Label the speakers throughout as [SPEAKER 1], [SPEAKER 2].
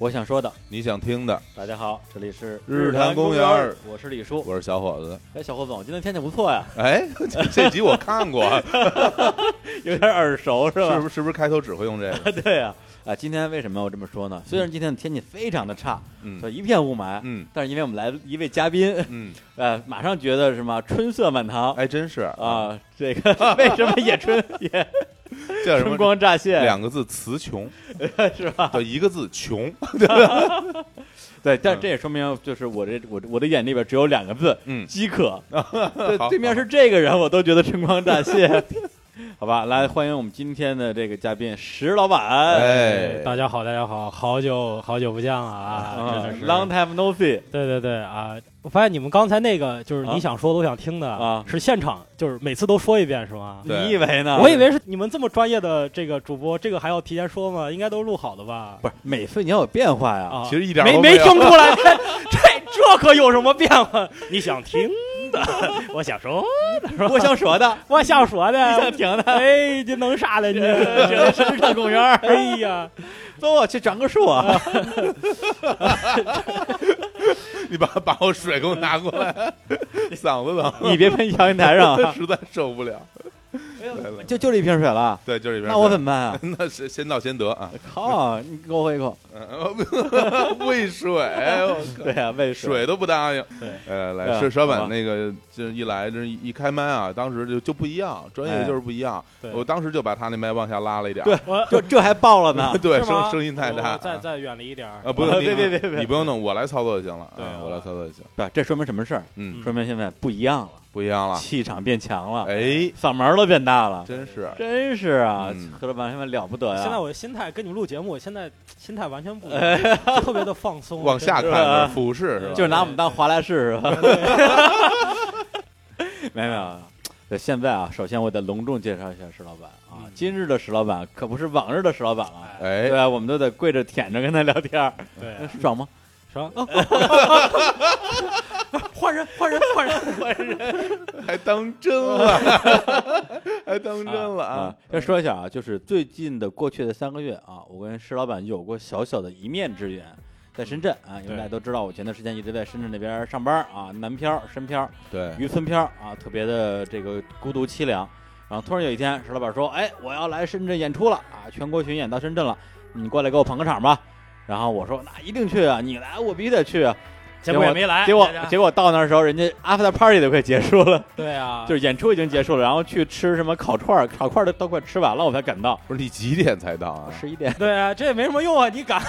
[SPEAKER 1] 我想说的，
[SPEAKER 2] 你想听的，
[SPEAKER 1] 大家好，这里是
[SPEAKER 2] 日坛公
[SPEAKER 1] 公
[SPEAKER 2] 园儿
[SPEAKER 1] 园，我是李叔。
[SPEAKER 2] 我是小 伙子。
[SPEAKER 1] 哎，小伙子，我今天天气不错 呀，
[SPEAKER 2] 哎，这这集我看过，
[SPEAKER 1] 有点耳熟是
[SPEAKER 2] 是
[SPEAKER 1] 吧？
[SPEAKER 2] 不是是不是开头只会用这个？
[SPEAKER 1] 对呀、啊，今天为什么要这么说呢？虽然今天的天气非常的差，
[SPEAKER 2] 嗯
[SPEAKER 1] 所以一片雾霾，
[SPEAKER 2] 嗯
[SPEAKER 1] 但是因为我们来了一位嘉宾，
[SPEAKER 2] 嗯，
[SPEAKER 1] 呃，马上觉得什么春色满堂。
[SPEAKER 2] 哎，真是
[SPEAKER 1] 啊、这个 为什么也 春也
[SPEAKER 2] 叫什
[SPEAKER 1] 春
[SPEAKER 2] 么？
[SPEAKER 1] 光乍现，
[SPEAKER 2] 两个字词穷，
[SPEAKER 1] 是吧？
[SPEAKER 2] 对，一个字穷。
[SPEAKER 1] 对，但
[SPEAKER 2] 嗯
[SPEAKER 1] 是这也说明，就是我这我我的眼里边只有两个字，
[SPEAKER 2] 嗯
[SPEAKER 1] 饥渴。 对，
[SPEAKER 2] 好
[SPEAKER 1] 对面是这个人，我都觉得春光乍泄。 好吧，来欢迎我们今天的这个嘉宾石老板，
[SPEAKER 2] 哎，
[SPEAKER 3] 大家好，大家好，好久好久不见了啊！
[SPEAKER 1] 啊
[SPEAKER 3] 真的是
[SPEAKER 1] ，Long time no see，
[SPEAKER 3] 对对对啊！我发现你们刚才那个就是
[SPEAKER 1] 啊
[SPEAKER 3] 你想说的，我想听的
[SPEAKER 1] 啊
[SPEAKER 3] 是现场就是每次都说一遍是吗？
[SPEAKER 2] 对
[SPEAKER 1] 你以为呢？
[SPEAKER 3] 我以为是你们这么专业的这个主播，这个还要提前说吗？应该都录好的吧？
[SPEAKER 1] 不是每次你要有变化呀。
[SPEAKER 3] 啊，
[SPEAKER 2] 其实一点
[SPEAKER 3] 没
[SPEAKER 2] 都
[SPEAKER 3] 没
[SPEAKER 2] 有
[SPEAKER 3] 听出来，这 这这可有什么变化？你想听的，我想说，
[SPEAKER 1] 我想说 的，
[SPEAKER 3] 我想说
[SPEAKER 1] 你想
[SPEAKER 3] 的，
[SPEAKER 1] 听的，
[SPEAKER 3] 哎，这能啥了你？
[SPEAKER 1] 这是日坛公园儿，
[SPEAKER 3] 哎呀，
[SPEAKER 1] 走啊，去转个树 啊。
[SPEAKER 2] 你把把我水给我拿过来， 嗓子疼，
[SPEAKER 1] 你别喷阳台上 啊，
[SPEAKER 2] 实在受不了。来来
[SPEAKER 1] 就就这一瓶水了，
[SPEAKER 2] 对，就这边。
[SPEAKER 1] 那我怎么办啊？
[SPEAKER 2] 么？ 那是先到先得 啊！
[SPEAKER 1] 靠，你给我喝一口。
[SPEAKER 2] 嗯喂水，我靠
[SPEAKER 1] 对呀，喂
[SPEAKER 2] 水都不答应。
[SPEAKER 1] 对，
[SPEAKER 2] 呃，
[SPEAKER 1] 对
[SPEAKER 2] 来，
[SPEAKER 1] 啊
[SPEAKER 2] 是
[SPEAKER 1] 好
[SPEAKER 2] 老板
[SPEAKER 1] 吧
[SPEAKER 2] 那个，这一来这一开麦啊，当时就就不一样，专业就是不一样。
[SPEAKER 3] 对
[SPEAKER 2] 我当时就把他那麦往下拉了一点儿，。
[SPEAKER 1] 哎对啊
[SPEAKER 3] 我
[SPEAKER 1] 这这还爆了呢
[SPEAKER 2] 对，
[SPEAKER 3] 是吗
[SPEAKER 2] 声声音太大
[SPEAKER 3] 我再
[SPEAKER 2] 啊，
[SPEAKER 3] 再远离一点儿
[SPEAKER 2] 啊不用，
[SPEAKER 1] 别
[SPEAKER 2] 你
[SPEAKER 1] 别别别
[SPEAKER 2] 你不用弄，我来操作就行了，
[SPEAKER 3] 对
[SPEAKER 2] 啊
[SPEAKER 3] 啊
[SPEAKER 2] 我来操作就行，
[SPEAKER 1] 不，这说明什么事儿？
[SPEAKER 2] 嗯，
[SPEAKER 1] 说明现在不一样了，
[SPEAKER 2] 不一样了，
[SPEAKER 1] 气场变强了，
[SPEAKER 2] 哎，
[SPEAKER 1] 嗓门儿都变大了，
[SPEAKER 2] 真是，
[SPEAKER 1] 真是啊
[SPEAKER 2] 嗯，
[SPEAKER 1] 何老板现在了不得呀！
[SPEAKER 3] 现在我的心态跟你们录节目，我现在心态完全不一样，特别的放松，
[SPEAKER 2] 往下
[SPEAKER 3] 真
[SPEAKER 2] 看
[SPEAKER 3] 的
[SPEAKER 2] 是俯视是吧？
[SPEAKER 1] 就是拿我们当华莱士是吧？ 没有没有。对，现在啊，首先我得隆重介绍一下石老板啊
[SPEAKER 3] 嗯，
[SPEAKER 1] 今日的石老板可不是往日的石老板了，
[SPEAKER 2] 哎
[SPEAKER 1] 对，啊，我们都得跪着舔着跟他聊天儿，
[SPEAKER 3] 对，
[SPEAKER 1] 爽哎吗？
[SPEAKER 3] 说 换人，换人，换人，
[SPEAKER 2] 还当真 了，还当真了
[SPEAKER 1] 啊
[SPEAKER 2] 啊！，
[SPEAKER 1] 先说一下啊，就是最近的过去的三个月啊，我跟石老板有过小小的一面之缘，在深圳啊，因为
[SPEAKER 3] 对
[SPEAKER 1] 大家都知道，我前段时间一直在深圳那边上班啊，南漂、深漂、
[SPEAKER 2] 对，
[SPEAKER 1] 渔村漂啊，特别的这个孤独凄凉。然后突然有一天，石老板说：“哎，我要来深圳演出了啊，全国巡演到深圳了，你过来给我捧个场吧。”然后我说：“那一定去啊，你来我必须得去啊。
[SPEAKER 3] 结果也没来，”
[SPEAKER 1] 结果
[SPEAKER 3] 大家
[SPEAKER 1] 结果到那儿的时候，人家 after party 都快结束了。
[SPEAKER 3] 对啊，
[SPEAKER 1] 就是演出已经结束了，然后去吃什么烤串儿，烤串儿都都快吃完了，我才赶到
[SPEAKER 2] 不是你几点才到啊？
[SPEAKER 1] 十一点。
[SPEAKER 3] 对啊，这也没什么用啊，你敢，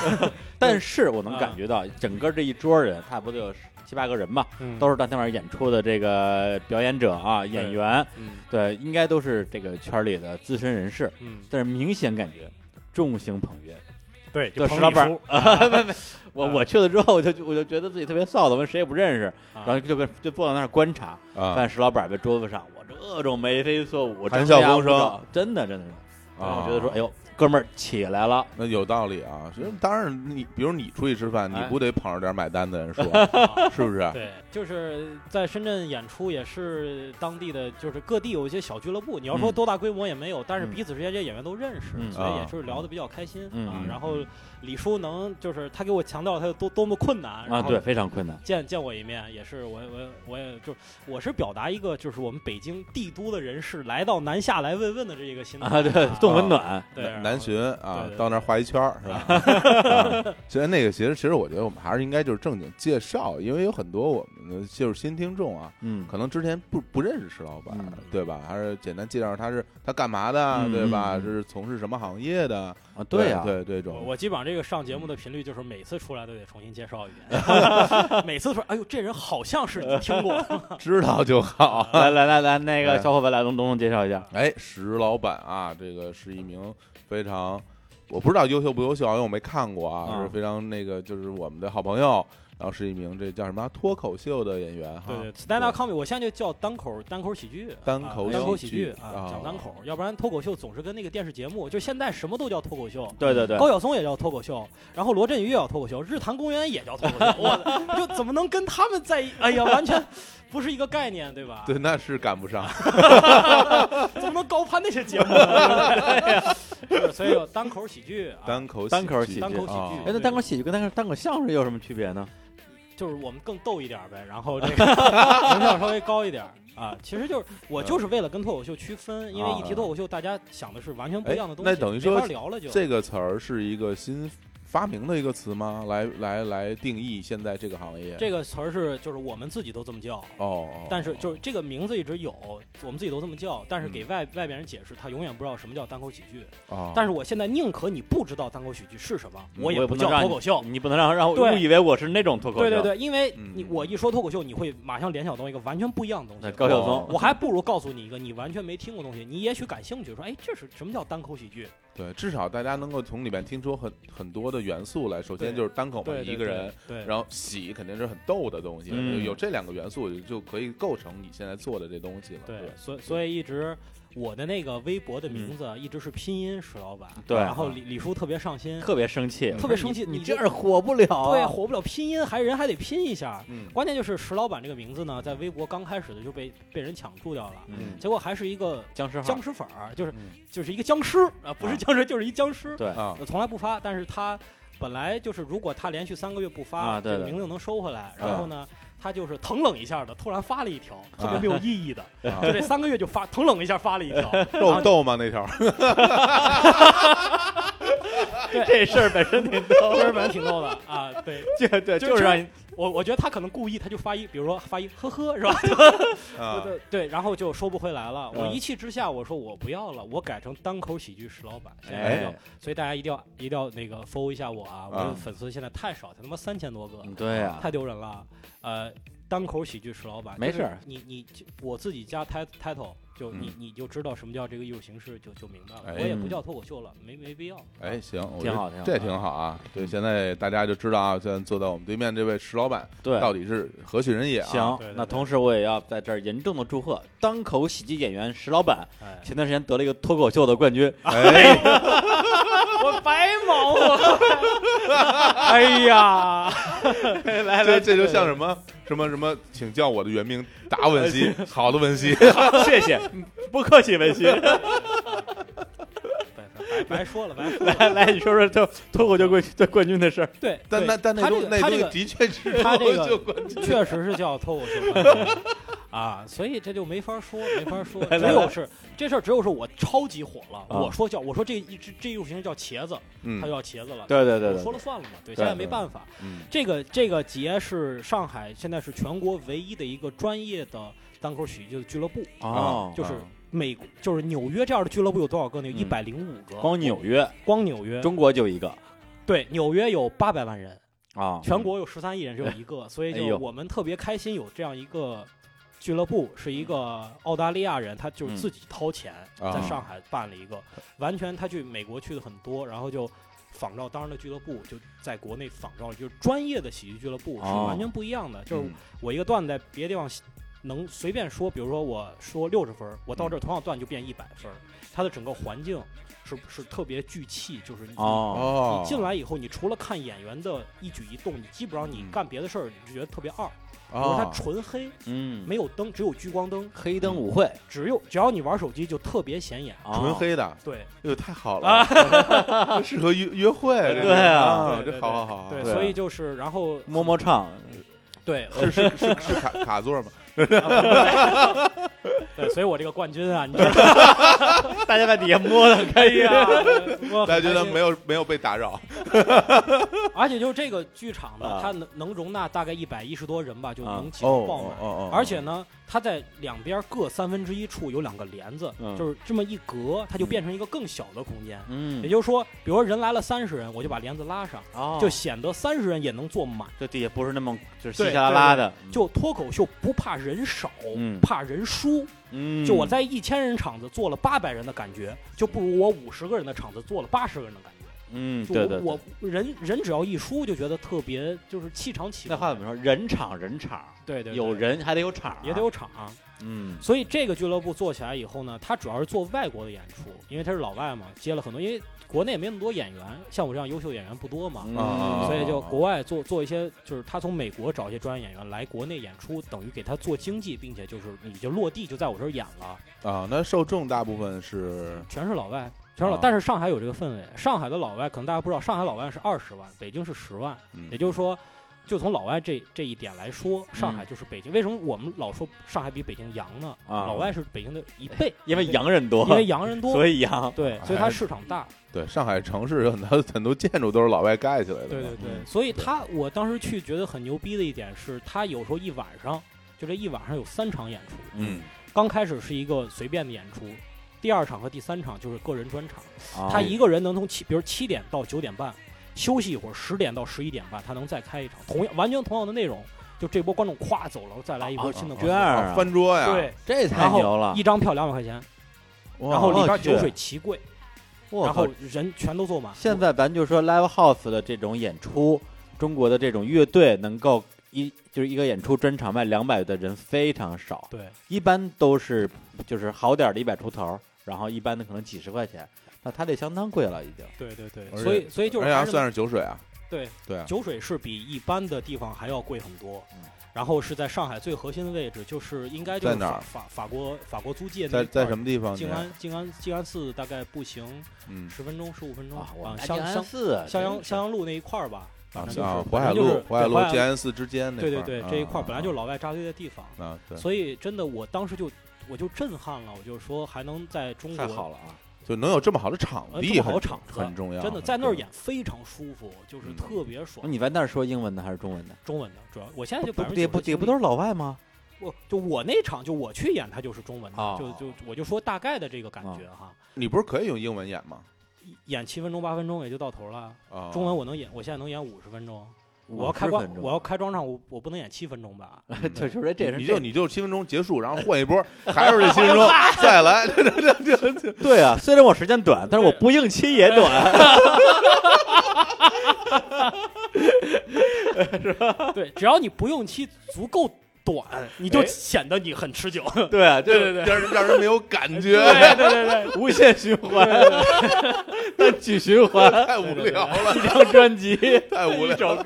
[SPEAKER 1] 但是我能感觉到，整个这一桌人，差不多有七八个人吧，嗯都
[SPEAKER 3] 是
[SPEAKER 1] 是当天晚上演出的这个表演者啊，演员，
[SPEAKER 3] 嗯
[SPEAKER 1] 对，应该都是这个圈里的资深人士。
[SPEAKER 3] 嗯，
[SPEAKER 1] 但是明显感觉众星捧月，
[SPEAKER 3] 对，
[SPEAKER 1] 就
[SPEAKER 3] 就是彭
[SPEAKER 1] 老
[SPEAKER 3] 丽
[SPEAKER 1] 板
[SPEAKER 3] 书，
[SPEAKER 1] 我
[SPEAKER 3] 啊
[SPEAKER 1] 我去了之后，我就我就觉得自己特别臊的，我谁也不认识，然后
[SPEAKER 3] 啊
[SPEAKER 1] 就跟就坐在那儿观察，
[SPEAKER 2] 啊
[SPEAKER 1] 看石老板在桌子上，我这种眉飞色舞，
[SPEAKER 2] 谈
[SPEAKER 1] 张
[SPEAKER 2] 笑
[SPEAKER 1] 牙舞
[SPEAKER 2] 风生
[SPEAKER 1] 爪，真的真的是。
[SPEAKER 2] 啊
[SPEAKER 1] 我觉得说，哎呦，哥们儿起来了，
[SPEAKER 2] 那有道理啊，其实当然你，比如你出去吃饭，你
[SPEAKER 1] 哎
[SPEAKER 2] 不得捧着点买单的人说，
[SPEAKER 3] 啊
[SPEAKER 2] 是不是？
[SPEAKER 3] 对，就是在深圳演出，也是当地的，就是各地有一些小俱乐部。你要说
[SPEAKER 1] 嗯
[SPEAKER 3] 多大规模也没有，但是
[SPEAKER 1] 嗯
[SPEAKER 3] 彼此之间这些演员都认识，
[SPEAKER 1] 嗯
[SPEAKER 3] 所以也
[SPEAKER 2] 啊
[SPEAKER 3] 是聊得比较开心、
[SPEAKER 1] 嗯
[SPEAKER 3] 啊
[SPEAKER 2] 嗯。
[SPEAKER 3] 然后李叔能就是他给我强调他有多多么困难
[SPEAKER 1] 啊，
[SPEAKER 3] 然后
[SPEAKER 1] 对，非常困难，
[SPEAKER 3] 见见我一面，也是我我我也就我是表达一个就是我们北京帝都的人士来到南下来慰问的这一个心态
[SPEAKER 1] 啊，对，送温暖，
[SPEAKER 3] 对
[SPEAKER 2] 南
[SPEAKER 3] 然
[SPEAKER 2] 南
[SPEAKER 3] 后
[SPEAKER 2] 巡啊
[SPEAKER 3] 对，对
[SPEAKER 2] 到那儿画一圈儿是吧？啊其实那个，其实其实我觉得我们还是应该就是正经介绍，因为有很多我们的就是新听众啊，
[SPEAKER 1] 嗯，
[SPEAKER 2] 可能之前不不认识石老板
[SPEAKER 1] 嗯，
[SPEAKER 2] 对吧？还是简单介绍他是他干嘛的，
[SPEAKER 1] 嗯
[SPEAKER 2] 对吧？
[SPEAKER 1] 嗯嗯
[SPEAKER 2] 是从事什么行业的？
[SPEAKER 1] 啊，
[SPEAKER 2] 对
[SPEAKER 1] 呀，
[SPEAKER 2] 对对这
[SPEAKER 3] 我
[SPEAKER 2] 种，
[SPEAKER 3] 我基本上这个上节目的频率就是每次出来都得重新介绍一 遍，每次说哎呦这人好像是你听过，
[SPEAKER 2] 知道就好。
[SPEAKER 1] 来来来来，那个
[SPEAKER 2] 哎
[SPEAKER 1] 小伙伴来，龙龙龙介绍一下，
[SPEAKER 2] 哎，石老板啊，这个是一名非常，我不知道优秀不优秀啊，因为我没看过啊，
[SPEAKER 1] 嗯
[SPEAKER 2] 是非常那个，就是我们的好朋友，然后是一名这叫什么脱口秀的演员哈，
[SPEAKER 3] 对对，stand up comedy，我现在就叫单口单口喜剧，
[SPEAKER 2] 单
[SPEAKER 3] 口
[SPEAKER 2] 口
[SPEAKER 3] 单
[SPEAKER 2] 喜
[SPEAKER 3] 喜
[SPEAKER 2] 剧
[SPEAKER 3] 啊
[SPEAKER 2] 啊，
[SPEAKER 3] 讲单口，要不然脱口秀总是跟那个电视节目，就现在什么都叫脱口秀。
[SPEAKER 1] 对对对，
[SPEAKER 3] 高晓松也叫脱口秀，然后罗振宇也叫脱口秀，日坛公园也叫脱口 秀，我就怎么能跟他们在一？哎呀，完全不是一个概念，对吧？
[SPEAKER 2] 对，那是赶不 上，
[SPEAKER 3] 怎么能高攀那些节 目呢？是所以有单口喜剧啊，
[SPEAKER 2] 单口
[SPEAKER 1] 单口喜
[SPEAKER 2] 喜
[SPEAKER 1] 剧
[SPEAKER 3] 单口喜
[SPEAKER 2] 啊
[SPEAKER 1] 哎，
[SPEAKER 3] 剧，
[SPEAKER 1] 那单口喜剧跟单口单口相声有什么区别呢？
[SPEAKER 3] 就是我们更逗一点儿呗，然后这 个能量稍微高一点儿啊。其实就是我就是为了跟脱口秀区分，因为一提脱口秀，大家想的是完全不一样的东西，
[SPEAKER 2] 哎那等于说
[SPEAKER 3] 没法聊了就。
[SPEAKER 2] 这个词儿是一个新发明的一个词吗？来来来定义现在这个行业
[SPEAKER 3] 这个词儿是就是我们自己都这么叫，
[SPEAKER 2] 哦，哦
[SPEAKER 3] 但是
[SPEAKER 2] 哦
[SPEAKER 3] 就是这个名字一直有，我们自己都这么叫，但是给
[SPEAKER 2] 嗯
[SPEAKER 3] 外外边人解释，他永远不知道什么叫单口喜剧。
[SPEAKER 2] 哦
[SPEAKER 3] 但是我现在宁可你不知道单口喜剧是什么，
[SPEAKER 2] 嗯
[SPEAKER 3] 我
[SPEAKER 1] 我也
[SPEAKER 3] 不
[SPEAKER 1] 不能
[SPEAKER 3] 叫
[SPEAKER 1] 让
[SPEAKER 3] 脱口秀。
[SPEAKER 1] 哦你不能让让我
[SPEAKER 3] 对
[SPEAKER 1] 误以为我是那种脱口秀。
[SPEAKER 3] 对对对，因为你
[SPEAKER 2] 嗯
[SPEAKER 3] 我一说脱口秀，你会马上联想到一个完全不一样的
[SPEAKER 1] 那
[SPEAKER 3] 东西。
[SPEAKER 1] 高晓
[SPEAKER 2] 哦
[SPEAKER 1] 松，
[SPEAKER 3] 我还不如告诉你一个你完全没听过的东西，你也许感兴趣，说哎，这是什么叫单口喜剧？
[SPEAKER 2] 对，至少大家能够从里面听出很很多的元素来。首先
[SPEAKER 3] 对
[SPEAKER 2] 就是单口嘛，
[SPEAKER 3] 对，
[SPEAKER 2] 一个人，
[SPEAKER 3] 对，对，
[SPEAKER 2] 然后喜肯定是很逗的东西，
[SPEAKER 1] 嗯
[SPEAKER 2] 有这两个元素就可以构成你现在做的这东西了。
[SPEAKER 3] 对
[SPEAKER 2] 对，
[SPEAKER 3] 所以所以一直我的那个微博的名
[SPEAKER 2] 嗯
[SPEAKER 3] 字一直是拼音石老板，
[SPEAKER 1] 对
[SPEAKER 3] 然后李李叔特别上 心，
[SPEAKER 1] 特别生气，
[SPEAKER 3] 特别生气
[SPEAKER 1] 你
[SPEAKER 3] 你
[SPEAKER 1] 这样火不了啊。
[SPEAKER 3] 对，火不了拼音，还人还得拼一下。
[SPEAKER 2] 嗯
[SPEAKER 3] 关键就是石老板这个名字呢，在微博刚开始的就被被人抢注掉了，
[SPEAKER 1] 嗯，
[SPEAKER 3] 结果还是一个
[SPEAKER 1] 僵尸号
[SPEAKER 3] 僵，尸粉儿，就是
[SPEAKER 2] 嗯
[SPEAKER 3] 就是一个僵尸啊，不是
[SPEAKER 1] 啊
[SPEAKER 3] 僵尸就是一僵尸。呃
[SPEAKER 1] 对
[SPEAKER 2] 啊，
[SPEAKER 3] 我从来不发，但是他本来就是，如果他连续三个月不发，
[SPEAKER 1] 啊对
[SPEAKER 3] 这
[SPEAKER 1] 对
[SPEAKER 3] 个
[SPEAKER 1] 啊
[SPEAKER 3] 名字能收回来。然后呢，他就是腾冷一下的，突然发了一条特别没有意义的，
[SPEAKER 2] 啊
[SPEAKER 3] 就这三个月就发腾冷一下发了 一条，
[SPEAKER 2] 逗逗吗那条？
[SPEAKER 1] 这事儿本身挺逗，
[SPEAKER 3] 其实蛮挺逗的啊。对，
[SPEAKER 1] 对对，
[SPEAKER 3] 就
[SPEAKER 1] 就是让你
[SPEAKER 3] 我我觉得他可能故意，他就发一，比如说发一呵呵是吧？
[SPEAKER 2] 啊，
[SPEAKER 3] 对对，然后就收不回来了。
[SPEAKER 1] 嗯
[SPEAKER 3] 我一气之下，我说我不要了，我改成单口喜剧石老板。现在就
[SPEAKER 1] 哎，
[SPEAKER 3] 所以大家一定要一定要那个 follow 一下我啊！我
[SPEAKER 2] 啊嗯
[SPEAKER 3] 的粉丝现在太少，才他妈三千多个。
[SPEAKER 1] 嗯对呀，
[SPEAKER 3] 太丢人了。呃，单口喜剧石老板，
[SPEAKER 1] 没
[SPEAKER 3] 就是
[SPEAKER 1] 事儿
[SPEAKER 3] 你你就我自己加 tit- title，就你、你就知道什么叫这个艺术形式，就就明白了。
[SPEAKER 2] 嗯哎
[SPEAKER 3] 我也不叫脱口秀了，没没必要。
[SPEAKER 2] 哎，行，我
[SPEAKER 1] 挺
[SPEAKER 2] 觉得
[SPEAKER 1] 好挺好
[SPEAKER 2] 这挺好啊。
[SPEAKER 3] 嗯
[SPEAKER 2] 对，现在大家就知道啊，现在坐在我们对面这位石老板
[SPEAKER 1] 对，
[SPEAKER 2] 到底是何许人也啊？
[SPEAKER 1] 行
[SPEAKER 3] 对对，
[SPEAKER 1] 那
[SPEAKER 3] 对
[SPEAKER 1] 同时我也要在这儿严重的祝贺单口喜剧演员石老板，
[SPEAKER 3] 哎，
[SPEAKER 1] 前段时间得了一个脱口秀的冠军，
[SPEAKER 2] 哎，
[SPEAKER 3] 我白忙活。 哎 呀，
[SPEAKER 1] 来
[SPEAKER 2] 这这就像什么什么什么，请叫我的原名达文 西，好的文西。
[SPEAKER 1] 谢谢， 不客气，文心。
[SPEAKER 3] 白白白说了，白说了。
[SPEAKER 1] 来来，你说说这脱口秀冠这冠军的事儿。
[SPEAKER 3] 对，
[SPEAKER 2] 但
[SPEAKER 3] 对
[SPEAKER 2] 那但那
[SPEAKER 3] 他
[SPEAKER 2] 东
[SPEAKER 3] 这个
[SPEAKER 2] 那
[SPEAKER 3] 他
[SPEAKER 2] 东
[SPEAKER 3] 这
[SPEAKER 2] 西
[SPEAKER 3] 个
[SPEAKER 2] 的确是
[SPEAKER 3] 他这 个
[SPEAKER 2] 就 关键
[SPEAKER 3] 确实是叫脱口秀冠军啊，所以这就没法说，没法说。
[SPEAKER 1] 来
[SPEAKER 3] 只
[SPEAKER 1] 来来
[SPEAKER 3] 有是这事儿，只有是我超级火了，
[SPEAKER 1] 啊
[SPEAKER 3] 我说叫我说这一这这艺术形式叫茄子，
[SPEAKER 2] 嗯
[SPEAKER 3] 它就叫茄子了。
[SPEAKER 1] 对对
[SPEAKER 3] 我
[SPEAKER 1] 对
[SPEAKER 3] 说
[SPEAKER 1] 对，
[SPEAKER 3] 了算了嘛，对，
[SPEAKER 1] 对
[SPEAKER 3] 现在没
[SPEAKER 1] 对
[SPEAKER 3] 办法。
[SPEAKER 2] 嗯
[SPEAKER 3] 这个这个节是上海现在是全国唯一的一个专业的单口喜剧的俱乐部，
[SPEAKER 1] 哦，
[SPEAKER 3] 就是
[SPEAKER 2] 啊
[SPEAKER 3] 美就是纽约这样的俱乐部有多少个呢？
[SPEAKER 1] 嗯
[SPEAKER 3] 一百零五个，
[SPEAKER 1] 光纽约，
[SPEAKER 3] 光纽约，
[SPEAKER 1] 中国就一个
[SPEAKER 3] 对，纽约有八百万人，
[SPEAKER 1] 啊，
[SPEAKER 3] 全国有十三亿人，只有一个，所以
[SPEAKER 1] 哎
[SPEAKER 3] 就
[SPEAKER 1] 呦
[SPEAKER 3] 我们特别开心有这样一个。俱乐部是一个澳大利亚人，他就是自己掏钱
[SPEAKER 1] 啊
[SPEAKER 2] 嗯
[SPEAKER 3] 在上海办了一个，完全他去美国去的很多，然后就仿照当时的俱乐部，就在国内仿照，就是专业的喜剧俱乐部是
[SPEAKER 1] 哦
[SPEAKER 3] 完全不一样的，就是
[SPEAKER 2] 嗯
[SPEAKER 3] 我一个段子在别的地方能随便说，比如说我说六十分儿，我到
[SPEAKER 1] 嗯
[SPEAKER 3] 这儿同样段就变一百分儿，它的整个环境是是特别聚气，就是你、
[SPEAKER 1] 哦，
[SPEAKER 2] 哦，
[SPEAKER 3] 你进来以后，你除了看演员的一举一动，你基本上你
[SPEAKER 2] 嗯
[SPEAKER 3] 干别的事儿，你就觉得特别
[SPEAKER 1] 哦
[SPEAKER 3] 二。比如说它
[SPEAKER 2] 啊，
[SPEAKER 3] 纯黑，
[SPEAKER 1] 嗯，
[SPEAKER 3] 没有灯，只有聚光灯，
[SPEAKER 1] 黑灯舞会，
[SPEAKER 3] 只有只要你玩手机就特别显眼。
[SPEAKER 1] 啊
[SPEAKER 2] 纯，黑的，
[SPEAKER 3] 对
[SPEAKER 2] 哟，哎太好
[SPEAKER 3] 啊
[SPEAKER 2] 了， 这适合约约会，这
[SPEAKER 1] 对
[SPEAKER 2] 个
[SPEAKER 1] 啊
[SPEAKER 3] 对
[SPEAKER 2] 这
[SPEAKER 3] 对
[SPEAKER 2] 好好好好，
[SPEAKER 3] 对，
[SPEAKER 1] 对啊
[SPEAKER 3] 所以就是然后
[SPEAKER 1] 摸摸唱，
[SPEAKER 3] 对呃
[SPEAKER 2] 是是是是卡卡座 吗？
[SPEAKER 3] 对，所以我这个冠军啊，你知道
[SPEAKER 1] 大家在底下摸的
[SPEAKER 3] 哎呀，我
[SPEAKER 2] 大家觉得
[SPEAKER 3] 没。
[SPEAKER 2] 没有没有被打扰，
[SPEAKER 3] 而且就是这个剧场呢
[SPEAKER 1] 啊，
[SPEAKER 3] 它能能容纳大概一百一十多人吧，就
[SPEAKER 1] 啊
[SPEAKER 3] 能挤
[SPEAKER 2] 哦
[SPEAKER 3] 得爆
[SPEAKER 2] 哦
[SPEAKER 3] 满。
[SPEAKER 2] 哦，
[SPEAKER 3] 而且呢，它在两边各三分之一处有两个帘子
[SPEAKER 1] 嗯，
[SPEAKER 3] 就是这么一隔，它就变成一个更小的空间。
[SPEAKER 1] 嗯
[SPEAKER 3] 也，就是说，比如说人来了三十人，我就把帘子拉上，
[SPEAKER 1] 哦嗯
[SPEAKER 3] 就显得三十人也能坐满。
[SPEAKER 1] 这底下不是那么就是
[SPEAKER 3] 对
[SPEAKER 1] 稀稀拉拉的，
[SPEAKER 3] 就脱口秀不怕人少
[SPEAKER 1] 嗯，
[SPEAKER 3] 怕人输。
[SPEAKER 1] 嗯，
[SPEAKER 3] 就我在一千人场子做了八百人的感觉，就不如我五十个人的场子做了八十个人的感觉。
[SPEAKER 1] 嗯，
[SPEAKER 3] 就
[SPEAKER 1] 对对，对
[SPEAKER 3] 我我人人只要一输，就觉得特别就是气场起。
[SPEAKER 1] 那话怎么？说？人场人场，
[SPEAKER 3] 对对，对
[SPEAKER 1] 有人还得有场，
[SPEAKER 3] 也得有场、啊
[SPEAKER 1] 嗯
[SPEAKER 3] 所以这个俱乐部做起来以后呢，它主要是做外国的演出，因为它是老外嘛，接了很多，因为国内没那么多演员，像我这样优秀演员不多嘛，
[SPEAKER 1] 嗯
[SPEAKER 2] 啊
[SPEAKER 3] 所以就国外做做一些，就是他从美国找一些专业演员来国内演出，等于给他做经济，并且就是你就落地就在我这儿演了，
[SPEAKER 2] 啊，那受众大部分是
[SPEAKER 3] 全是老外，全
[SPEAKER 1] 哦
[SPEAKER 3] 是老。
[SPEAKER 2] 啊
[SPEAKER 3] 但是上海有这个氛围，上海的老外可能大家不知道，上海老外是二十万，北京是十万，
[SPEAKER 2] 嗯
[SPEAKER 3] 也就是说。就从老外这这一点来说，上海就是北京。为什么我们老说上海比北京洋呢？
[SPEAKER 1] 嗯啊
[SPEAKER 3] 老外是北京的一倍，
[SPEAKER 1] 因为
[SPEAKER 3] 一倍
[SPEAKER 1] 洋人多，
[SPEAKER 3] 因为洋人多，
[SPEAKER 1] 所以哎洋，
[SPEAKER 3] 对，所以它市场大，
[SPEAKER 2] 对上海城市有很多很多建筑都是老外盖起来的嘛，
[SPEAKER 3] 对对对，
[SPEAKER 1] 嗯
[SPEAKER 3] 所以他我当时去觉得很牛逼的一点是，他有时候一晚上就这一晚上有三场演出，
[SPEAKER 1] 嗯，
[SPEAKER 3] 刚开始是一个随便的演出，第二场和第三场就是个人专场，
[SPEAKER 2] 哦
[SPEAKER 1] 啊
[SPEAKER 3] 他一个人能从七，比如七点到九点半休息一会儿，十点到十一点半他能再开一场，同样完全同样的内容，就这波观众咵走了，再来一波
[SPEAKER 1] 啊
[SPEAKER 3] 新的
[SPEAKER 1] 这
[SPEAKER 3] 观众，
[SPEAKER 1] 样
[SPEAKER 2] 啊，
[SPEAKER 1] 啊，
[SPEAKER 2] 翻桌呀，
[SPEAKER 3] 对，
[SPEAKER 1] 这太
[SPEAKER 3] 然后
[SPEAKER 1] 牛了，
[SPEAKER 3] 一张票两百块钱，
[SPEAKER 2] 哇，哦
[SPEAKER 3] 然后里边
[SPEAKER 1] 去
[SPEAKER 3] 酒水齐贵，
[SPEAKER 1] 我
[SPEAKER 3] 然
[SPEAKER 1] 靠
[SPEAKER 3] 后人全都坐满，
[SPEAKER 1] 现在咱就说 live house 的这种演出，中国的这种乐队能够一就是一个演出专场卖两百的人非常少，
[SPEAKER 3] 对。
[SPEAKER 1] 一般都是就是好点儿的一百出头，然后一般的可能几十块钱，那它这相当贵了已经。
[SPEAKER 3] 对对对，
[SPEAKER 2] 而且
[SPEAKER 3] 所以所以就是
[SPEAKER 2] 而且
[SPEAKER 3] 还
[SPEAKER 2] 还哎
[SPEAKER 3] 是
[SPEAKER 2] 算是酒水啊，
[SPEAKER 3] 对
[SPEAKER 2] 对啊，
[SPEAKER 3] 酒水是比一般的地方还要贵很多
[SPEAKER 1] 嗯，
[SPEAKER 3] 然后是在上海最核心的位置，就是应该就是
[SPEAKER 2] 在哪
[SPEAKER 3] 法
[SPEAKER 2] 儿
[SPEAKER 3] 法法国法国租界
[SPEAKER 2] 在
[SPEAKER 3] 那一块
[SPEAKER 2] 在
[SPEAKER 3] 儿
[SPEAKER 2] 什么地方？
[SPEAKER 3] 静安静安静安寺大概步行
[SPEAKER 2] 嗯
[SPEAKER 3] 十分钟十五分钟
[SPEAKER 1] 啊，我们
[SPEAKER 3] 襄襄
[SPEAKER 1] 寺
[SPEAKER 3] 襄阳襄阳路那一块儿吧，反
[SPEAKER 2] 啊
[SPEAKER 3] 正就
[SPEAKER 2] 啊
[SPEAKER 3] 是，
[SPEAKER 2] 淮海
[SPEAKER 3] 反正就是
[SPEAKER 2] 路、淮海
[SPEAKER 3] 对
[SPEAKER 2] 路、静安寺之间那
[SPEAKER 3] 对
[SPEAKER 2] 块
[SPEAKER 3] 对
[SPEAKER 2] 儿
[SPEAKER 3] 对这一块儿
[SPEAKER 2] 啊
[SPEAKER 3] 本来就是老外扎堆的地方，
[SPEAKER 2] 啊啊，对，
[SPEAKER 3] 所以真的我当时就我就震撼了，我就说还能在中
[SPEAKER 1] 太
[SPEAKER 3] 国
[SPEAKER 1] 好了啊！
[SPEAKER 2] 就能有这么好的场
[SPEAKER 3] 呃这
[SPEAKER 2] 地
[SPEAKER 3] 么
[SPEAKER 2] 很，
[SPEAKER 3] 好的场子
[SPEAKER 2] 很重要，啊
[SPEAKER 3] 真的
[SPEAKER 2] 很
[SPEAKER 3] 在那儿
[SPEAKER 2] 重要
[SPEAKER 3] 演非常舒服，就是
[SPEAKER 2] 嗯
[SPEAKER 3] 特别爽。
[SPEAKER 1] 你在那儿说英文的还是中文的？
[SPEAKER 3] 中文的主要，我现在就
[SPEAKER 1] 不
[SPEAKER 3] 百分之
[SPEAKER 1] 也不也不都是老外吗？
[SPEAKER 3] 我就我那场就我去演，他就是中文的，
[SPEAKER 1] 哦嗯
[SPEAKER 3] 就就我就说大概的这个感觉哈，
[SPEAKER 2] 你不是可以用英文演吗？
[SPEAKER 3] 演七分钟八分钟也就到头了。
[SPEAKER 1] 哦
[SPEAKER 2] 啊，
[SPEAKER 3] 中文我能演，我现在能演五十分钟。我要开
[SPEAKER 1] 光
[SPEAKER 3] 光，，我要开专场，我我不能演七分钟 吧？
[SPEAKER 2] 嗯，
[SPEAKER 1] 就就是这人
[SPEAKER 2] 你就你就七分钟结束，然后换一波，还是这七分钟再来，这这这这这
[SPEAKER 1] 对啊，虽然我时间短，但是我不硬期也 短。
[SPEAKER 3] 对，只要你不用期足够
[SPEAKER 1] 哎
[SPEAKER 3] 短，你就显得你很持久。
[SPEAKER 1] 对啊，对对
[SPEAKER 2] 让人让人没有感觉，
[SPEAKER 3] 对对对
[SPEAKER 1] 对，无限循环，单曲循环，
[SPEAKER 2] 太无聊了，
[SPEAKER 1] 一张专 辑，
[SPEAKER 2] 太无聊了。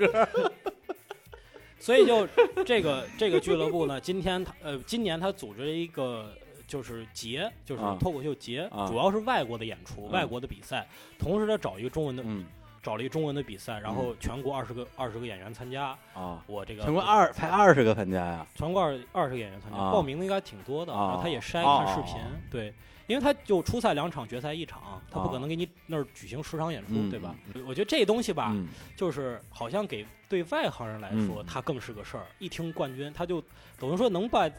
[SPEAKER 3] 所以就这个这个俱乐部呢，今天他呃，今年他组织了一个就是节，就是
[SPEAKER 1] 啊
[SPEAKER 3] 脱口秀节，
[SPEAKER 1] 啊
[SPEAKER 3] 主要是外国的演出、
[SPEAKER 1] 嗯
[SPEAKER 3] 外国的比赛，同时他找一个中文的
[SPEAKER 1] 嗯
[SPEAKER 3] 找了一中文的比赛，然后全国二十个二十个演员参加。
[SPEAKER 1] 啊，
[SPEAKER 3] 我这
[SPEAKER 1] 嗯
[SPEAKER 3] 个
[SPEAKER 1] 全国二才二十个啊参加呀，
[SPEAKER 3] 全国二二十个演员参加，
[SPEAKER 1] 啊
[SPEAKER 3] 报名的应该挺多的。
[SPEAKER 1] 啊
[SPEAKER 3] 然后他也筛
[SPEAKER 1] 啊
[SPEAKER 3] 看视频，对，因为他就初赛两场，决赛一场，他不
[SPEAKER 1] 啊
[SPEAKER 3] 可能给你那儿举行十场演出，
[SPEAKER 1] 嗯
[SPEAKER 3] 对吧？我觉得这东西吧，
[SPEAKER 1] 嗯
[SPEAKER 3] 就是好像给对外行人来说，
[SPEAKER 1] 嗯
[SPEAKER 3] 它更是个事儿。一听冠军，他就等于说能办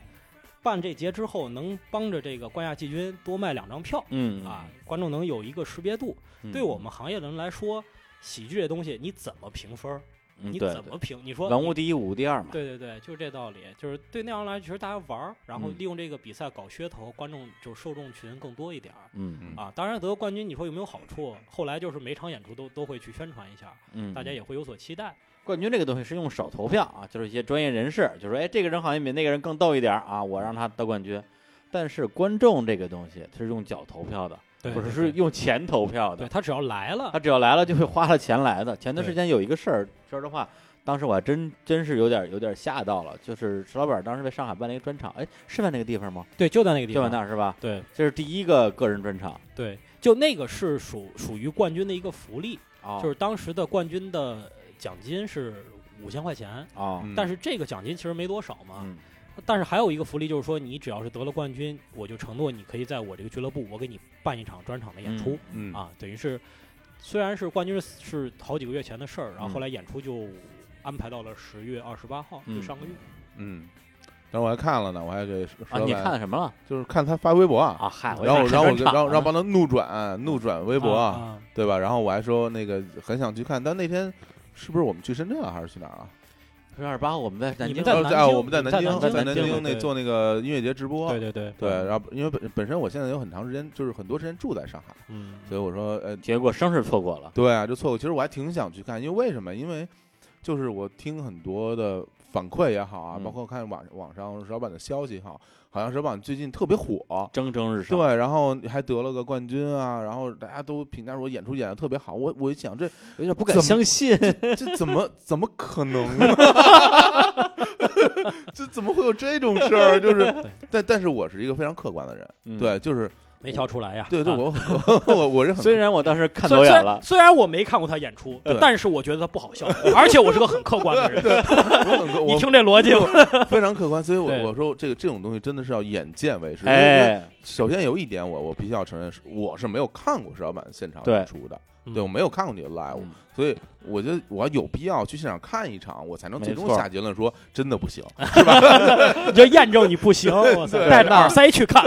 [SPEAKER 3] 办这节之后，能帮着这个冠亚季军多卖两张票、
[SPEAKER 1] 嗯
[SPEAKER 3] 啊，，观众能有一个识别度。
[SPEAKER 1] 嗯
[SPEAKER 3] 对我们行业人来说，喜剧这东西你怎么评分儿？
[SPEAKER 1] 嗯
[SPEAKER 3] 你
[SPEAKER 1] 对
[SPEAKER 3] 怎么评？你说
[SPEAKER 1] 文物第一，武第二嘛，
[SPEAKER 3] 对对对，就是这道理，就是对那样来，其实大家玩儿，然后
[SPEAKER 1] 嗯
[SPEAKER 3] 利用这个比赛搞噱头，观众就是受众群更多一点儿
[SPEAKER 1] 嗯
[SPEAKER 3] 啊。当然得冠军，你说有没有好处？后来就是每场演出都都会去宣传一下，
[SPEAKER 1] 嗯，
[SPEAKER 3] 大家也会有所期待。
[SPEAKER 1] 冠军这个东西是用手投票啊，就是一些专业人士，就说哎，这个人好像比那个人更逗一点儿啊，我让他得冠军。但是观众这个东西是用脚投票的，
[SPEAKER 3] 对
[SPEAKER 1] 不是是用钱投票
[SPEAKER 3] 对
[SPEAKER 1] 的。
[SPEAKER 3] 他只要来了
[SPEAKER 1] 他，只要来了，就是花了钱来的。前段
[SPEAKER 3] 对
[SPEAKER 1] 时间有一个事儿，说实话，当时我还真真是有点有点吓到了。就是石老板当时在上海办了一个专场，哎，是在那个地方吗？
[SPEAKER 3] 对，就在那个地
[SPEAKER 1] 就在那
[SPEAKER 3] 方。
[SPEAKER 1] 儿是吧？
[SPEAKER 3] 对
[SPEAKER 1] 这是第一个个人专场，
[SPEAKER 3] 对，就那个是属属于冠军的一个福利，
[SPEAKER 2] 哦
[SPEAKER 1] 啊，
[SPEAKER 3] 就是当时的冠军的奖金是五千块钱，
[SPEAKER 1] 啊，
[SPEAKER 2] 嗯
[SPEAKER 3] 但是这个奖金其实没多少嘛。
[SPEAKER 1] 嗯
[SPEAKER 3] 但是还有一个福利就是说，你只要是得了冠军，我就承诺你可以在我这个俱乐部，我给你办一场专场的演出。
[SPEAKER 2] 嗯
[SPEAKER 3] 啊，等于是虽然是冠军是是好几个月前的事儿，然后
[SPEAKER 1] 嗯
[SPEAKER 3] 后来演出就安排到了十月二十八号，
[SPEAKER 1] 嗯
[SPEAKER 3] 就上个月。
[SPEAKER 2] 嗯，但是我还看了呢，我还给石
[SPEAKER 1] 啊，
[SPEAKER 2] 老
[SPEAKER 1] 你
[SPEAKER 2] 板
[SPEAKER 1] 看什么了
[SPEAKER 2] 就是看他发微博啊，
[SPEAKER 1] 啊？嗨，
[SPEAKER 2] 然后
[SPEAKER 1] 以为
[SPEAKER 2] 然后我
[SPEAKER 1] 看
[SPEAKER 2] 就
[SPEAKER 1] 专场
[SPEAKER 2] 然后
[SPEAKER 1] 呢
[SPEAKER 2] 然后帮他怒转怒转微
[SPEAKER 3] 微
[SPEAKER 2] 博
[SPEAKER 3] 啊
[SPEAKER 2] 啊，对吧？然后我还说那个很想去看，但那天是不是我们去深圳了还是去哪儿啊？
[SPEAKER 1] 十月二十八号我们在南
[SPEAKER 3] 你
[SPEAKER 1] 京
[SPEAKER 3] 们
[SPEAKER 2] 呃
[SPEAKER 3] 在南
[SPEAKER 2] 在
[SPEAKER 3] 京
[SPEAKER 2] 我们在南
[SPEAKER 3] 在
[SPEAKER 2] 京，
[SPEAKER 3] 南
[SPEAKER 2] 在
[SPEAKER 3] 京
[SPEAKER 2] 南
[SPEAKER 3] 在京
[SPEAKER 2] 京那
[SPEAKER 1] 对
[SPEAKER 2] 做那个音乐节直播，
[SPEAKER 3] 对对对，
[SPEAKER 2] 对，然后因为本本身我现在有很长时间，就是很多时间住在上海，
[SPEAKER 3] 嗯，
[SPEAKER 2] 所以我说，呃，
[SPEAKER 1] 结果生日错过了，
[SPEAKER 2] 对啊，就错过。其实我还挺想去看，因为为什么？因为就是我听很多的反馈也好啊，
[SPEAKER 1] 嗯
[SPEAKER 2] 包括看网网上石老板的消息也好，好像石老板最近特别火。
[SPEAKER 1] 蒸蒸日上。
[SPEAKER 2] 对，然后还得了个冠军啊，然后大家都评价说演出演的特别好，我我一想这
[SPEAKER 1] 有点不
[SPEAKER 2] 敢相
[SPEAKER 1] 信。
[SPEAKER 2] 这怎么怎么可能呢？ 这怎么会有这种事儿？啊就是，但但是我是一个非常客观的人，
[SPEAKER 1] 嗯
[SPEAKER 2] 对，就是
[SPEAKER 3] 没瞧出来呀。
[SPEAKER 2] 对对，
[SPEAKER 3] 啊
[SPEAKER 2] 我我 我我是很
[SPEAKER 1] 虽然我当时看
[SPEAKER 3] 虽
[SPEAKER 1] 走
[SPEAKER 3] 然虽
[SPEAKER 1] 眼
[SPEAKER 3] 然
[SPEAKER 1] 了，
[SPEAKER 3] 虽然我没看过他演出
[SPEAKER 2] 对，
[SPEAKER 3] 但是我觉得他 不好笑，而且我是个很客观的人。
[SPEAKER 2] 我很客
[SPEAKER 3] 你
[SPEAKER 2] 我
[SPEAKER 3] 听这逻辑吗，
[SPEAKER 2] 非常客观，所以我
[SPEAKER 3] 对
[SPEAKER 2] 我说这个这种东西真的是要眼见为实。因为，
[SPEAKER 1] 哎，
[SPEAKER 2] 首先有一点我我必须要承认，是我是没有看过石老板现场
[SPEAKER 1] 对
[SPEAKER 2] 演出的，
[SPEAKER 3] 嗯
[SPEAKER 2] 哎对我没有看过你的 live，
[SPEAKER 1] 嗯
[SPEAKER 2] 所以我觉得我有必要去现场看一场，我才能最终
[SPEAKER 1] 没错哎
[SPEAKER 2] 下结论说真的不行。
[SPEAKER 3] 你就验证你 不行，我操，带着耳塞去看。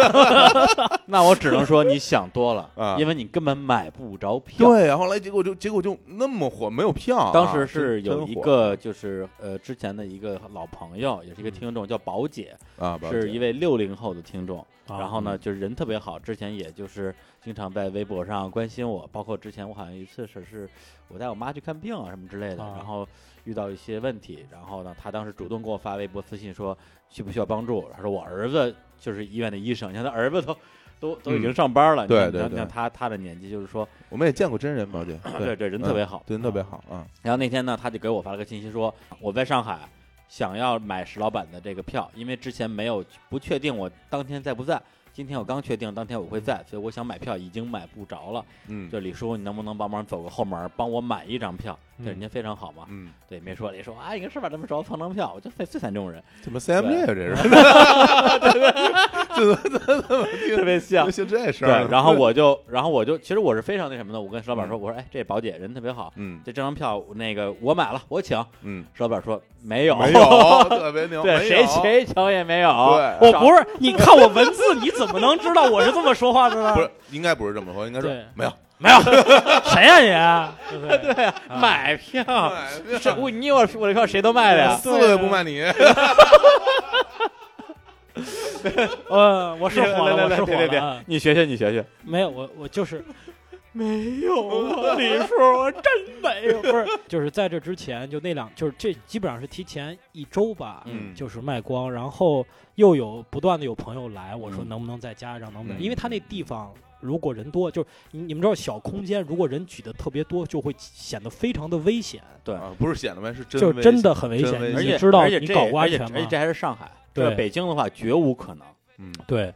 [SPEAKER 1] 那我只能说你想多
[SPEAKER 2] 啊
[SPEAKER 1] 了，因为你根本买不着票。
[SPEAKER 2] 对，啊然后后来结果就结果就那么火，没有票啊、
[SPEAKER 1] 当时
[SPEAKER 2] 真
[SPEAKER 1] 是有
[SPEAKER 2] 真
[SPEAKER 1] 一
[SPEAKER 2] 火啊
[SPEAKER 1] 个就是呃之前的一个老朋友，也是一个
[SPEAKER 2] 嗯
[SPEAKER 1] 听众，叫宝姐，
[SPEAKER 2] 啊，不要
[SPEAKER 1] 是
[SPEAKER 2] 紧
[SPEAKER 1] 一位六零后的听众。然
[SPEAKER 2] 啊
[SPEAKER 3] 然
[SPEAKER 1] 后
[SPEAKER 2] 嗯
[SPEAKER 1] 呢，就是人特别好，之前也就是经常在微博上关心我，包括之前我好像有一次是是我带我妈去看病啊什么之类的，
[SPEAKER 3] 啊
[SPEAKER 1] 然后遇到一些问题，然后呢，她当时主动给我发微博私信说需不需要帮助，她说我儿子就是医院的医生，你看他儿子都都都已经上班了，你
[SPEAKER 2] 嗯对
[SPEAKER 1] 看你
[SPEAKER 2] 对
[SPEAKER 1] 看
[SPEAKER 2] 对
[SPEAKER 1] 你看他他的年纪就是说，
[SPEAKER 2] 我们也见过真人， 宝姐，
[SPEAKER 1] 对
[SPEAKER 2] 对嗯
[SPEAKER 1] 对，人特别好。嗯
[SPEAKER 2] 对人特别好啊，
[SPEAKER 1] 然后那天呢，他就给我发了个信息说我在上海。想要买石老板的这个票，因为之前没有不确定我当天在不在，今天我刚确定当天我会在，所以我想买票已经买不着了。
[SPEAKER 2] 嗯
[SPEAKER 1] 就李叔，你能不能帮忙走个后门，帮我买一张票？对，
[SPEAKER 3] 嗯
[SPEAKER 1] 人家非常好嘛。
[SPEAKER 2] 嗯，
[SPEAKER 1] 对，没说李叔啊，你跟石板这么熟，放张票，我就最最惨这种人，
[SPEAKER 2] 怎么 CMJ 啊这是？
[SPEAKER 1] 特别像
[SPEAKER 2] 就。信这事
[SPEAKER 1] 对，
[SPEAKER 2] 儿？
[SPEAKER 1] 然后我就，然后我就，其实我是非常那什么的，我跟石老板说，我说，哎，这宝姐人特别好，
[SPEAKER 2] 嗯
[SPEAKER 1] 这这张票那个我买了，我请。
[SPEAKER 2] 嗯，
[SPEAKER 1] 石老板说没
[SPEAKER 2] 没特别牛，
[SPEAKER 1] 对，
[SPEAKER 2] 没
[SPEAKER 1] 谁
[SPEAKER 2] 有
[SPEAKER 1] 谁请也没有。
[SPEAKER 2] 对
[SPEAKER 3] 我不是，你看我文字，你怎么能知道我是这么说话的呢？
[SPEAKER 2] 不是应该不是这么说，应该说
[SPEAKER 3] 对
[SPEAKER 2] 没有
[SPEAKER 3] 没有，谁呀你？对不对？啊
[SPEAKER 1] 买票，
[SPEAKER 2] 对啊
[SPEAKER 1] 这我你我我这票谁都卖了 呀。
[SPEAKER 2] 四个也不卖你，
[SPEAKER 3] 呃，我是火了，
[SPEAKER 1] 来
[SPEAKER 3] 我
[SPEAKER 1] 来来别
[SPEAKER 3] 是火
[SPEAKER 1] 别
[SPEAKER 3] 了
[SPEAKER 1] 别
[SPEAKER 3] 啊。
[SPEAKER 1] 你学学，你学学，
[SPEAKER 3] 没有，我我就是没有啊，李叔，我真没有。不是，就是在这之前，就那两，就是这基本上是提前一周吧，
[SPEAKER 2] 嗯
[SPEAKER 3] 就是卖光，然后又有不断的有朋友来，我说
[SPEAKER 1] 嗯
[SPEAKER 3] 能不能再加一张，能不能？
[SPEAKER 2] 嗯
[SPEAKER 3] 因为他那地方如果人多，就是你你们知道小空间，如果人挤得特别多，就会显得非常的危险，
[SPEAKER 2] 啊，不是显得呗，是真
[SPEAKER 3] 就是
[SPEAKER 2] 危
[SPEAKER 3] 真
[SPEAKER 2] 险，
[SPEAKER 3] 的很危
[SPEAKER 2] 真
[SPEAKER 3] 险。
[SPEAKER 2] 危
[SPEAKER 1] 而
[SPEAKER 2] 险
[SPEAKER 3] 你
[SPEAKER 1] 且
[SPEAKER 3] 知道
[SPEAKER 1] 而且
[SPEAKER 3] 你
[SPEAKER 1] 这
[SPEAKER 3] 搞过安
[SPEAKER 1] 而且
[SPEAKER 3] 全
[SPEAKER 1] 而
[SPEAKER 3] 吗？
[SPEAKER 1] 且这还是上海，
[SPEAKER 3] 对
[SPEAKER 1] 这北京的话绝无可能。
[SPEAKER 2] 嗯，
[SPEAKER 3] 对，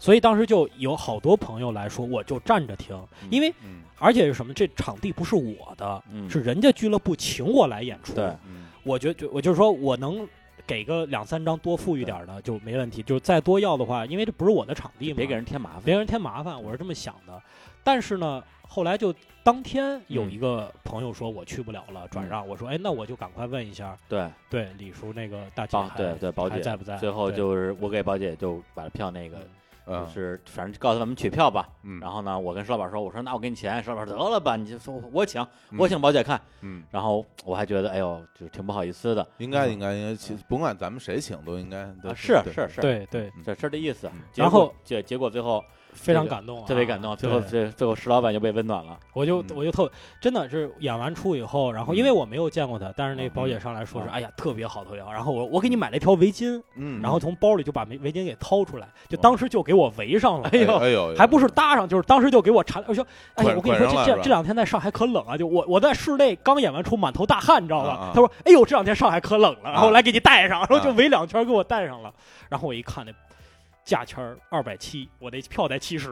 [SPEAKER 3] 所以当时就有好多朋友来说，我就站着听，
[SPEAKER 2] 嗯
[SPEAKER 3] 因为
[SPEAKER 2] 嗯
[SPEAKER 3] 而且是什么？这场地不是我的，
[SPEAKER 1] 嗯，
[SPEAKER 3] 是人家俱乐部请我来演出。
[SPEAKER 1] 对
[SPEAKER 2] 嗯
[SPEAKER 3] 我觉就我就是说我能给个两三张多富裕点儿的就没问题，就是再多要的话，因为这不是我的场地嘛，
[SPEAKER 1] 别给人添麻烦。
[SPEAKER 3] 别人添麻烦，我是这么想的。但是呢，后来就当天
[SPEAKER 1] 嗯
[SPEAKER 3] 有一个朋友说我去不了了，转让，我说哎，那我就赶快问一下，
[SPEAKER 1] 对，
[SPEAKER 3] 对李叔那个大姐
[SPEAKER 1] 宝
[SPEAKER 3] 还
[SPEAKER 1] 对哎对宝
[SPEAKER 3] 还
[SPEAKER 1] 姐
[SPEAKER 3] 在不在？
[SPEAKER 1] 最后
[SPEAKER 3] 对
[SPEAKER 1] 就是我给宝姐就把票那个
[SPEAKER 3] 嗯
[SPEAKER 1] 就
[SPEAKER 2] 嗯
[SPEAKER 1] 是反正告诉他们取票吧。
[SPEAKER 2] 嗯，
[SPEAKER 1] 然后呢，我跟石老板说，我说那我给你钱，石老板说得了吧，你就说我请
[SPEAKER 2] 嗯
[SPEAKER 1] 我请宝姐看。
[SPEAKER 2] 嗯，
[SPEAKER 1] 然后我还觉得哎呦，就挺不好意思的。
[SPEAKER 2] 应该应该应该，其实甭管咱们谁请都应该
[SPEAKER 1] 啊
[SPEAKER 2] 都
[SPEAKER 1] 是
[SPEAKER 2] 对
[SPEAKER 1] 是是，
[SPEAKER 3] 对对，
[SPEAKER 1] 这是这意思
[SPEAKER 2] 嗯。
[SPEAKER 1] 结果
[SPEAKER 3] 然后
[SPEAKER 1] 结结果最后
[SPEAKER 3] 非常
[SPEAKER 1] 这个
[SPEAKER 3] 感动啊，
[SPEAKER 1] 特别感动，最后
[SPEAKER 3] 对
[SPEAKER 1] 最最后石老板就被温暖 了。
[SPEAKER 3] 我就
[SPEAKER 2] 嗯
[SPEAKER 3] 我就特真的是演完出以后，然后
[SPEAKER 2] 嗯
[SPEAKER 3] 因为我没有见过他，但是那
[SPEAKER 1] 嗯
[SPEAKER 3] 保姐上来说是
[SPEAKER 1] 嗯
[SPEAKER 3] 哎呀特别好特别好，然后我我给你买了一条围巾，
[SPEAKER 2] 嗯，
[SPEAKER 3] 然后从包里就把围围巾给掏出来，就当时就给我围上了，
[SPEAKER 2] 哎
[SPEAKER 1] 哎呦
[SPEAKER 2] 哎呦，
[SPEAKER 3] 还不是搭上，就是当时就给我缠，我说哎呀
[SPEAKER 2] 捆
[SPEAKER 3] 我跟你说
[SPEAKER 2] 捆上了是
[SPEAKER 3] 这这
[SPEAKER 2] 吧
[SPEAKER 3] 这两天在上海可冷啊，就我我在室内刚演完出满头大汗，你知道
[SPEAKER 2] 啊啊
[SPEAKER 3] 吧？他说哎呦这两天上海可冷了，然后
[SPEAKER 2] 啊
[SPEAKER 3] 来给你带上，然后
[SPEAKER 2] 啊
[SPEAKER 3] 就围两圈给我带上了，然后我一看那价签二百七，我那票才七十。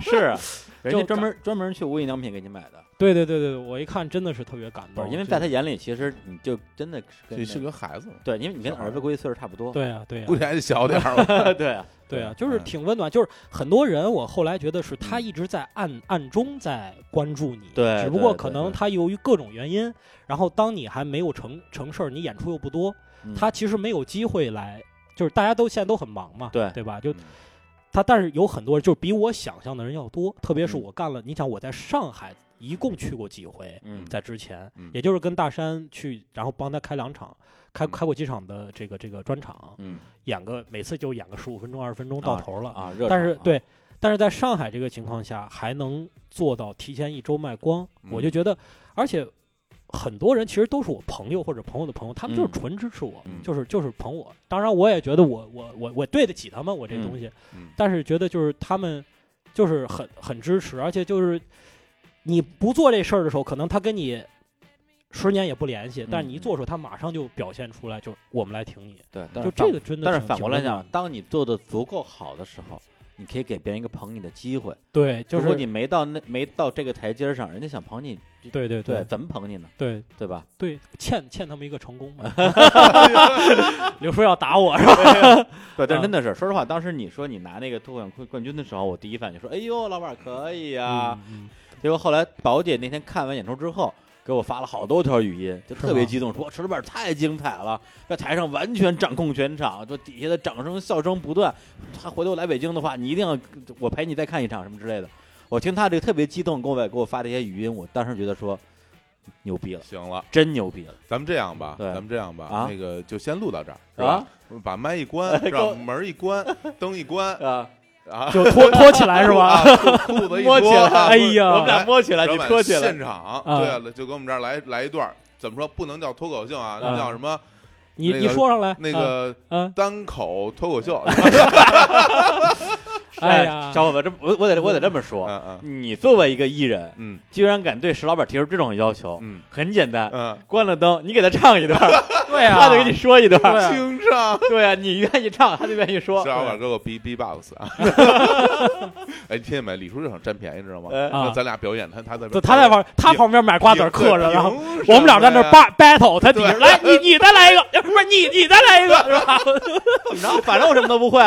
[SPEAKER 1] 是 啊，人家
[SPEAKER 3] 就
[SPEAKER 1] 专门专门去无印良品给你买的。
[SPEAKER 3] 对对对对，对我一看真的是特别感
[SPEAKER 1] 不
[SPEAKER 3] 动，
[SPEAKER 1] 是，因为
[SPEAKER 3] 就
[SPEAKER 1] 在他眼里，其实你就真的是跟
[SPEAKER 2] 这是
[SPEAKER 1] 那
[SPEAKER 2] 个孩子嘛，
[SPEAKER 1] 哦对，因为你跟儿子估计岁数差不多。
[SPEAKER 3] 对啊对啊
[SPEAKER 2] 估，计还得小点儿 吧，
[SPEAKER 1] 对啊，
[SPEAKER 3] 对啊，就是
[SPEAKER 2] 嗯
[SPEAKER 3] 挺温暖。就是很多人，我后来觉得是他一直在暗暗中在关注你，
[SPEAKER 1] 嗯对
[SPEAKER 3] 只不过
[SPEAKER 1] 对
[SPEAKER 3] 可
[SPEAKER 1] 对
[SPEAKER 3] 能
[SPEAKER 1] 对
[SPEAKER 3] 他由于各种原因，然后当你还没有成成事儿，你演出又不多，
[SPEAKER 1] 嗯
[SPEAKER 3] 他其实没有机会来。就是大家都现在都很忙嘛，
[SPEAKER 1] 对
[SPEAKER 3] 对吧？就
[SPEAKER 2] 嗯
[SPEAKER 3] 他，但是有很多就是比我想象的人要多，特别是
[SPEAKER 1] 嗯
[SPEAKER 3] 我干了，你想我在上海一共去过几回，
[SPEAKER 1] 嗯
[SPEAKER 3] 在之前
[SPEAKER 2] 嗯，
[SPEAKER 3] 也就是跟大山去，然后帮他开两场，开
[SPEAKER 2] 嗯
[SPEAKER 3] 开过几场的这个这个专场，
[SPEAKER 1] 嗯
[SPEAKER 3] 演个每次就演个十五分钟、二十分钟到头了。
[SPEAKER 1] 啊，热
[SPEAKER 3] 但
[SPEAKER 1] 场
[SPEAKER 3] 是
[SPEAKER 1] 啊
[SPEAKER 3] 对，但是在上海这个情况下，还能做到提前一周卖光，
[SPEAKER 2] 嗯
[SPEAKER 3] 我就觉得，而且很多人其实都是我朋友或者朋友的朋友，他们就是
[SPEAKER 1] 嗯
[SPEAKER 3] 纯支持我，
[SPEAKER 2] 嗯
[SPEAKER 3] 就是就是捧我。当然，我也觉得我我我我对得起他们，我这
[SPEAKER 1] 嗯
[SPEAKER 3] 东西，
[SPEAKER 2] 嗯
[SPEAKER 3] 但是觉得就是他们就是很很支持，而且就是你不做这事儿的时候，可能他跟你。十年也不联系，但是
[SPEAKER 1] 嗯
[SPEAKER 3] 你一做的时候，他马上就表现出来，就是我们来挺你，
[SPEAKER 1] 对，但
[SPEAKER 3] 就是这
[SPEAKER 1] 反
[SPEAKER 3] 个真的挺。
[SPEAKER 1] 但是反过来
[SPEAKER 3] 挺温
[SPEAKER 1] 讲
[SPEAKER 3] 暖，的，
[SPEAKER 1] 当你做的足够好的时候，你可以给别人一个捧你的机会。
[SPEAKER 3] 对，就
[SPEAKER 1] 如果
[SPEAKER 3] 是
[SPEAKER 1] 你没到那没到这个台阶儿上，人家想捧你，就
[SPEAKER 3] 对对
[SPEAKER 1] 对，
[SPEAKER 3] 对
[SPEAKER 1] 怎么捧你呢？
[SPEAKER 3] 对，
[SPEAKER 1] 对吧？
[SPEAKER 3] 对，欠欠他们一个成功 嘛。 刘叔要打我是吧？
[SPEAKER 1] 对，但
[SPEAKER 3] 啊
[SPEAKER 1] 真的是，说实话，当时你说你拿那个脱口秀冠军的时候，我第一反应就说：“哎呦，老板儿可以呀、
[SPEAKER 2] 啊
[SPEAKER 3] 嗯，
[SPEAKER 1] 结果后来宝姐那天看完演出之后，给我发了好多条语音，就特别
[SPEAKER 3] 是吗
[SPEAKER 1] 激动，说池老板太精彩了，在台上完全掌控全场，就底下的掌声笑声不断。他回头来北京的话，你一定要我陪你再看一场什么之类的。我听他这个特别激动，给我给我发这些语音，我当时觉得说牛逼了，
[SPEAKER 2] 行了，
[SPEAKER 1] 真牛逼了
[SPEAKER 2] 咱们这样吧，
[SPEAKER 1] 对
[SPEAKER 2] 咱们这样吧，
[SPEAKER 1] 啊
[SPEAKER 2] 那个就先录到这儿，是吧
[SPEAKER 1] 啊？
[SPEAKER 2] 把麦一关，是吧
[SPEAKER 1] 够
[SPEAKER 2] 门一关，灯一关
[SPEAKER 1] 啊！
[SPEAKER 2] 啊，
[SPEAKER 3] 嗯就拖拖起来是吧？
[SPEAKER 2] 啊？裤裤子一
[SPEAKER 1] 摸起来
[SPEAKER 2] 脱，啊
[SPEAKER 3] 哎呀
[SPEAKER 1] 我们俩摸起来，
[SPEAKER 2] 老
[SPEAKER 1] 你
[SPEAKER 2] 板
[SPEAKER 1] 戳起来
[SPEAKER 2] 现，场
[SPEAKER 3] 啊
[SPEAKER 2] 对了，就给我们这儿来来一段儿，怎么说不能叫脱口秀啊，那
[SPEAKER 3] 啊
[SPEAKER 2] 叫什么？
[SPEAKER 3] 你
[SPEAKER 2] 那
[SPEAKER 3] 你
[SPEAKER 2] 个
[SPEAKER 3] 说上来
[SPEAKER 2] 那
[SPEAKER 3] 啊
[SPEAKER 2] 个
[SPEAKER 3] 啊，
[SPEAKER 2] 单口脱口秀，啊
[SPEAKER 3] 哎呀，
[SPEAKER 1] 小伙子，这我我得我得这么说，
[SPEAKER 2] 嗯嗯
[SPEAKER 1] 你作为一个艺人，
[SPEAKER 2] 嗯
[SPEAKER 1] 居然敢对石老板提出这种要求，
[SPEAKER 2] 嗯
[SPEAKER 1] 很简单，
[SPEAKER 2] 嗯，
[SPEAKER 1] 关了灯，你给他唱一段，
[SPEAKER 3] 对
[SPEAKER 1] 他就给你说一段。
[SPEAKER 3] 对啊啊
[SPEAKER 2] 清唱。
[SPEAKER 1] 对啊，你愿意唱，他就愿意说
[SPEAKER 2] 石。老板给我 B B box 啊！ 哎，听见没？李叔就想占便宜，知道吗？
[SPEAKER 1] 呃，
[SPEAKER 2] 那
[SPEAKER 3] 啊，
[SPEAKER 2] 咱俩表演，他他在
[SPEAKER 3] 就他在旁他旁边买瓜子儿嗑着，然后我们俩在那儿
[SPEAKER 2] 扒，
[SPEAKER 3] ba- battle，他底下
[SPEAKER 2] 啊对
[SPEAKER 3] 来你你再来一个，不是你你再来一个是 吧？
[SPEAKER 1] 怎么着？反正我什么都不会，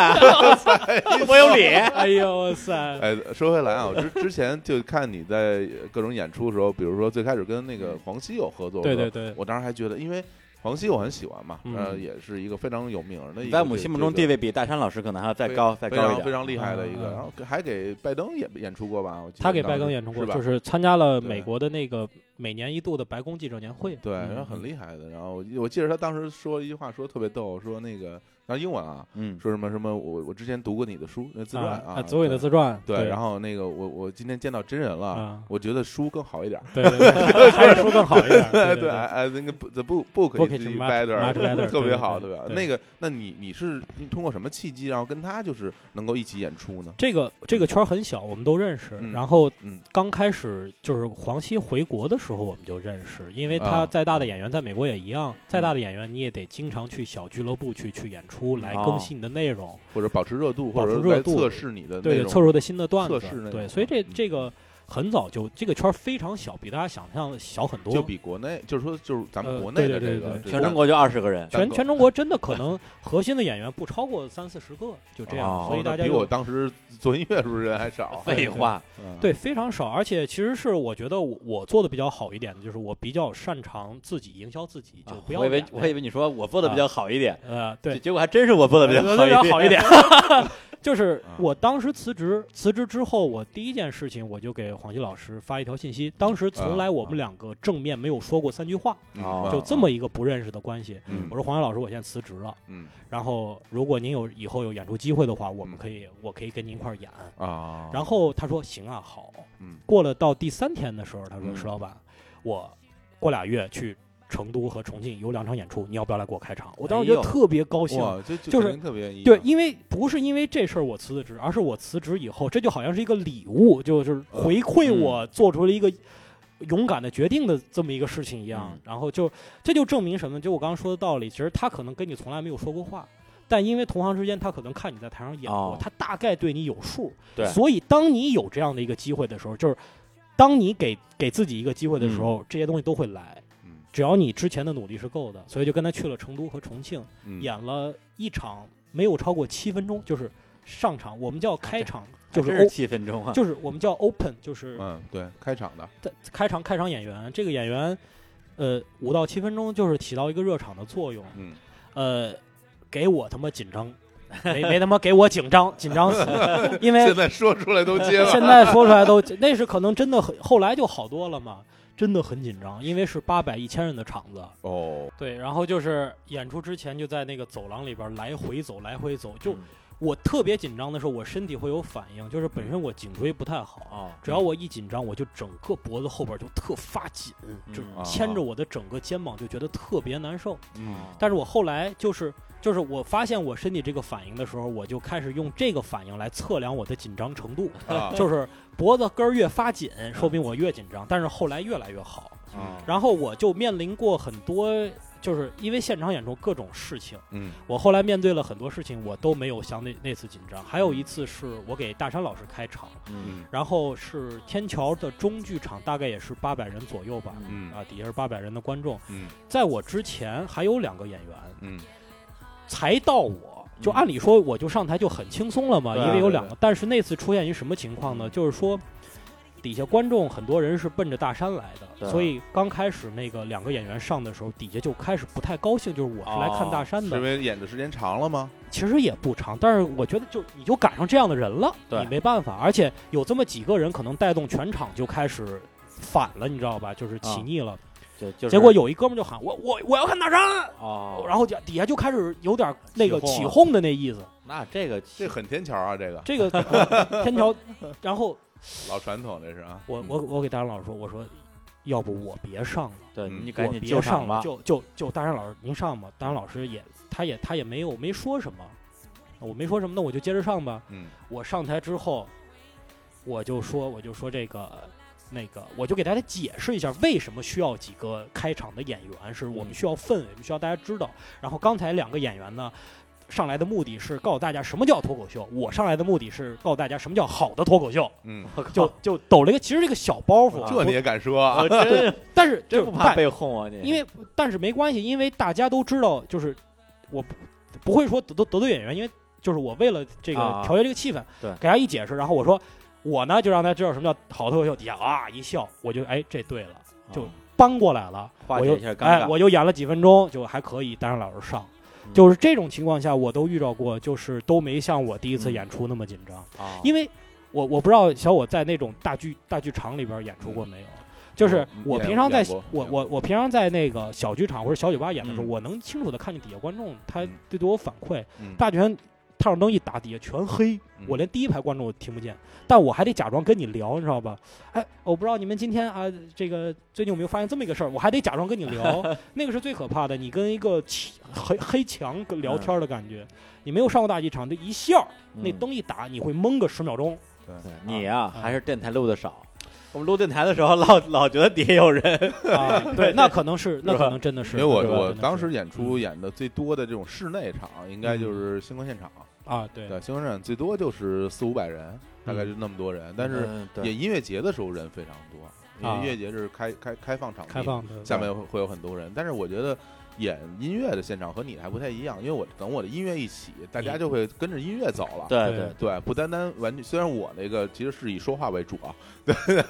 [SPEAKER 1] 我有理。
[SPEAKER 3] 哎呦哇塞，
[SPEAKER 2] 哎，说回来啊，我之之前就看你在各种演出的时候，比如说最开始跟那个黄西有合作，
[SPEAKER 3] 对对，对，
[SPEAKER 2] 我当时还觉得，因为黄西我很喜欢嘛，
[SPEAKER 3] 嗯
[SPEAKER 2] 呃，也是一个非常有名儿的一个这个，
[SPEAKER 1] 在我们心目中地
[SPEAKER 2] 位
[SPEAKER 1] 位比大山老师可能还要再高再
[SPEAKER 2] 非
[SPEAKER 1] 高一
[SPEAKER 2] 常非
[SPEAKER 1] 点。
[SPEAKER 2] 常厉害的一个，
[SPEAKER 3] 嗯嗯
[SPEAKER 2] 然后还给拜登也演出过吧？我记得
[SPEAKER 3] 他给
[SPEAKER 2] 当时
[SPEAKER 3] 白宫演出过，
[SPEAKER 2] 是吧
[SPEAKER 3] 就是参加了美
[SPEAKER 2] 对
[SPEAKER 3] 国的那个每年一度的白宫记者年会，
[SPEAKER 2] 对，
[SPEAKER 3] 嗯
[SPEAKER 2] 然后很厉害的。然后我我记得他当时说一句话，说得特别逗，说那个，然后英文啊，
[SPEAKER 1] 嗯，
[SPEAKER 2] 说什么什么，我我之前读过你的书，那自传
[SPEAKER 3] 啊
[SPEAKER 2] 啊，
[SPEAKER 3] 左伟的
[SPEAKER 2] 对
[SPEAKER 3] 自传，
[SPEAKER 2] 对，然
[SPEAKER 3] 后
[SPEAKER 2] 后那个我我今天见到真人了
[SPEAKER 3] 啊，
[SPEAKER 2] 我觉得书更好一点儿。
[SPEAKER 3] 对对对，还是说更好 一点，对
[SPEAKER 2] 对，
[SPEAKER 3] 对。
[SPEAKER 2] 哎，那个 the book book
[SPEAKER 3] Book
[SPEAKER 2] is
[SPEAKER 3] is
[SPEAKER 2] the
[SPEAKER 3] much- much
[SPEAKER 2] better，
[SPEAKER 3] better，
[SPEAKER 2] 特别
[SPEAKER 3] 对
[SPEAKER 2] 好，
[SPEAKER 3] 对
[SPEAKER 2] 对吧？
[SPEAKER 3] 对
[SPEAKER 2] 那个，那你你是通过什么契机，然后跟他就是能够一起演出呢？
[SPEAKER 3] 这个这个圈儿很小，我们都认识。
[SPEAKER 2] 嗯
[SPEAKER 3] 然后
[SPEAKER 2] 嗯
[SPEAKER 3] 刚开始就是黄西回国的时候，我们就认识，因为
[SPEAKER 2] 啊嗯
[SPEAKER 3] 他再大的演员在美国也一样，再大的演员你也得经常去小俱乐部去去演出，来
[SPEAKER 2] 啊
[SPEAKER 3] 更新你的内容，
[SPEAKER 2] 或者保持热度，或
[SPEAKER 3] 保
[SPEAKER 2] 者
[SPEAKER 3] 持
[SPEAKER 2] 来
[SPEAKER 3] 热度
[SPEAKER 2] 测试你的内
[SPEAKER 3] 对，
[SPEAKER 2] 容
[SPEAKER 3] 测出的新的段
[SPEAKER 2] 测试内
[SPEAKER 3] 子，
[SPEAKER 2] 容
[SPEAKER 3] 对，所以这
[SPEAKER 2] 嗯
[SPEAKER 3] 这个很早就这个圈儿非常小，比大家想象的小很多，
[SPEAKER 2] 就比国内，就是说，就是咱们
[SPEAKER 3] 呃
[SPEAKER 2] 国内的
[SPEAKER 3] 对对
[SPEAKER 2] 这
[SPEAKER 3] 对
[SPEAKER 2] 个
[SPEAKER 3] 对
[SPEAKER 2] 这
[SPEAKER 1] 全
[SPEAKER 2] 个
[SPEAKER 1] 中国就二十个人。
[SPEAKER 2] 单
[SPEAKER 3] 全
[SPEAKER 2] 口
[SPEAKER 3] 全中国真的可能 核心的演员不超过三四十个，就这样，
[SPEAKER 1] 哦
[SPEAKER 3] 所以大家
[SPEAKER 2] 比
[SPEAKER 3] 就
[SPEAKER 2] 我当时做音乐时候人还 少。啊
[SPEAKER 1] 废话，
[SPEAKER 2] 嗯，
[SPEAKER 3] 对非常少。而且其实是我觉得我我做的比较好一点的，就是我比较擅长自己营销自己，就不要
[SPEAKER 1] 啊我以为
[SPEAKER 3] 演了
[SPEAKER 1] 我以为你说我做的比较好一点，
[SPEAKER 3] 呃对。
[SPEAKER 1] 结果还真是我做的比较
[SPEAKER 3] 呃比较好
[SPEAKER 1] 好
[SPEAKER 3] 一
[SPEAKER 1] 点。
[SPEAKER 3] 点，就是
[SPEAKER 2] 啊
[SPEAKER 3] 我当时辞职，辞职之后，我第一件事情我就给黄西老师发一条信息。当时从来我们两个正面没有说过三句话，
[SPEAKER 1] 啊
[SPEAKER 3] 就这么一个不认识的关系。
[SPEAKER 2] 嗯
[SPEAKER 3] 我说黄西老师，我现在辞职了，
[SPEAKER 2] 嗯
[SPEAKER 3] 然后如果您有以后有演出机会的话，我们
[SPEAKER 2] 嗯
[SPEAKER 3] 可以，我可以跟您一块儿演。
[SPEAKER 2] 啊，
[SPEAKER 3] 然后他说行啊，好。
[SPEAKER 2] 嗯
[SPEAKER 3] 过了到第三天的时候，他说
[SPEAKER 2] 嗯
[SPEAKER 3] 石老板，我过俩月去成都和重庆有两场演出，你要不要来给我开场？我当时觉得
[SPEAKER 1] 哎呦
[SPEAKER 3] 特别高兴。
[SPEAKER 2] 哇，这
[SPEAKER 3] 就
[SPEAKER 2] 肯
[SPEAKER 3] 是
[SPEAKER 2] 定特别
[SPEAKER 3] 对，
[SPEAKER 2] 为
[SPEAKER 3] 因为不是因为这事儿我辞的职，而是我辞职以后，这就好像是一个礼物，就就是回馈
[SPEAKER 1] 嗯
[SPEAKER 3] 我做出了一个勇敢的决定的这么一个事情一样。
[SPEAKER 1] 嗯
[SPEAKER 3] 然后就这就证明什么？就我刚刚说的道理，其实他可能跟你从来没有说过话，但因为同行之间，他可能看你在台上演过，
[SPEAKER 1] 哦
[SPEAKER 3] 他大概对你有数。
[SPEAKER 1] 对
[SPEAKER 3] 所以当你有这样的一个机会的时候，就是当你给给自己一个机会的
[SPEAKER 1] 嗯
[SPEAKER 3] 时候，这些东西都会来。
[SPEAKER 2] 嗯
[SPEAKER 3] 只要你之前的努力是够的，所以就跟他去了成都和重庆。
[SPEAKER 2] 嗯
[SPEAKER 3] 演了一场没有超过七分钟，就是上场，我们叫开场，就
[SPEAKER 1] 就是是
[SPEAKER 3] O，
[SPEAKER 1] 七分钟啊，
[SPEAKER 3] 就是我们叫 open，就是
[SPEAKER 2] 嗯对开场的
[SPEAKER 3] 在开场开场演员，这个演员，呃，五到七分钟就是起到一个热场的作用，
[SPEAKER 2] 嗯
[SPEAKER 3] 呃，给我他妈紧张没没他妈给我 紧张紧张死了，因为
[SPEAKER 2] 现在说出来都结
[SPEAKER 3] 现
[SPEAKER 2] 了。
[SPEAKER 3] 在说出来都，那是可能真的很，后来就好多了嘛，真的很紧张，因为是八百一千人的场子，
[SPEAKER 2] 哦，
[SPEAKER 3] 对，然后就是演出之前就在那个走廊里边来回走，来回走，就
[SPEAKER 1] 嗯
[SPEAKER 3] 我特别紧张的时候，我身体会有反应，就是本身我颈椎不太
[SPEAKER 2] 嗯
[SPEAKER 3] 好，
[SPEAKER 1] 哦，
[SPEAKER 3] 只要我一紧张，我就整个脖子后边就特发紧，就
[SPEAKER 1] 嗯
[SPEAKER 2] 啊
[SPEAKER 3] 牵着我的整个肩膀，就觉得特别难受。
[SPEAKER 2] 嗯，
[SPEAKER 3] 但是我后来就是就是我发现我身体这个反应的时候，我就开始用这个反应来测量我的紧张程度。
[SPEAKER 2] 啊 嗯
[SPEAKER 3] 就是脖子根儿越发紧，说明我越紧张，但是后来越来越好。
[SPEAKER 2] 啊
[SPEAKER 3] 然后我就面临过很多，就是因为现场演出各种事情，
[SPEAKER 2] 嗯
[SPEAKER 3] 我后来面对了很多事情，我都没有像那那次紧张。还有一次是我给大山老师开场，
[SPEAKER 1] 嗯
[SPEAKER 3] 然后是天桥的中剧场，大概也是八百人左右吧，
[SPEAKER 1] 嗯
[SPEAKER 2] 嗯
[SPEAKER 3] 啊，底下是八百人的观众。
[SPEAKER 2] 嗯
[SPEAKER 3] 在我之前还有两个演员
[SPEAKER 2] 嗯
[SPEAKER 3] 才到我。就
[SPEAKER 1] 嗯
[SPEAKER 3] 按理说，我就上台就很轻松了嘛，
[SPEAKER 1] 对啊
[SPEAKER 3] 因为有
[SPEAKER 2] 对
[SPEAKER 3] 两个。但是那次出现一什么情况呢？就是说，底下观众很多人是奔着大山来
[SPEAKER 1] 对
[SPEAKER 3] 的，所以刚开始那个两个演员上的时候，底下就开始不太高兴，就是我是来看大山
[SPEAKER 2] 是因
[SPEAKER 3] 的。
[SPEAKER 2] 为演的时间长了吗？
[SPEAKER 3] 其实也不长，但是我觉得就你就赶上这样的人了，
[SPEAKER 1] 对
[SPEAKER 3] 你没办法。而且有这么几个人，可能带动全场就开始反了，你知道吧？就是起
[SPEAKER 1] 啊
[SPEAKER 3] 腻了。
[SPEAKER 1] 就就是
[SPEAKER 3] 结果有一哥们就喊我我我要看大山，
[SPEAKER 1] 哦，
[SPEAKER 3] 然后就底下就开始有点那个
[SPEAKER 1] 起哄
[SPEAKER 3] 起
[SPEAKER 1] 了
[SPEAKER 3] 哄的那意思。
[SPEAKER 1] 那这个
[SPEAKER 2] 这很天桥啊，这个
[SPEAKER 3] 这个 天桥，然后
[SPEAKER 2] 老传统这是啊。
[SPEAKER 3] 我我
[SPEAKER 1] 嗯
[SPEAKER 3] 我给大山老师说，我说要不我别上了，
[SPEAKER 1] 对
[SPEAKER 2] 嗯
[SPEAKER 1] 你赶
[SPEAKER 3] 我
[SPEAKER 1] 紧
[SPEAKER 3] 别
[SPEAKER 1] 救
[SPEAKER 3] 上
[SPEAKER 1] 场
[SPEAKER 3] 了，
[SPEAKER 1] 吧，
[SPEAKER 3] 就就就大山老师您上吧，大山老师也他也他也没有没说什么，我没说什么，那我就接着上吧。
[SPEAKER 2] 嗯
[SPEAKER 3] 我上台之后，我就说我就说这个。那个，我就给大家解释一下，为什么需要几个开场的演员，是我
[SPEAKER 1] 嗯
[SPEAKER 3] 们需要氛围，我们需要大家知道。然后刚才两个演员呢，上来的目的是告诉大家什么叫脱口秀，我上来的目的是告诉大家什么叫好的脱口秀。
[SPEAKER 2] 嗯，
[SPEAKER 1] 我靠
[SPEAKER 3] 就就抖了一个，其实这个小包袱，
[SPEAKER 2] 这你也敢说啊？
[SPEAKER 1] 我真
[SPEAKER 3] 不但是
[SPEAKER 1] 真
[SPEAKER 3] 就
[SPEAKER 1] 不
[SPEAKER 3] 是
[SPEAKER 1] 怕
[SPEAKER 3] 但
[SPEAKER 1] 被哄啊你，
[SPEAKER 3] 因为但是没关系，因为大家都知道，就是我不不会说得得得罪演员，因为就是我为了这个
[SPEAKER 1] 啊
[SPEAKER 3] 调节这个气氛，
[SPEAKER 1] 对
[SPEAKER 3] 给他一解释，然后我说我呢就让他知道什么叫好脱口秀，底下啊一笑，我就哎这对了，
[SPEAKER 1] 啊
[SPEAKER 3] 就搬过来了，
[SPEAKER 1] 化
[SPEAKER 3] 我
[SPEAKER 1] 解
[SPEAKER 3] 又
[SPEAKER 1] 一下尴
[SPEAKER 3] 哎
[SPEAKER 1] 尬，
[SPEAKER 3] 我就演了几分钟，就还可以，当然老师上。
[SPEAKER 1] 嗯
[SPEAKER 3] 就是这种情况下，我都遇到过，就是都没像我第一
[SPEAKER 1] 嗯
[SPEAKER 3] 次演出那么紧张。
[SPEAKER 1] 啊
[SPEAKER 3] 因为我我不知道小我在那种大剧大剧场里边演出过没有，就是
[SPEAKER 2] 嗯
[SPEAKER 3] 我
[SPEAKER 2] 演
[SPEAKER 3] 平常在
[SPEAKER 2] 演过嗯
[SPEAKER 3] 我
[SPEAKER 2] 演
[SPEAKER 3] 我我平常在那个小剧场或者小酒吧演的时候，
[SPEAKER 1] 嗯
[SPEAKER 3] 我能清楚的看见底下观众他
[SPEAKER 2] 嗯
[SPEAKER 3] 对对我反馈，
[SPEAKER 2] 嗯
[SPEAKER 3] 大剧场探照灯一打，底下全黑，
[SPEAKER 2] 嗯
[SPEAKER 3] 我连第一排观众我听不见，但我还得假装跟你聊，你知道吧？哎，我不知道你们今天啊，这个最近有没有发现这么一个事儿？我还得假装跟你聊，那个是最可怕的，你跟一个漆黑黑墙跟聊天的感觉，你没有上过大剧场，这一笑。那
[SPEAKER 1] 嗯
[SPEAKER 3] 灯一打，你会懵个十秒钟。
[SPEAKER 1] 对你呀
[SPEAKER 3] 啊
[SPEAKER 1] 还是电台录的少，我们录电台的时候老老觉得底下有人，
[SPEAKER 3] 啊，对，那可能是，那可能真的是。
[SPEAKER 2] 因为我
[SPEAKER 3] 是吧
[SPEAKER 2] 我
[SPEAKER 3] 真的
[SPEAKER 2] 当
[SPEAKER 3] 是
[SPEAKER 2] 时演出演的最多的这种室内场，应该就是星光现场。
[SPEAKER 3] 啊，对，
[SPEAKER 2] 对，星光现场最多就是四五百人，大概就那么多人。但是
[SPEAKER 1] 嗯
[SPEAKER 2] 也
[SPEAKER 1] 对
[SPEAKER 2] 音乐节的时候人非常多，因为
[SPEAKER 3] 啊
[SPEAKER 2] 音乐节是开开开放场地，
[SPEAKER 3] 开放的
[SPEAKER 2] 下面会会有很多人。但是我觉得演音乐的现场和你还不太一样，因为我等我的音乐一起，大
[SPEAKER 3] 嗯
[SPEAKER 2] 家就会跟着音乐走了。
[SPEAKER 1] 对
[SPEAKER 3] 对
[SPEAKER 2] 对，不单单玩具，虽然我那个其实是以说话为主啊， 对，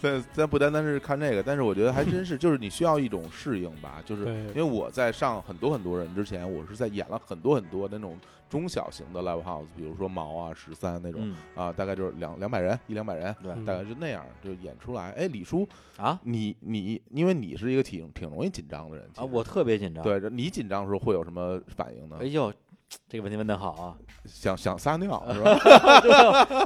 [SPEAKER 2] 但但不单单是看这个，但是我觉得还真是，就是你需要一种适应吧，就是
[SPEAKER 3] 对
[SPEAKER 2] 因为我在上很多很多人之前，我是在演了很多很多那种中小型的 live house，比如说毛啊、十三那种
[SPEAKER 1] 嗯
[SPEAKER 2] 啊、大概就是两两百人、一两百人，
[SPEAKER 1] 对
[SPEAKER 3] 嗯
[SPEAKER 2] 大概就那样就演出来。哎，李叔，
[SPEAKER 1] 啊
[SPEAKER 2] 你你因为你是一个挺挺容易紧张的人其
[SPEAKER 1] 啊
[SPEAKER 2] 实
[SPEAKER 1] 我特别紧张，，
[SPEAKER 2] 对你紧张的时候会有什么反应呢
[SPEAKER 1] 哎？呦。这个问题问的好 啊！
[SPEAKER 2] 想想撒尿 是吧？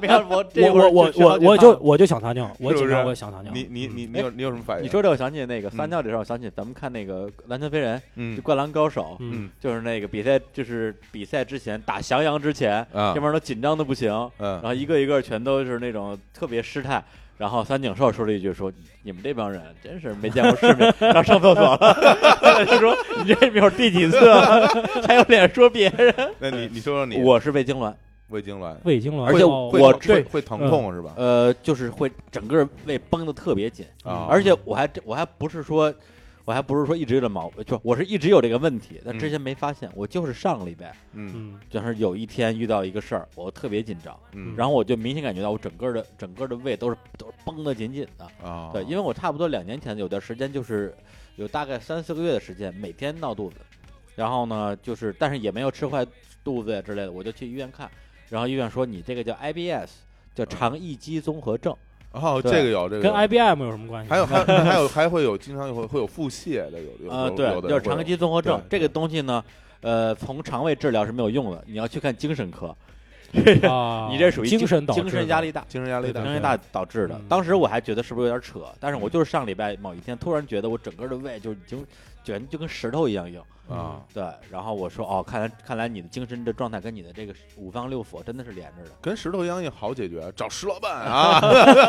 [SPEAKER 1] 没有我这
[SPEAKER 3] 我我
[SPEAKER 1] 会儿
[SPEAKER 3] 我
[SPEAKER 1] 就
[SPEAKER 3] 我我
[SPEAKER 1] 上
[SPEAKER 3] 就我就想糖尿，我
[SPEAKER 2] 是不
[SPEAKER 3] 紧
[SPEAKER 2] 是
[SPEAKER 3] 张我也想糖尿。
[SPEAKER 2] 你你你
[SPEAKER 3] 嗯
[SPEAKER 2] 你有你有什么反应？
[SPEAKER 1] 你说这，我想起那个
[SPEAKER 2] 嗯
[SPEAKER 1] 撒尿这事儿，我想起咱们看那个《篮球飞人》
[SPEAKER 2] 嗯
[SPEAKER 1] 就《灌篮高手》，
[SPEAKER 3] 嗯，
[SPEAKER 1] 就是那个比赛，就是比赛之前打降阳之前，
[SPEAKER 2] 啊
[SPEAKER 1] 这帮人都紧张的不行，然
[SPEAKER 2] 嗯，
[SPEAKER 1] 后一个一个全都是那种特别失态。然后三井寿说了一句说：“你们这帮人真是没见过世 面。”然后上厕所了。他说：“你这秒第几次 了？还有脸说别人
[SPEAKER 2] 那你你说说？”你
[SPEAKER 1] 我是胃痉挛，
[SPEAKER 2] 胃痉挛，
[SPEAKER 3] 胃痉挛，
[SPEAKER 1] 而且
[SPEAKER 3] 哦
[SPEAKER 2] 会
[SPEAKER 1] 我
[SPEAKER 2] 疼
[SPEAKER 1] 这
[SPEAKER 2] 会会疼痛是吧？
[SPEAKER 1] 呃，就是会整个胃绷得特别紧，
[SPEAKER 2] 啊，
[SPEAKER 1] 而且我还真我还不是说，我还不是说一直有这毛，就我是一直有这个问题，但之前没发现。我就是上个礼拜，
[SPEAKER 2] 嗯
[SPEAKER 3] 嗯
[SPEAKER 1] 就是有一天遇到一个事儿，我特别紧张，
[SPEAKER 2] 嗯
[SPEAKER 1] 然后我就明显感觉到我整个的整个的胃都是都是绷得紧紧的。
[SPEAKER 2] 啊，
[SPEAKER 1] 对，因为我差不多两年前有段时间就是有大概三四个月的时间，每天闹肚子，然后呢，就是但是也没有吃坏肚子呀之类的，我就去医院看，然后医院说你这个叫 IBS，叫
[SPEAKER 2] 嗯
[SPEAKER 1] 肠易激综合症，
[SPEAKER 2] 哦，这
[SPEAKER 1] 对
[SPEAKER 2] 个有这个
[SPEAKER 3] 跟
[SPEAKER 2] 有
[SPEAKER 3] IBM 有什么关系？
[SPEAKER 2] 还有还有还有还会有经常会会有腹泻的，有有
[SPEAKER 1] 呃，
[SPEAKER 2] 有
[SPEAKER 1] 对
[SPEAKER 2] 有，的
[SPEAKER 1] 就是
[SPEAKER 2] 会
[SPEAKER 1] 肠
[SPEAKER 2] 有
[SPEAKER 1] 易激综合症这
[SPEAKER 2] 对
[SPEAKER 1] 个东西呢，呃，从肠胃治疗是没有用的，你要去看精神科，
[SPEAKER 3] 啊，
[SPEAKER 1] 你这属于
[SPEAKER 3] 精神导致
[SPEAKER 1] 精神压
[SPEAKER 3] 的
[SPEAKER 1] 力大。
[SPEAKER 2] 精神压力
[SPEAKER 3] 对
[SPEAKER 2] 大
[SPEAKER 1] 精
[SPEAKER 3] 对，
[SPEAKER 1] 神大导致的
[SPEAKER 3] 嗯，
[SPEAKER 1] 当时我还觉得是不是有点扯，但是我就是上礼拜某一天突然觉得我整个的胃就已经卷就跟石头一样硬，
[SPEAKER 2] 啊，
[SPEAKER 1] 对，然后我说哦，看来看来你的精神的状态跟你的这个五脏六腑真的是连着的，
[SPEAKER 2] 跟石头一样也好解决，找石老板 啊，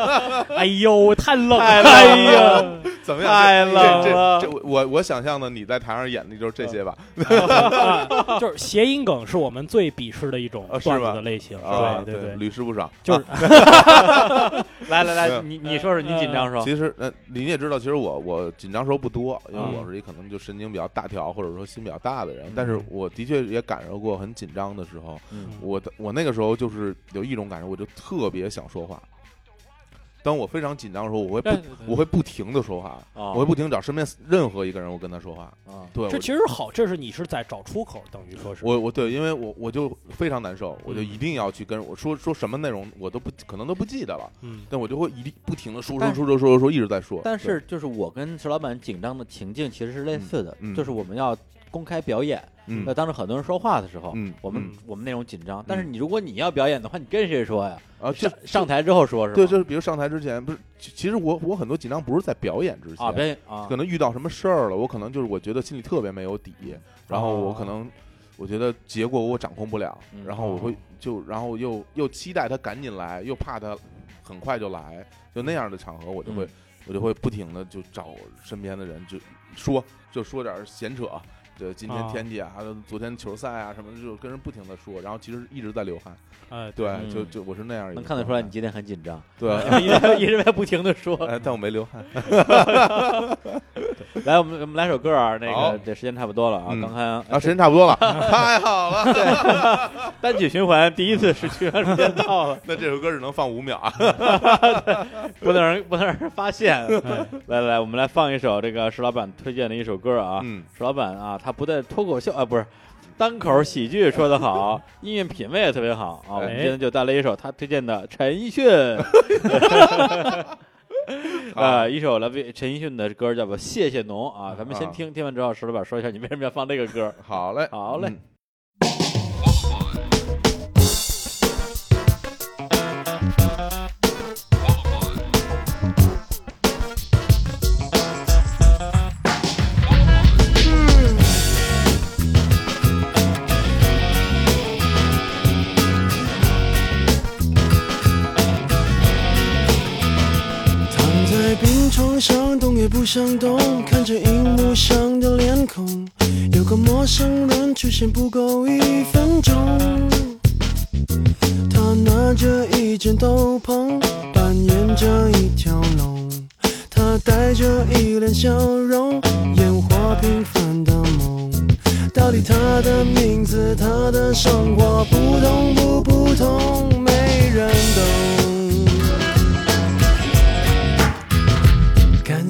[SPEAKER 3] 哎呦，太冷了！
[SPEAKER 1] 太冷了
[SPEAKER 3] 哎呀，
[SPEAKER 2] 怎么样？
[SPEAKER 1] 太
[SPEAKER 2] 这
[SPEAKER 1] 冷
[SPEAKER 2] 这
[SPEAKER 1] 了
[SPEAKER 2] 这我我想象的你在台上演的就是这些吧？
[SPEAKER 3] 啊 就是谐音梗是我们最鄙视的一种
[SPEAKER 2] 啊是
[SPEAKER 3] 段子
[SPEAKER 2] 吧
[SPEAKER 3] 的类
[SPEAKER 1] 嗯
[SPEAKER 3] 型。
[SPEAKER 2] 啊，
[SPEAKER 3] 对对，
[SPEAKER 2] 屡试不爽。
[SPEAKER 3] 就是
[SPEAKER 2] 啊
[SPEAKER 1] 来来来，
[SPEAKER 2] 嗯
[SPEAKER 1] 你你说说，你紧张说，
[SPEAKER 2] 其实，呃，你也知道，其实我我紧张时候不多，因为
[SPEAKER 3] 嗯
[SPEAKER 2] 我是一可能就神经比较大条，或者说心比较大的人
[SPEAKER 3] 嗯。
[SPEAKER 2] 但是我的确也感受过很紧张的时候，
[SPEAKER 1] 嗯
[SPEAKER 2] 我的我那个时候就是有一种感受，我就特别想说话。当我非常紧张的时候，我会不
[SPEAKER 3] 对对对
[SPEAKER 2] 我会不停的说话，
[SPEAKER 1] 啊
[SPEAKER 2] 我会不停地找身边任何一个人，我跟他说话。
[SPEAKER 1] 啊
[SPEAKER 2] 对，
[SPEAKER 3] 这
[SPEAKER 2] 我
[SPEAKER 3] 其实好，这是你是在找出口，等于说是
[SPEAKER 2] 我我对，因为我我就非常难受，我就
[SPEAKER 3] 嗯
[SPEAKER 2] 一定要去跟我说说什么内容，我都不可能都不记得了，
[SPEAKER 3] 嗯
[SPEAKER 2] 但我就会一定不停的说说
[SPEAKER 1] 但
[SPEAKER 2] 说说说说，一直在说。
[SPEAKER 1] 但
[SPEAKER 2] 对
[SPEAKER 1] 是，就是我跟石老板紧张的情境其实是类似的，
[SPEAKER 2] 嗯嗯
[SPEAKER 1] 就是我们要公开表演，
[SPEAKER 2] 嗯
[SPEAKER 1] 那当着很多人说话的时候，
[SPEAKER 2] 嗯
[SPEAKER 1] 我们、
[SPEAKER 2] 嗯
[SPEAKER 1] 我们那种紧张。但是你如果你要表演的话，你跟谁说呀？
[SPEAKER 2] 啊，就
[SPEAKER 1] 呃上上台之后说是吧？
[SPEAKER 2] 对，就是比如上台之前，不是，其其实我我很多紧张不是在表演之前，
[SPEAKER 1] 啊，表演啊
[SPEAKER 2] 可能遇到什么事儿了，我可能就是我觉得心里特别没有底，然后我
[SPEAKER 3] 哦
[SPEAKER 2] 可能我觉得结果我掌控不了，
[SPEAKER 1] 嗯
[SPEAKER 2] 然后我会就然后又又期待他赶紧来，又怕他很快就来，就那样的场合我就会、
[SPEAKER 1] 嗯
[SPEAKER 2] 我就会不停的就找身边的人就说就说点儿闲扯。这今天
[SPEAKER 3] 啊
[SPEAKER 2] 天气啊，还有昨天球赛啊，什么的就跟人不停的说，然后其实一直在流汗，
[SPEAKER 3] 哎
[SPEAKER 2] 对，
[SPEAKER 1] 嗯
[SPEAKER 2] 就就我是那样一个
[SPEAKER 1] 能看得出来你今天很紧 张，
[SPEAKER 2] 状态
[SPEAKER 1] 一直一直在不停的说。
[SPEAKER 2] 对，哎，但我没流汗，
[SPEAKER 1] 来，我们我们来首歌啊，那
[SPEAKER 2] 好
[SPEAKER 1] 个这时间差不多了啊，
[SPEAKER 2] 嗯
[SPEAKER 1] 刚才
[SPEAKER 2] 啊，时间差不多了，太好了，
[SPEAKER 1] 单曲循环第一次是循环时间到了，
[SPEAKER 2] 那这首歌只能放五秒啊，
[SPEAKER 1] 不能让人不能让人发现。
[SPEAKER 3] 哎
[SPEAKER 1] 来来来，我们来放一首这个石老板推荐的一首歌啊，
[SPEAKER 2] 嗯，
[SPEAKER 1] 石老板啊，他不但脱口秀啊，不是单口喜剧说得好， 音乐品味也特别好啊。我们
[SPEAKER 3] 哎
[SPEAKER 1] 今天就带来一首他推荐的陈奕迅，
[SPEAKER 2] 好
[SPEAKER 1] 呃，一首来自陈奕迅的歌叫做《谢谢侬》啊。咱们先
[SPEAKER 2] 啊
[SPEAKER 1] 听，听完之后，石老板说一下你为什么要放这个歌。
[SPEAKER 2] 好嘞，
[SPEAKER 1] 好嘞
[SPEAKER 2] 嗯
[SPEAKER 4] 躺在病床上，动也不想动，看着荧幕上的脸孔，有个陌生人出现不够一分钟。他拿着一件斗篷，扮演着一条龙，他带着一脸笑容，演活平凡的梦。到底他的名字，他的生活，普通不普通，没人懂。感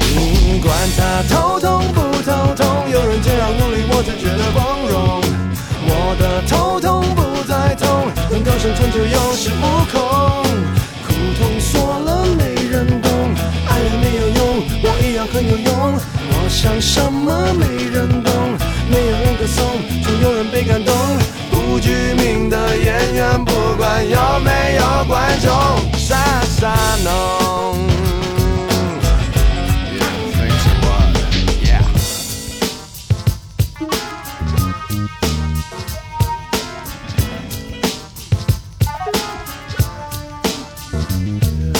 [SPEAKER 4] 嗯管他头痛不头痛，有人这样努力，我才觉得光荣。我的头痛不再痛，能够生存就有恃无恐。苦痛说了没人懂，爱也没有用，我一样很有用。我想什么没人懂，没有人歌颂，总有人被感动。不具名的演员，不管有没有观众，傻傻弄。
[SPEAKER 5] 我看到你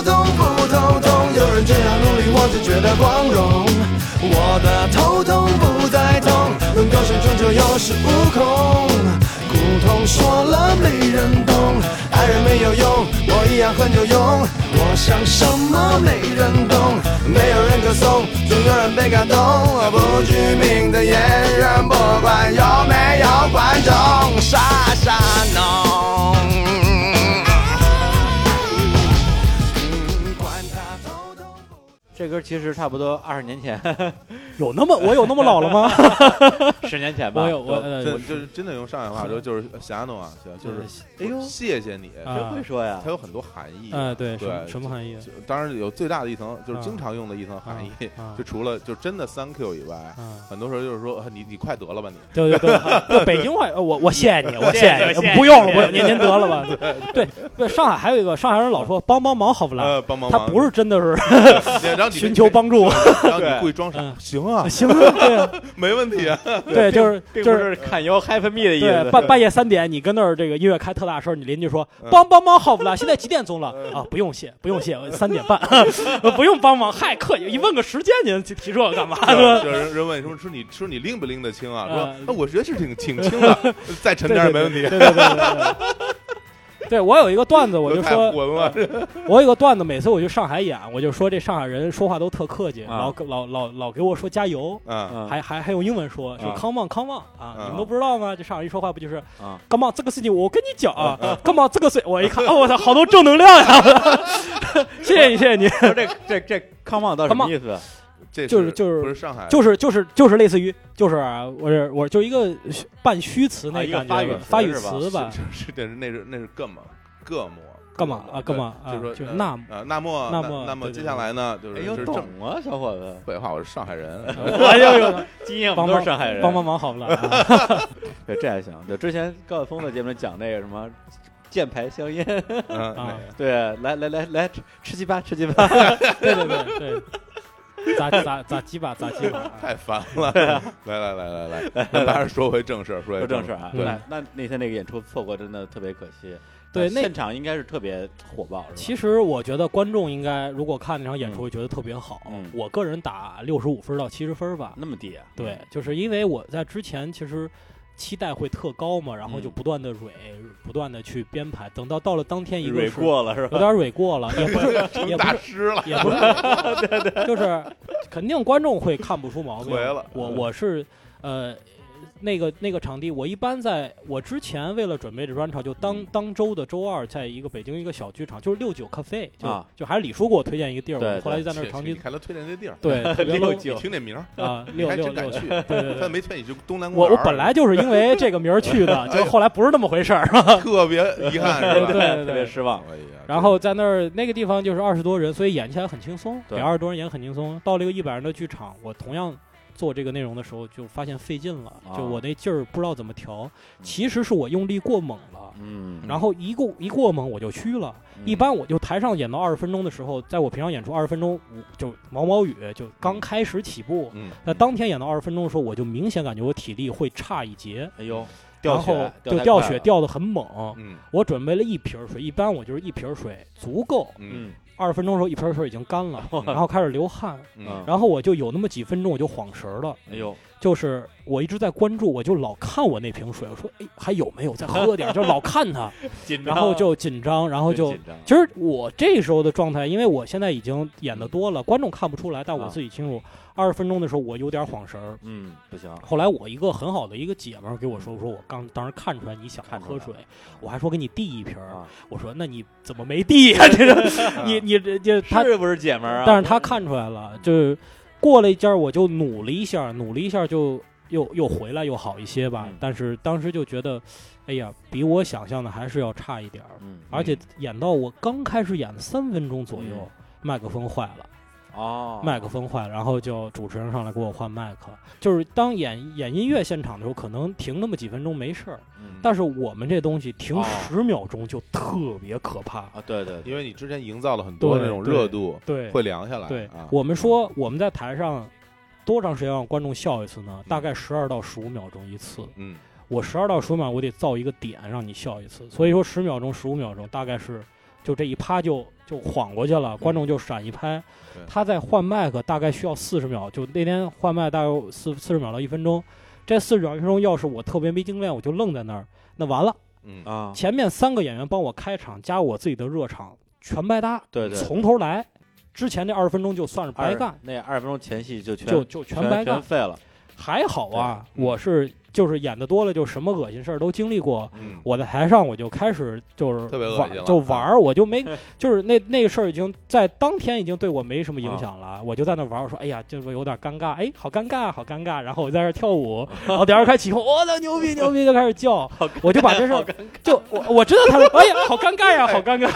[SPEAKER 4] 痛不头痛，有人这样努力，我只觉得光荣。我的头痛不再痛，能够生存就有恃无恐。苦痛说了没人懂，爱人没有用，我一样很有用。我想什么没人懂，没有人歌颂，总有人被感动。不具名的演员，不管有没有观众，傻傻弄。管他头痛不
[SPEAKER 1] 这歌其实差不多二十年前，
[SPEAKER 3] 有那么我有那么老了吗？
[SPEAKER 1] 十年前吧。
[SPEAKER 3] 我有我 呃
[SPEAKER 2] 真就是真的用上海话说就是霞诺啊，就是
[SPEAKER 1] 哎呦，
[SPEAKER 2] 谢谢你，
[SPEAKER 3] 啊
[SPEAKER 1] 真会说呀
[SPEAKER 2] 它！有很多含义。啊
[SPEAKER 3] 呃对什么
[SPEAKER 2] 对，
[SPEAKER 3] 什么含义？
[SPEAKER 2] 就当然有最大的一层，就是
[SPEAKER 3] 啊
[SPEAKER 2] 经常用的一层含义
[SPEAKER 3] 啊啊，
[SPEAKER 2] 就除了就真的 thank you 以外，
[SPEAKER 3] 啊，
[SPEAKER 2] 很多时候就是说啊你你快得了吧你，
[SPEAKER 3] 对对对，就北京话，呃我我谢谢你，我谢
[SPEAKER 1] 谢谢谢
[SPEAKER 3] 你，
[SPEAKER 1] 谢
[SPEAKER 3] 不用了，不用您您得了吧。对对，上海还有一个上海人老说帮帮忙好不啦，
[SPEAKER 2] 呃帮帮
[SPEAKER 3] 他
[SPEAKER 2] 忙，
[SPEAKER 3] 不是真的是
[SPEAKER 2] 对，然后你
[SPEAKER 3] 寻求，帮助，
[SPEAKER 2] 然后你
[SPEAKER 1] 对
[SPEAKER 2] 故意装傻
[SPEAKER 3] 嗯，
[SPEAKER 2] 行啊，
[SPEAKER 3] 行啊，对啊
[SPEAKER 2] 没问题啊，
[SPEAKER 3] 对，就是
[SPEAKER 1] 并
[SPEAKER 3] 就
[SPEAKER 1] 不
[SPEAKER 3] 是
[SPEAKER 1] 是看由 Happy Me 的意
[SPEAKER 3] 对，
[SPEAKER 1] 思。
[SPEAKER 3] 半半夜三点，你跟那儿这个音乐开特大声，你邻居说
[SPEAKER 2] 嗯
[SPEAKER 3] 帮帮忙好不啦？现在几点钟了
[SPEAKER 2] 嗯
[SPEAKER 3] 啊？不用谢，不用谢，三点半， 不用帮忙。嗨，客气，一问个时间，您提提这个干嘛？
[SPEAKER 2] 就是人人问说说你说你拎不拎得清啊？
[SPEAKER 3] 啊
[SPEAKER 2] 说啊我觉得是挺挺轻 的，再沉点儿也没问题。
[SPEAKER 3] 对对对对对对。对我有一个段 子，我就
[SPEAKER 2] 太
[SPEAKER 3] 说，啊
[SPEAKER 2] 混了，
[SPEAKER 3] 我有个段子，每次我去上海演，我就说这上海人说话都特客气，
[SPEAKER 1] 啊
[SPEAKER 3] 老老老老给我说加油，
[SPEAKER 2] 嗯，
[SPEAKER 1] 嗯
[SPEAKER 3] 还还还用英文说，就
[SPEAKER 1] 啊
[SPEAKER 3] come on come on 啊，
[SPEAKER 2] 啊
[SPEAKER 3] 你们都不知道吗？这上海人说话不就是
[SPEAKER 1] 啊
[SPEAKER 3] come on 这个事情我跟你讲啊，come on 这个事，我一看， 哦，我操，好多正能量呀！ 谢谢你，谢谢你，
[SPEAKER 1] 不是这这这 Come on 到底什么意思？
[SPEAKER 2] 这
[SPEAKER 3] 就是就是
[SPEAKER 2] 不是上海，
[SPEAKER 3] 就是就是就是类似于就是我是我就是一个半虚词
[SPEAKER 1] 啊
[SPEAKER 3] 那
[SPEAKER 1] 一个
[SPEAKER 3] 感觉
[SPEAKER 1] 发语
[SPEAKER 3] 吧
[SPEAKER 1] 词
[SPEAKER 3] 发语
[SPEAKER 1] 是吧
[SPEAKER 3] 词吧，
[SPEAKER 2] 是是那是那是那是膈嘛膈膜
[SPEAKER 3] 干嘛啊干嘛
[SPEAKER 2] 对
[SPEAKER 3] 啊
[SPEAKER 2] 就是
[SPEAKER 3] 就
[SPEAKER 2] 说
[SPEAKER 3] 是
[SPEAKER 2] 呃
[SPEAKER 3] 那么
[SPEAKER 2] 啊那么
[SPEAKER 3] 那
[SPEAKER 2] 那
[SPEAKER 3] 么
[SPEAKER 2] 那么
[SPEAKER 3] 对对
[SPEAKER 2] 接下来呢就是
[SPEAKER 1] 哎呦，
[SPEAKER 2] 是正
[SPEAKER 1] 懂啊，小伙子！
[SPEAKER 2] 废话，我是上海 人，
[SPEAKER 1] 哎呦 呦，今夜我
[SPEAKER 3] 帮
[SPEAKER 1] 们都
[SPEAKER 3] 帮
[SPEAKER 1] 是上海人，
[SPEAKER 3] 帮帮忙好不了啊，
[SPEAKER 1] 对，这还行。对，之前高晓松在节目里讲那个什么箭牌香烟，
[SPEAKER 2] 嗯
[SPEAKER 3] 啊
[SPEAKER 1] 对，来来来来，吃吃鸡巴，吃鸡巴。
[SPEAKER 3] 对对对对， 咋咋咋鸡巴咋鸡巴啊。
[SPEAKER 2] 太烦了。来来来来 来，那还是说回正事儿，说
[SPEAKER 1] 说
[SPEAKER 2] 回
[SPEAKER 1] 正事
[SPEAKER 2] 事
[SPEAKER 1] 儿
[SPEAKER 2] 儿
[SPEAKER 1] 啊，
[SPEAKER 3] 对
[SPEAKER 1] 那那那天那个演出错过真的特别可惜。
[SPEAKER 3] 对
[SPEAKER 1] 那
[SPEAKER 3] 那
[SPEAKER 1] 现场应该是特别火爆，是吧？
[SPEAKER 3] 其实我觉得观众应该如果看那场演出，会觉得特别好。
[SPEAKER 1] 嗯
[SPEAKER 3] 我个人打六十五分到七十分吧。
[SPEAKER 1] 那么低啊？
[SPEAKER 3] 对，就是因为我在之前其实期待会特高嘛，然后就不断的蕊，不断的去编排。等到到了当天，一个
[SPEAKER 1] 蕊
[SPEAKER 3] 是
[SPEAKER 1] 过了是
[SPEAKER 3] 有
[SPEAKER 1] 吧？
[SPEAKER 3] 点蕊过了，也不是也
[SPEAKER 2] 成
[SPEAKER 3] 不
[SPEAKER 2] 大
[SPEAKER 3] 是
[SPEAKER 2] 师了，
[SPEAKER 3] 也 不是，就是肯定观众会看不出毛病
[SPEAKER 2] 回来了。
[SPEAKER 3] 我
[SPEAKER 2] 嗯
[SPEAKER 3] 我是呃。那个那个场地，我一般在我之前为了准备这专场，就
[SPEAKER 1] 嗯
[SPEAKER 3] 当当周的周二，在一个北京一个小剧场，就是六九咖啡，就、
[SPEAKER 1] 啊
[SPEAKER 3] 就还是李叔给我推荐一个地儿，
[SPEAKER 1] 对
[SPEAKER 3] 我后来就在那儿
[SPEAKER 2] 去
[SPEAKER 3] 长
[SPEAKER 2] 去你
[SPEAKER 3] 期
[SPEAKER 2] 看他推荐这地儿，
[SPEAKER 3] 对特别 low
[SPEAKER 1] 六
[SPEAKER 2] 你
[SPEAKER 1] 九
[SPEAKER 2] 听这名儿，
[SPEAKER 3] 啊
[SPEAKER 2] 你
[SPEAKER 3] 六
[SPEAKER 2] 还
[SPEAKER 3] 六
[SPEAKER 2] 真
[SPEAKER 3] 六
[SPEAKER 2] 敢去，
[SPEAKER 3] 对对
[SPEAKER 2] 他
[SPEAKER 3] 对，
[SPEAKER 2] 没劝你去东南公
[SPEAKER 3] 我
[SPEAKER 2] 园
[SPEAKER 3] 我
[SPEAKER 2] 儿
[SPEAKER 3] 本来就是因为这个名儿 去的，就后来不是那么回事儿。
[SPEAKER 2] 特别遗憾，是吧？
[SPEAKER 3] 对对对
[SPEAKER 1] 特别失望。
[SPEAKER 2] 哎呀
[SPEAKER 3] 然后在那儿那个地方就是二十多人，所以演起来很轻松，
[SPEAKER 1] 对
[SPEAKER 3] 给二十多人演很轻松。到了一个一百人的剧场，我同样做这个内容的时候，就发现费劲了，
[SPEAKER 1] 啊
[SPEAKER 3] 就我那劲儿不知道怎么调，其实是我用力过猛了。
[SPEAKER 1] 嗯，
[SPEAKER 3] 然后一过一过猛我就虚了，
[SPEAKER 1] 嗯
[SPEAKER 3] 一般我就台上演到二十分钟的时候，在我平常演出二十分钟，我就毛毛雨就
[SPEAKER 1] 嗯
[SPEAKER 3] 刚开始起步。
[SPEAKER 2] 嗯，
[SPEAKER 3] 那当天演到二十分钟的时候，我就明显感觉我体力会差一截，
[SPEAKER 1] 哎呦，
[SPEAKER 3] 然
[SPEAKER 1] 掉
[SPEAKER 3] 后
[SPEAKER 1] 血
[SPEAKER 3] 就
[SPEAKER 1] 太
[SPEAKER 3] 掉
[SPEAKER 1] 快
[SPEAKER 3] 血
[SPEAKER 1] 了，
[SPEAKER 3] 掉的很猛。
[SPEAKER 2] 嗯
[SPEAKER 3] 我准备了一瓶水，一般我就是一瓶水足够，
[SPEAKER 2] 嗯
[SPEAKER 1] 嗯
[SPEAKER 3] 二十分钟的时候一瓶水已经干 了，然后开始流汗，
[SPEAKER 2] 嗯，
[SPEAKER 3] 然后我就有那么几分钟我就晃神儿了，
[SPEAKER 1] 哎呦，
[SPEAKER 3] 就是我一直在关注，我就老看我那瓶水，我说哎还有没有再喝点儿，就老 看它，
[SPEAKER 1] 紧张
[SPEAKER 3] 然
[SPEAKER 1] 啊，
[SPEAKER 3] 后就紧张，然后
[SPEAKER 1] 真
[SPEAKER 3] 就
[SPEAKER 1] 紧张啊
[SPEAKER 3] 其实我这时候的状态，因为我现在已经演的多了，观众看不出来，但我
[SPEAKER 1] 啊
[SPEAKER 3] 自己清楚，二十分钟的时候我有点晃神儿。
[SPEAKER 1] 嗯不行，
[SPEAKER 3] 后来我一个很好的一个姐们儿给我说，说我刚当时看出来你想
[SPEAKER 1] 嗯看出
[SPEAKER 3] 喝
[SPEAKER 1] 来
[SPEAKER 3] 水，我还说给你递一瓶儿，
[SPEAKER 1] 啊
[SPEAKER 3] 我说那你怎么没递 呀、这个
[SPEAKER 2] 嗯
[SPEAKER 3] 你你这这他
[SPEAKER 1] 是不是姐们儿啊？
[SPEAKER 3] 但是他看出来了，就是过了一阵儿，我就努了一下，努了一下就又又回来又好一些吧。
[SPEAKER 1] 嗯
[SPEAKER 3] 但是当时就觉得，哎呀，比我想象的还是要差一点儿。
[SPEAKER 1] 嗯，
[SPEAKER 3] 而且演到我刚开始演的三分钟左右，麦克风坏了，
[SPEAKER 1] 哦，
[SPEAKER 3] 麦克风坏了，然后就主持人上来给我换麦克。就是当演演音乐现场的时候，可能停那么几分钟没事儿，
[SPEAKER 1] 嗯，
[SPEAKER 3] 但是我们这东西停
[SPEAKER 1] 哦
[SPEAKER 3] 十秒钟就特别可怕。
[SPEAKER 1] 啊，对对对，
[SPEAKER 2] 因为你之前营造了很多
[SPEAKER 3] 对
[SPEAKER 2] 那种
[SPEAKER 3] 对
[SPEAKER 2] 热度，
[SPEAKER 3] 对，
[SPEAKER 2] 会凉下来。
[SPEAKER 3] 对
[SPEAKER 2] 啊，
[SPEAKER 3] 我们说我们在台上多长时间让观众笑一次呢？大概十二到十五秒钟一次。
[SPEAKER 2] 嗯，
[SPEAKER 3] 我十二到十五秒，我得造一个点让你笑一次。所以说十秒钟、十五秒钟，大概是就这一趴就就晃过去了，观众就闪一拍
[SPEAKER 2] 对。
[SPEAKER 3] 他在换麦克，大概需要四十秒。就那天换麦大概有四四十秒到一分钟，这四十秒一分钟，要是我特别没经验，我就愣在那儿，那完了。
[SPEAKER 2] 嗯
[SPEAKER 1] 啊，
[SPEAKER 3] 前面三个演员帮我开场，加我自己的热场，全白搭，
[SPEAKER 1] 对对，
[SPEAKER 3] 从头来。之前这二十分钟就算是白
[SPEAKER 1] 二
[SPEAKER 3] 干，
[SPEAKER 1] 那二十分钟前戏就全
[SPEAKER 3] 就就全白干
[SPEAKER 1] 全。废了，
[SPEAKER 3] 还好啊，
[SPEAKER 2] 对
[SPEAKER 3] 我是就是演的多了，就什么恶心事儿都经历过。
[SPEAKER 2] 嗯，
[SPEAKER 3] 我在台上我就开始就是
[SPEAKER 2] 特别恶心
[SPEAKER 3] 玩
[SPEAKER 2] 了
[SPEAKER 3] 就玩儿，我 就没就是那那事儿已经在当天已经对我没什么
[SPEAKER 2] 啊
[SPEAKER 3] 影响了，我就在那玩儿，我说哎呀，这不有点尴尬，哎，好尴尬，好尴尬，然后我在那儿跳舞，然后底下人开始起哄，我的牛逼牛逼，就开始叫，我就把这事儿就我我知道他们，哎呀，好尴尬呀，好 尴尬，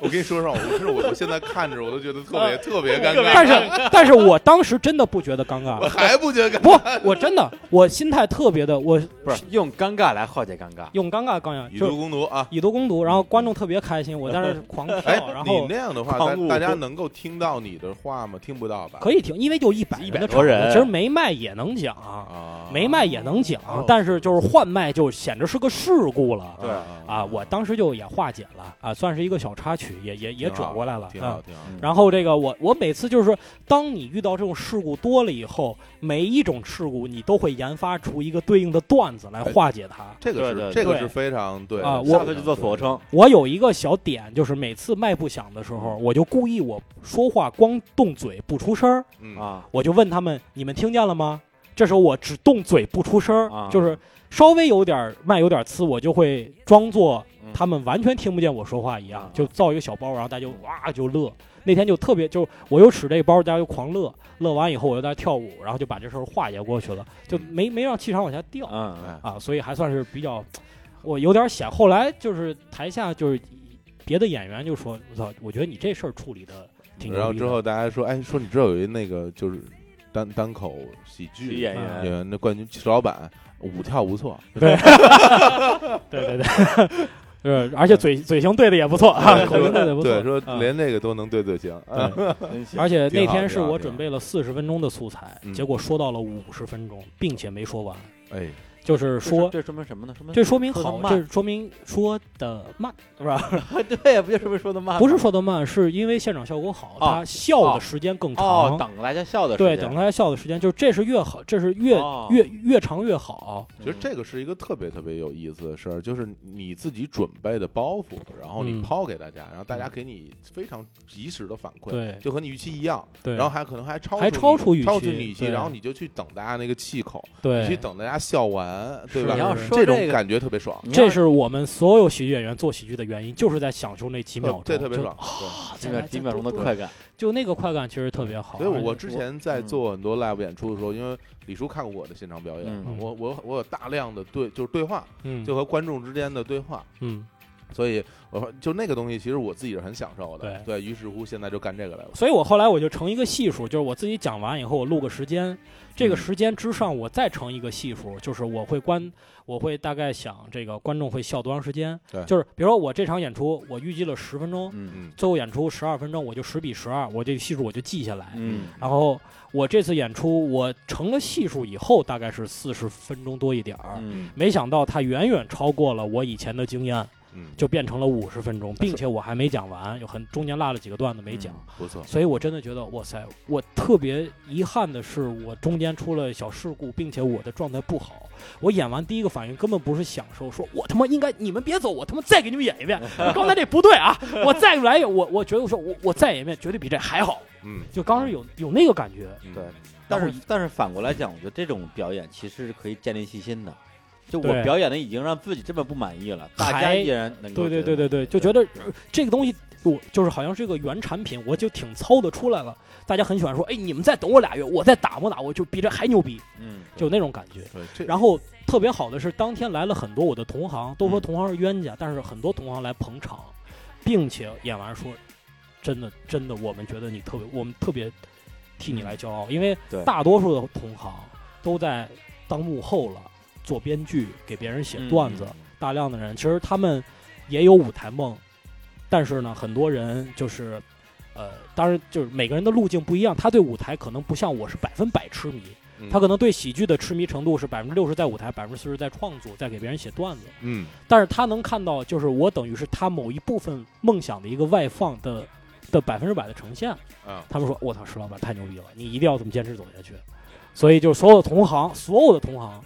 [SPEAKER 2] 我跟你说实话，我是我我现在看着我都觉得
[SPEAKER 1] 啊
[SPEAKER 2] 特别特别尴尬，
[SPEAKER 3] 但是但是我当时真的不觉得尴 尬
[SPEAKER 2] 我，还不觉得尴
[SPEAKER 3] 不，我真的我心态特别的，我
[SPEAKER 1] 不是用尴尬来化解尴尬，
[SPEAKER 3] 用尴尬刚要
[SPEAKER 2] 以
[SPEAKER 3] 就
[SPEAKER 2] 毒攻毒啊！
[SPEAKER 3] 以毒攻毒，然后观众特别开心，我在那 儿狂
[SPEAKER 2] 哎
[SPEAKER 3] 跳，然，
[SPEAKER 2] 你
[SPEAKER 3] 后
[SPEAKER 2] 那样的话，
[SPEAKER 1] 狂
[SPEAKER 2] 大
[SPEAKER 1] 舞
[SPEAKER 2] 大家能够听到你的话吗？听不到吧？
[SPEAKER 3] 可以听，因为就一百
[SPEAKER 1] 100
[SPEAKER 3] 人的
[SPEAKER 1] 多
[SPEAKER 3] 场
[SPEAKER 1] 人
[SPEAKER 3] 子，其实没卖也能讲，
[SPEAKER 2] 啊，
[SPEAKER 3] 没卖也能讲
[SPEAKER 2] 哦，
[SPEAKER 3] 但是就是换卖就显着是个事故了
[SPEAKER 1] 对
[SPEAKER 3] 啊！我当时就也化解了啊，算是一个小插曲，也也也
[SPEAKER 2] 挺好
[SPEAKER 3] 转过来了
[SPEAKER 2] 挺好
[SPEAKER 3] 啊。
[SPEAKER 2] 挺好。
[SPEAKER 1] 嗯
[SPEAKER 3] 然后这个我我每次就是说，当你遇到这种事故多了以后，每一种事故你都会研发出一个对应的段子
[SPEAKER 2] 哎
[SPEAKER 3] 来化解它。
[SPEAKER 2] 这个
[SPEAKER 1] 对
[SPEAKER 2] 是
[SPEAKER 1] 对
[SPEAKER 2] 这个
[SPEAKER 3] 对
[SPEAKER 2] 是非常对
[SPEAKER 3] 啊
[SPEAKER 2] 的
[SPEAKER 3] 我
[SPEAKER 1] 下次就做俯卧。撑，
[SPEAKER 3] 我有一个小点，就是每次麦不响的时候，
[SPEAKER 1] 嗯
[SPEAKER 3] 我就故意我说话光动嘴不出声儿，
[SPEAKER 2] 嗯
[SPEAKER 1] 啊，
[SPEAKER 3] 我就问他们：“你们听见了吗？”这时候我只动嘴不出声儿，
[SPEAKER 1] 啊
[SPEAKER 3] 就是稍微有点儿麦有点儿呲，我就会装作
[SPEAKER 1] 嗯
[SPEAKER 3] 他们完全听不见我说话一样，
[SPEAKER 1] 啊
[SPEAKER 3] 就造一个小包，然后大家就哇就乐。那天就特别，就我又使这包，大家就狂乐。乐完以后，我又在那跳舞，然后就把这事儿化解过去了，就没没让气场往下掉
[SPEAKER 1] 嗯，
[SPEAKER 3] 啊，所以还算是比较，我有点儿险。后来就是台下就是别的演员就说：“我操，我觉得你这事儿处理的
[SPEAKER 2] 嗯
[SPEAKER 3] 挺
[SPEAKER 2] 然
[SPEAKER 3] 牛
[SPEAKER 2] 后
[SPEAKER 3] 逼
[SPEAKER 2] 之
[SPEAKER 3] 的。”
[SPEAKER 2] 后大家说，哎，说你这有一那个就是单单口喜剧
[SPEAKER 1] 演
[SPEAKER 3] 嗯
[SPEAKER 2] 演
[SPEAKER 1] 员，
[SPEAKER 2] 员的冠军石老板舞跳不错，
[SPEAKER 3] 对对对， 呃，而且嘴嘴型对的也不错啊，口型对的也不
[SPEAKER 2] 嗯
[SPEAKER 3] 错。
[SPEAKER 2] 对，说
[SPEAKER 3] 啊
[SPEAKER 2] 连这个都能对对行，啊
[SPEAKER 3] 对
[SPEAKER 1] 真行
[SPEAKER 3] 而且那
[SPEAKER 2] 挺好
[SPEAKER 3] 天是
[SPEAKER 2] 挺好
[SPEAKER 3] 我
[SPEAKER 2] 挺
[SPEAKER 3] 准
[SPEAKER 2] 好
[SPEAKER 3] 备了四十分钟的素材
[SPEAKER 2] 嗯，
[SPEAKER 3] 结果说到了五十分钟，并且没说完，
[SPEAKER 2] 哎，
[SPEAKER 3] 就是说。
[SPEAKER 1] 这说明什么呢？说明
[SPEAKER 3] 这说明
[SPEAKER 1] 说得
[SPEAKER 3] 好，
[SPEAKER 1] 慢
[SPEAKER 3] 这说明说的慢，是吧？
[SPEAKER 1] 对呀，不就说明说的慢
[SPEAKER 2] 啊
[SPEAKER 1] 吗，
[SPEAKER 3] 不是说的慢，是因为现场效果好，
[SPEAKER 1] 哦
[SPEAKER 3] 它笑
[SPEAKER 1] 哦
[SPEAKER 3] 的时间更
[SPEAKER 1] 哦，
[SPEAKER 3] 长。
[SPEAKER 1] 等大家笑的时
[SPEAKER 3] 对，
[SPEAKER 1] 间
[SPEAKER 3] 等大家笑的时间，就是这是越好，这是越
[SPEAKER 1] 哦
[SPEAKER 3] 越越长越好。
[SPEAKER 2] 其实这个是一个特别特别有意思的事儿，就是你自己准备的包袱，然后你
[SPEAKER 3] 嗯
[SPEAKER 2] 抛给大家，然后大家给你非常及时的反馈，
[SPEAKER 3] 对
[SPEAKER 2] 就和你预期一样，
[SPEAKER 3] 对，
[SPEAKER 2] 然后还可能还超
[SPEAKER 3] 还
[SPEAKER 2] 出
[SPEAKER 3] 超
[SPEAKER 2] 你
[SPEAKER 3] 出预
[SPEAKER 2] 超
[SPEAKER 3] 期
[SPEAKER 2] 出你预期，
[SPEAKER 3] 对
[SPEAKER 2] 然后你就去等大家那个气口，你去
[SPEAKER 3] 对，
[SPEAKER 2] 等大家笑完，对
[SPEAKER 3] 是
[SPEAKER 1] 你
[SPEAKER 2] 吧？
[SPEAKER 1] 要
[SPEAKER 3] 是
[SPEAKER 1] 说
[SPEAKER 2] 这
[SPEAKER 1] 这
[SPEAKER 2] 种
[SPEAKER 1] 个
[SPEAKER 2] 感觉特别爽，
[SPEAKER 1] 你要
[SPEAKER 3] 这是我们所有喜剧演员做喜剧的原因，就是在享受那几秒钟，
[SPEAKER 2] 这特别
[SPEAKER 3] 就
[SPEAKER 2] 爽。对
[SPEAKER 3] 啊
[SPEAKER 1] 几秒几秒钟的快感，
[SPEAKER 3] 就那个快感其实特别好。
[SPEAKER 2] 所以我，我
[SPEAKER 3] 而且
[SPEAKER 2] 之前在
[SPEAKER 1] 嗯
[SPEAKER 2] 做很多 live 演出的时候，因为李叔看过我的现场表演，
[SPEAKER 1] 嗯
[SPEAKER 2] 我我我有大量的对就是对话，
[SPEAKER 3] 嗯，
[SPEAKER 2] 就和观众之间的对话，
[SPEAKER 3] 嗯，
[SPEAKER 2] 所以我说就那个东西，其实我自己是很享受的。对，于是乎现在就干这个来了。
[SPEAKER 3] 所以我后来我就成一个系数，就是我自己讲完以后，我录个时间，
[SPEAKER 2] 嗯
[SPEAKER 3] 这个时间之上我再成一个系数，就是我会观，我会大概想这个观众会笑多长时间
[SPEAKER 2] 对，
[SPEAKER 3] 就是比如说我这场演出我预计了十分钟，
[SPEAKER 1] 嗯
[SPEAKER 2] 嗯
[SPEAKER 3] 最后演出十二分钟，我就十比十二，我这个系数我就记下来。
[SPEAKER 1] 嗯
[SPEAKER 3] 然后我这次演出我成了系数以后，大概是四十分钟多一点儿。
[SPEAKER 1] 嗯，
[SPEAKER 3] 没想到它远远超过了我以前的经验，
[SPEAKER 2] 嗯，
[SPEAKER 3] 就变成了五十分钟，并且我还没讲完，有很中间落了几个段子没讲，
[SPEAKER 1] 嗯
[SPEAKER 2] 不错。
[SPEAKER 3] 所以我真的觉得哇塞，我特别遗憾的是我中间出了小事故，并且我的状态不好。我演完第一个反应根本不是享受，说我他妈应该你们别走，我他妈再给你们演一遍，刚才这不对啊，我再来一我我觉得我说我我再演一遍绝对比这还好，
[SPEAKER 2] 嗯，
[SPEAKER 3] 就刚是有有那个感觉，
[SPEAKER 1] 对
[SPEAKER 2] 嗯，
[SPEAKER 1] 但
[SPEAKER 3] 然
[SPEAKER 1] 是但是反过来讲，我觉得这种表演其实是可以建立信心的。就我
[SPEAKER 3] 对
[SPEAKER 1] 表演的已经让自己这么不满意了，大家
[SPEAKER 3] 还
[SPEAKER 1] 依然能够觉
[SPEAKER 3] 对对对
[SPEAKER 1] 得
[SPEAKER 3] 对对，就觉得、呃这个东西我就是好像是一个原产品，我就挺糙的出来了。大家很喜欢说，哎，你们再等我俩月，我再打磨打磨，就比这还牛逼，
[SPEAKER 1] 嗯，
[SPEAKER 3] 就那种感觉。
[SPEAKER 2] 对，这
[SPEAKER 3] 然后特别好的是，当天来了很多我的同行，都说
[SPEAKER 1] 嗯
[SPEAKER 3] 同行是冤家，但是很多同行来捧场，并且演完说，真的真的，我们觉得你特别，我们特别替你来骄傲，因为
[SPEAKER 1] 对
[SPEAKER 3] 大多数的同行都在当幕后了，做编剧，给别人
[SPEAKER 1] 嗯
[SPEAKER 3] 写段子，大量的人其实他们也有舞台梦，但是呢，很多人就是。呃，当然，就是每个人的路径不一样，他对舞台可能不像我是百分百痴迷，
[SPEAKER 2] 嗯
[SPEAKER 3] 他可能对喜剧的痴迷程度是百分之六十在舞台，百分之四十在创作，在给别人写段子。
[SPEAKER 2] 嗯
[SPEAKER 3] 但是他能看到，就是我等于是他某一部分梦想的一个外放的的百分之百的呈现。
[SPEAKER 2] 啊
[SPEAKER 3] 他们说：“我操，石老板太牛逼了，你一定要这么坚持走下去。”所以就是所有的同行，所有的同行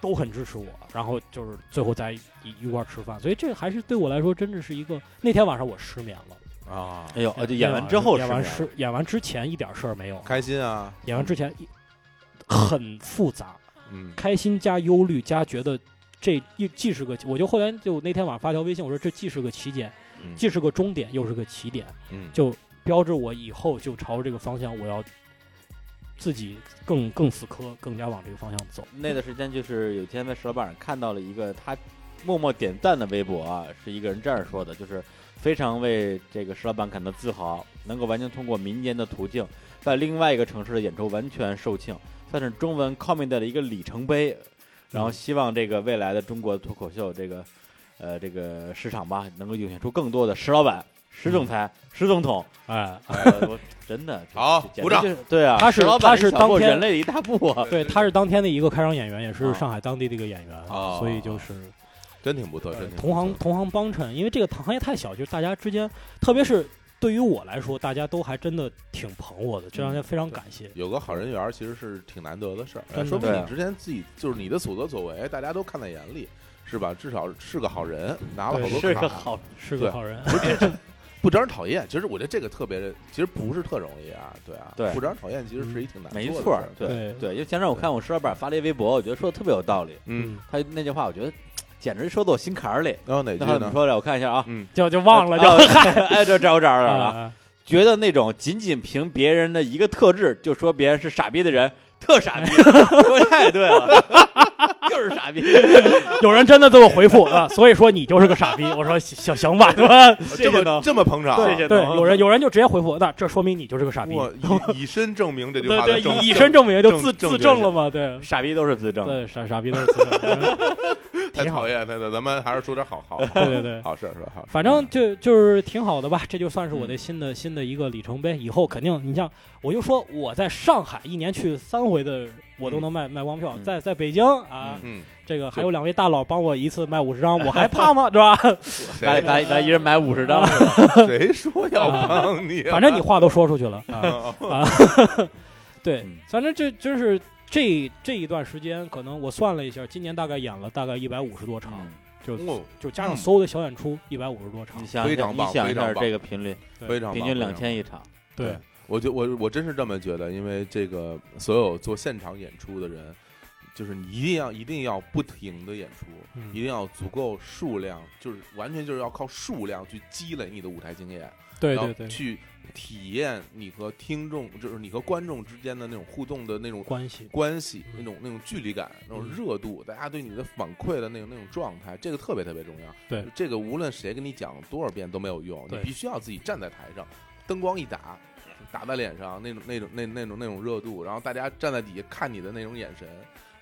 [SPEAKER 3] 都很支持我，然后就是最后在一一块儿吃饭。所以这还是对我来说，真的是一个那天晚上我失眠了。
[SPEAKER 2] 啊，
[SPEAKER 1] 哎呦，呃就演完之后
[SPEAKER 3] 演完
[SPEAKER 1] 是
[SPEAKER 3] 失演完之前一点事儿没有，
[SPEAKER 2] 开心啊，
[SPEAKER 3] 演完之前一很复杂。
[SPEAKER 2] 嗯
[SPEAKER 3] 开心加忧虑加觉得这一既是个，我就后来就那天晚上发条微信，我说这既是个起点，
[SPEAKER 2] 嗯
[SPEAKER 3] 既是个终点，又是个起点，
[SPEAKER 2] 嗯
[SPEAKER 3] 就标志我以后就朝这个方向，我要自己更更死磕，更加往这个方向走。
[SPEAKER 1] 那段时间，就是有一天被石老板看到了一个他默默点赞的微博啊，是一个人这样说的，就是非常为这个石老板感到自豪，能够完全通过民间的途径，在另外一个城市的演出完全售罄，算是中文 comedy 的一个里程碑。然
[SPEAKER 3] 嗯
[SPEAKER 1] 后希望这个未来的中国脱口秀这个呃这个市场吧，能够涌现出更多的石老板、石总裁、石总统。
[SPEAKER 3] 哎，
[SPEAKER 1] 哎呦我真的这
[SPEAKER 2] 好
[SPEAKER 1] 这简直
[SPEAKER 2] 鼓掌
[SPEAKER 1] 就是对啊，
[SPEAKER 3] 他是
[SPEAKER 1] 石老板
[SPEAKER 3] 他是
[SPEAKER 1] 小过
[SPEAKER 3] 当天
[SPEAKER 1] 人类的一大步啊。
[SPEAKER 3] 对，他是当天的一个开场演员，也是
[SPEAKER 1] 啊
[SPEAKER 3] 上海当地的一个演员，
[SPEAKER 2] 啊
[SPEAKER 3] 所以就是呃
[SPEAKER 2] 真挺不错，真挺不错
[SPEAKER 3] 同行同行帮衬，因为这个行业太小，就是大家之间，特别是对于我来说，大家都还真的挺捧我的，这两天非常感谢。
[SPEAKER 2] 有个好人缘儿其实是挺难得的事儿，哎
[SPEAKER 3] 真的
[SPEAKER 2] 说明
[SPEAKER 1] 对
[SPEAKER 2] 你之前自己就是你的所作所为，大家都看在眼里，是吧？至少是个好人，拿了好多
[SPEAKER 1] 是
[SPEAKER 3] 对
[SPEAKER 2] 卡
[SPEAKER 1] 个好
[SPEAKER 3] 是个
[SPEAKER 2] 对
[SPEAKER 3] 好人，
[SPEAKER 2] 不招人讨厌。其实我觉得这个特别，其实不是特容易啊，对啊，
[SPEAKER 1] 对嗯
[SPEAKER 2] 不招人讨厌其实是一挺难做的
[SPEAKER 1] 没
[SPEAKER 2] 事儿，
[SPEAKER 1] 错儿，
[SPEAKER 3] 对
[SPEAKER 1] 对对，因为前阵我看我石老板发了一微博，我觉得说的特别有道理。
[SPEAKER 2] 嗯，，
[SPEAKER 1] 他那句话，我觉得嘖简直说到我心坎儿里。
[SPEAKER 2] 然后哪句
[SPEAKER 1] 那他怎么
[SPEAKER 2] 呢？
[SPEAKER 1] 说来？我看一下啊，
[SPEAKER 2] 嗯，
[SPEAKER 3] 就就 忘了就
[SPEAKER 1] 啊 哎，这找我找着了啊！
[SPEAKER 3] 啊，
[SPEAKER 1] 觉得那种仅仅凭别人的一个特质就说别人是傻逼的人，特傻 逼，说得太对了， 就是傻逼。
[SPEAKER 3] 有人真的这么回复啊，所以说你就是个傻逼。我说行行吧，对吧？
[SPEAKER 1] 谢
[SPEAKER 2] 这
[SPEAKER 1] 谢
[SPEAKER 2] 么
[SPEAKER 1] 呢，
[SPEAKER 2] 这么捧场啊，
[SPEAKER 1] 谢谢
[SPEAKER 3] 对，
[SPEAKER 1] 懂
[SPEAKER 3] 有人有人就直接回复，那这说明你就是个傻逼。
[SPEAKER 2] 我 以以身证明这句
[SPEAKER 3] 对
[SPEAKER 2] 话的
[SPEAKER 3] 对，
[SPEAKER 2] 正
[SPEAKER 3] 以以身证明就
[SPEAKER 2] 正
[SPEAKER 3] 自
[SPEAKER 2] 正
[SPEAKER 3] 自
[SPEAKER 2] 确性
[SPEAKER 3] 证了嘛？对
[SPEAKER 1] 傻逼都是自证。
[SPEAKER 3] 对，傻傻逼都是自证。
[SPEAKER 2] 太
[SPEAKER 3] 挺好
[SPEAKER 2] 讨厌他了，咱们还是说点好好
[SPEAKER 3] 对对对。
[SPEAKER 2] 好事儿是吧？好事儿
[SPEAKER 3] 反正就就是挺好的吧，这就算是我
[SPEAKER 2] 嗯
[SPEAKER 3] 的新的、新的一个里程碑。以后肯定，你像我就说我在上海一年去三回的，我都能卖、卖光票。
[SPEAKER 1] 嗯
[SPEAKER 3] 在在北京啊，
[SPEAKER 2] 嗯，
[SPEAKER 3] 这个还有两位大佬帮我一次卖五十 张，我还怕吗？是吧？
[SPEAKER 1] 咱
[SPEAKER 2] 谁
[SPEAKER 1] 咱咱一人买五十张，
[SPEAKER 2] 谁说要帮你啊？
[SPEAKER 3] 反正你话都说出去了啊。
[SPEAKER 2] 啊
[SPEAKER 3] 对
[SPEAKER 1] 嗯，
[SPEAKER 3] 反正这就是这这一段时间，可能我算了一下，今年大概演了大概一百五十多场，
[SPEAKER 1] 嗯
[SPEAKER 3] 就
[SPEAKER 2] 哦
[SPEAKER 3] 就加上所有的小演出，一百五十多场
[SPEAKER 1] 你。想
[SPEAKER 2] 非
[SPEAKER 1] 一下，
[SPEAKER 2] 常
[SPEAKER 1] 你
[SPEAKER 2] 棒
[SPEAKER 1] 想一
[SPEAKER 2] 非常
[SPEAKER 1] 下
[SPEAKER 2] 棒
[SPEAKER 1] 这个频率，
[SPEAKER 2] 非常棒
[SPEAKER 1] 平均两。
[SPEAKER 2] 非常棒
[SPEAKER 1] 千一场。
[SPEAKER 3] 对，
[SPEAKER 2] 我觉我我真是这么觉得，因为这个所有做现场演出的人，就是你一定要一定要不停的演出，
[SPEAKER 3] 嗯
[SPEAKER 2] 一定要足够数量，就是完全就是要靠数量去积累你的舞台经验，
[SPEAKER 3] 对
[SPEAKER 2] 然后
[SPEAKER 3] 对对，
[SPEAKER 2] 去体验你和听众，就是你和观众之间的那种互动的那种
[SPEAKER 3] 关系
[SPEAKER 2] 关系
[SPEAKER 3] 嗯
[SPEAKER 2] 那种那种距离感、那种
[SPEAKER 3] 嗯
[SPEAKER 2] 热度，大家对你的反馈的那种那种状态，这个特别特别重要。
[SPEAKER 3] 对，
[SPEAKER 2] 这个无论谁跟你讲多少遍都没有用，你
[SPEAKER 3] 对
[SPEAKER 2] 必须要自己站在台上，灯光一打，打在脸上那种那种那那种那种热度，然后大家站在底下看你的那种眼神，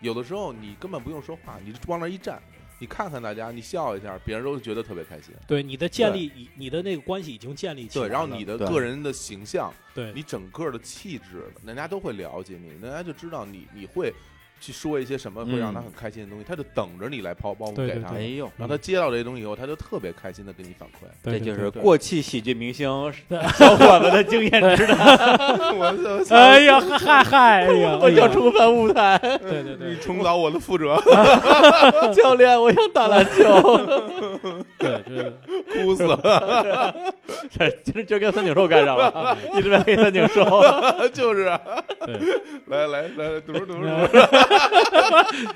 [SPEAKER 2] 有的时候你根本不用说话，你就往那儿一站，你看看大家，你笑一下，别人都觉得特别开心。
[SPEAKER 3] 对你的建立，你你的那个关系已经建立起来
[SPEAKER 2] 对，
[SPEAKER 3] 了。
[SPEAKER 2] 然后你的
[SPEAKER 1] 对
[SPEAKER 2] 个人的形象。
[SPEAKER 3] 对
[SPEAKER 2] 你整个的气质，人家都会了解你，人家就知道你你会去说一些什么会让他很开心的东西，他就等着你来抛包袱
[SPEAKER 3] 对
[SPEAKER 2] 给
[SPEAKER 3] 对
[SPEAKER 2] 他。
[SPEAKER 3] 对
[SPEAKER 1] 哎呦，
[SPEAKER 2] 然后他接到这些东西以后，他就特别开心的给你反馈。
[SPEAKER 1] 这就是
[SPEAKER 2] 对
[SPEAKER 1] 过气喜剧明星
[SPEAKER 3] 对
[SPEAKER 1] 小伙子的经验 之谈。
[SPEAKER 2] 我我操
[SPEAKER 3] 哎呀，嗨嗨嗨，哎 呀，
[SPEAKER 1] 我想
[SPEAKER 3] 出
[SPEAKER 1] 重返舞台，
[SPEAKER 3] 对对
[SPEAKER 2] 你
[SPEAKER 3] 对
[SPEAKER 2] 重蹈我的覆辙，
[SPEAKER 1] 哦教练，我想打篮球。
[SPEAKER 3] 对，就是
[SPEAKER 2] 哭死了，
[SPEAKER 1] 这今今儿跟三井寿干上 了， 一直在黑三井寿。
[SPEAKER 2] 就是啊
[SPEAKER 3] 对，
[SPEAKER 2] 来来来，读着读着读
[SPEAKER 3] 嗯
[SPEAKER 2] 着，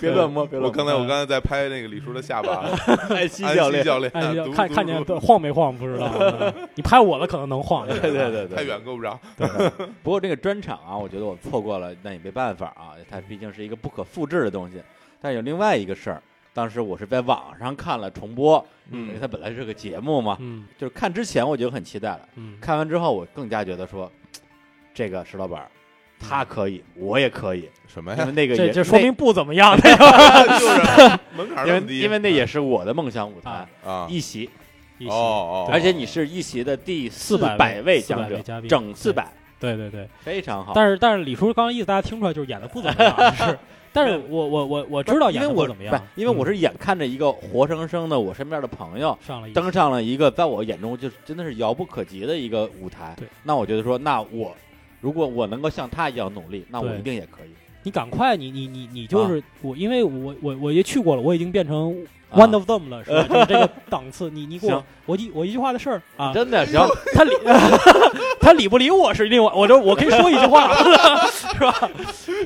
[SPEAKER 1] 别乱摸，别乱
[SPEAKER 2] 我
[SPEAKER 1] 摸。
[SPEAKER 2] 刚才我刚才在拍那个李叔的下巴，
[SPEAKER 1] 爱惜
[SPEAKER 2] 安
[SPEAKER 1] 教
[SPEAKER 2] 西
[SPEAKER 1] 练，
[SPEAKER 2] 教练，啊
[SPEAKER 3] 哎，
[SPEAKER 2] 独
[SPEAKER 3] 看
[SPEAKER 2] 独
[SPEAKER 3] 看见晃没晃不知 道，嗯你拍我的可能能晃。
[SPEAKER 1] 对对对对，
[SPEAKER 2] 太远够不着，
[SPEAKER 1] 不过这个专场啊，我觉得我错过了，那也没办法啊，它毕竟是一个不可复制的东西。但有另外一个事儿，当时我是在网上看了重播，因为
[SPEAKER 2] 嗯，
[SPEAKER 1] 它本来是个节目嘛，
[SPEAKER 3] 嗯
[SPEAKER 1] 就是看之前我就很期待了，
[SPEAKER 3] 嗯，
[SPEAKER 1] 看完之后我更加觉得说，这个石老板儿他可以，我也可以，
[SPEAKER 2] 什么
[SPEAKER 1] 因
[SPEAKER 2] 呀
[SPEAKER 1] 为？那个
[SPEAKER 3] 嗯哎 这
[SPEAKER 1] 也
[SPEAKER 3] 这说明不怎么样。
[SPEAKER 2] 就是啊门槛
[SPEAKER 1] 那因
[SPEAKER 2] 儿那么
[SPEAKER 1] 为
[SPEAKER 2] 低，
[SPEAKER 1] 因为那也是我的梦想舞台
[SPEAKER 3] 啊，
[SPEAKER 2] 啊，
[SPEAKER 1] 一席，
[SPEAKER 3] 一起
[SPEAKER 2] 哦哦，
[SPEAKER 1] 而且你是一席的第四
[SPEAKER 3] 百
[SPEAKER 1] 位
[SPEAKER 3] 四
[SPEAKER 1] 讲
[SPEAKER 3] 百
[SPEAKER 1] 者
[SPEAKER 3] 位，嘉宾，
[SPEAKER 1] 整四百，
[SPEAKER 3] 对对对。
[SPEAKER 1] 非常好。
[SPEAKER 3] 但是但是李叔刚刚意思大家听出来就是演的不怎么样，啊是。但是我我我我知道
[SPEAKER 1] 因
[SPEAKER 3] 演
[SPEAKER 1] 为
[SPEAKER 3] 的
[SPEAKER 1] 我
[SPEAKER 3] 不怎么
[SPEAKER 1] 不
[SPEAKER 3] 样
[SPEAKER 1] 是，因为我
[SPEAKER 3] 嗯
[SPEAKER 1] 是眼看着一个活生生的我身边的朋友
[SPEAKER 3] 上了一
[SPEAKER 1] 登上了一个在我眼中就是真的是遥不可及的一个舞台
[SPEAKER 3] 对，
[SPEAKER 1] 那我觉得说，那我如果我能够像他一样努力，那我
[SPEAKER 3] 对
[SPEAKER 1] 一定也可以。
[SPEAKER 3] 你赶快，你你你你就
[SPEAKER 1] 啊啊
[SPEAKER 3] 是我，因为我我我也去过了，我已经变成 one of them 了，是 吧？就是这个档次，你你给我
[SPEAKER 1] 行
[SPEAKER 3] 我一我一句话的事儿啊，
[SPEAKER 1] 真的 行，
[SPEAKER 3] 他理他理不理我是另外，我就我可以说一句话， 是吧？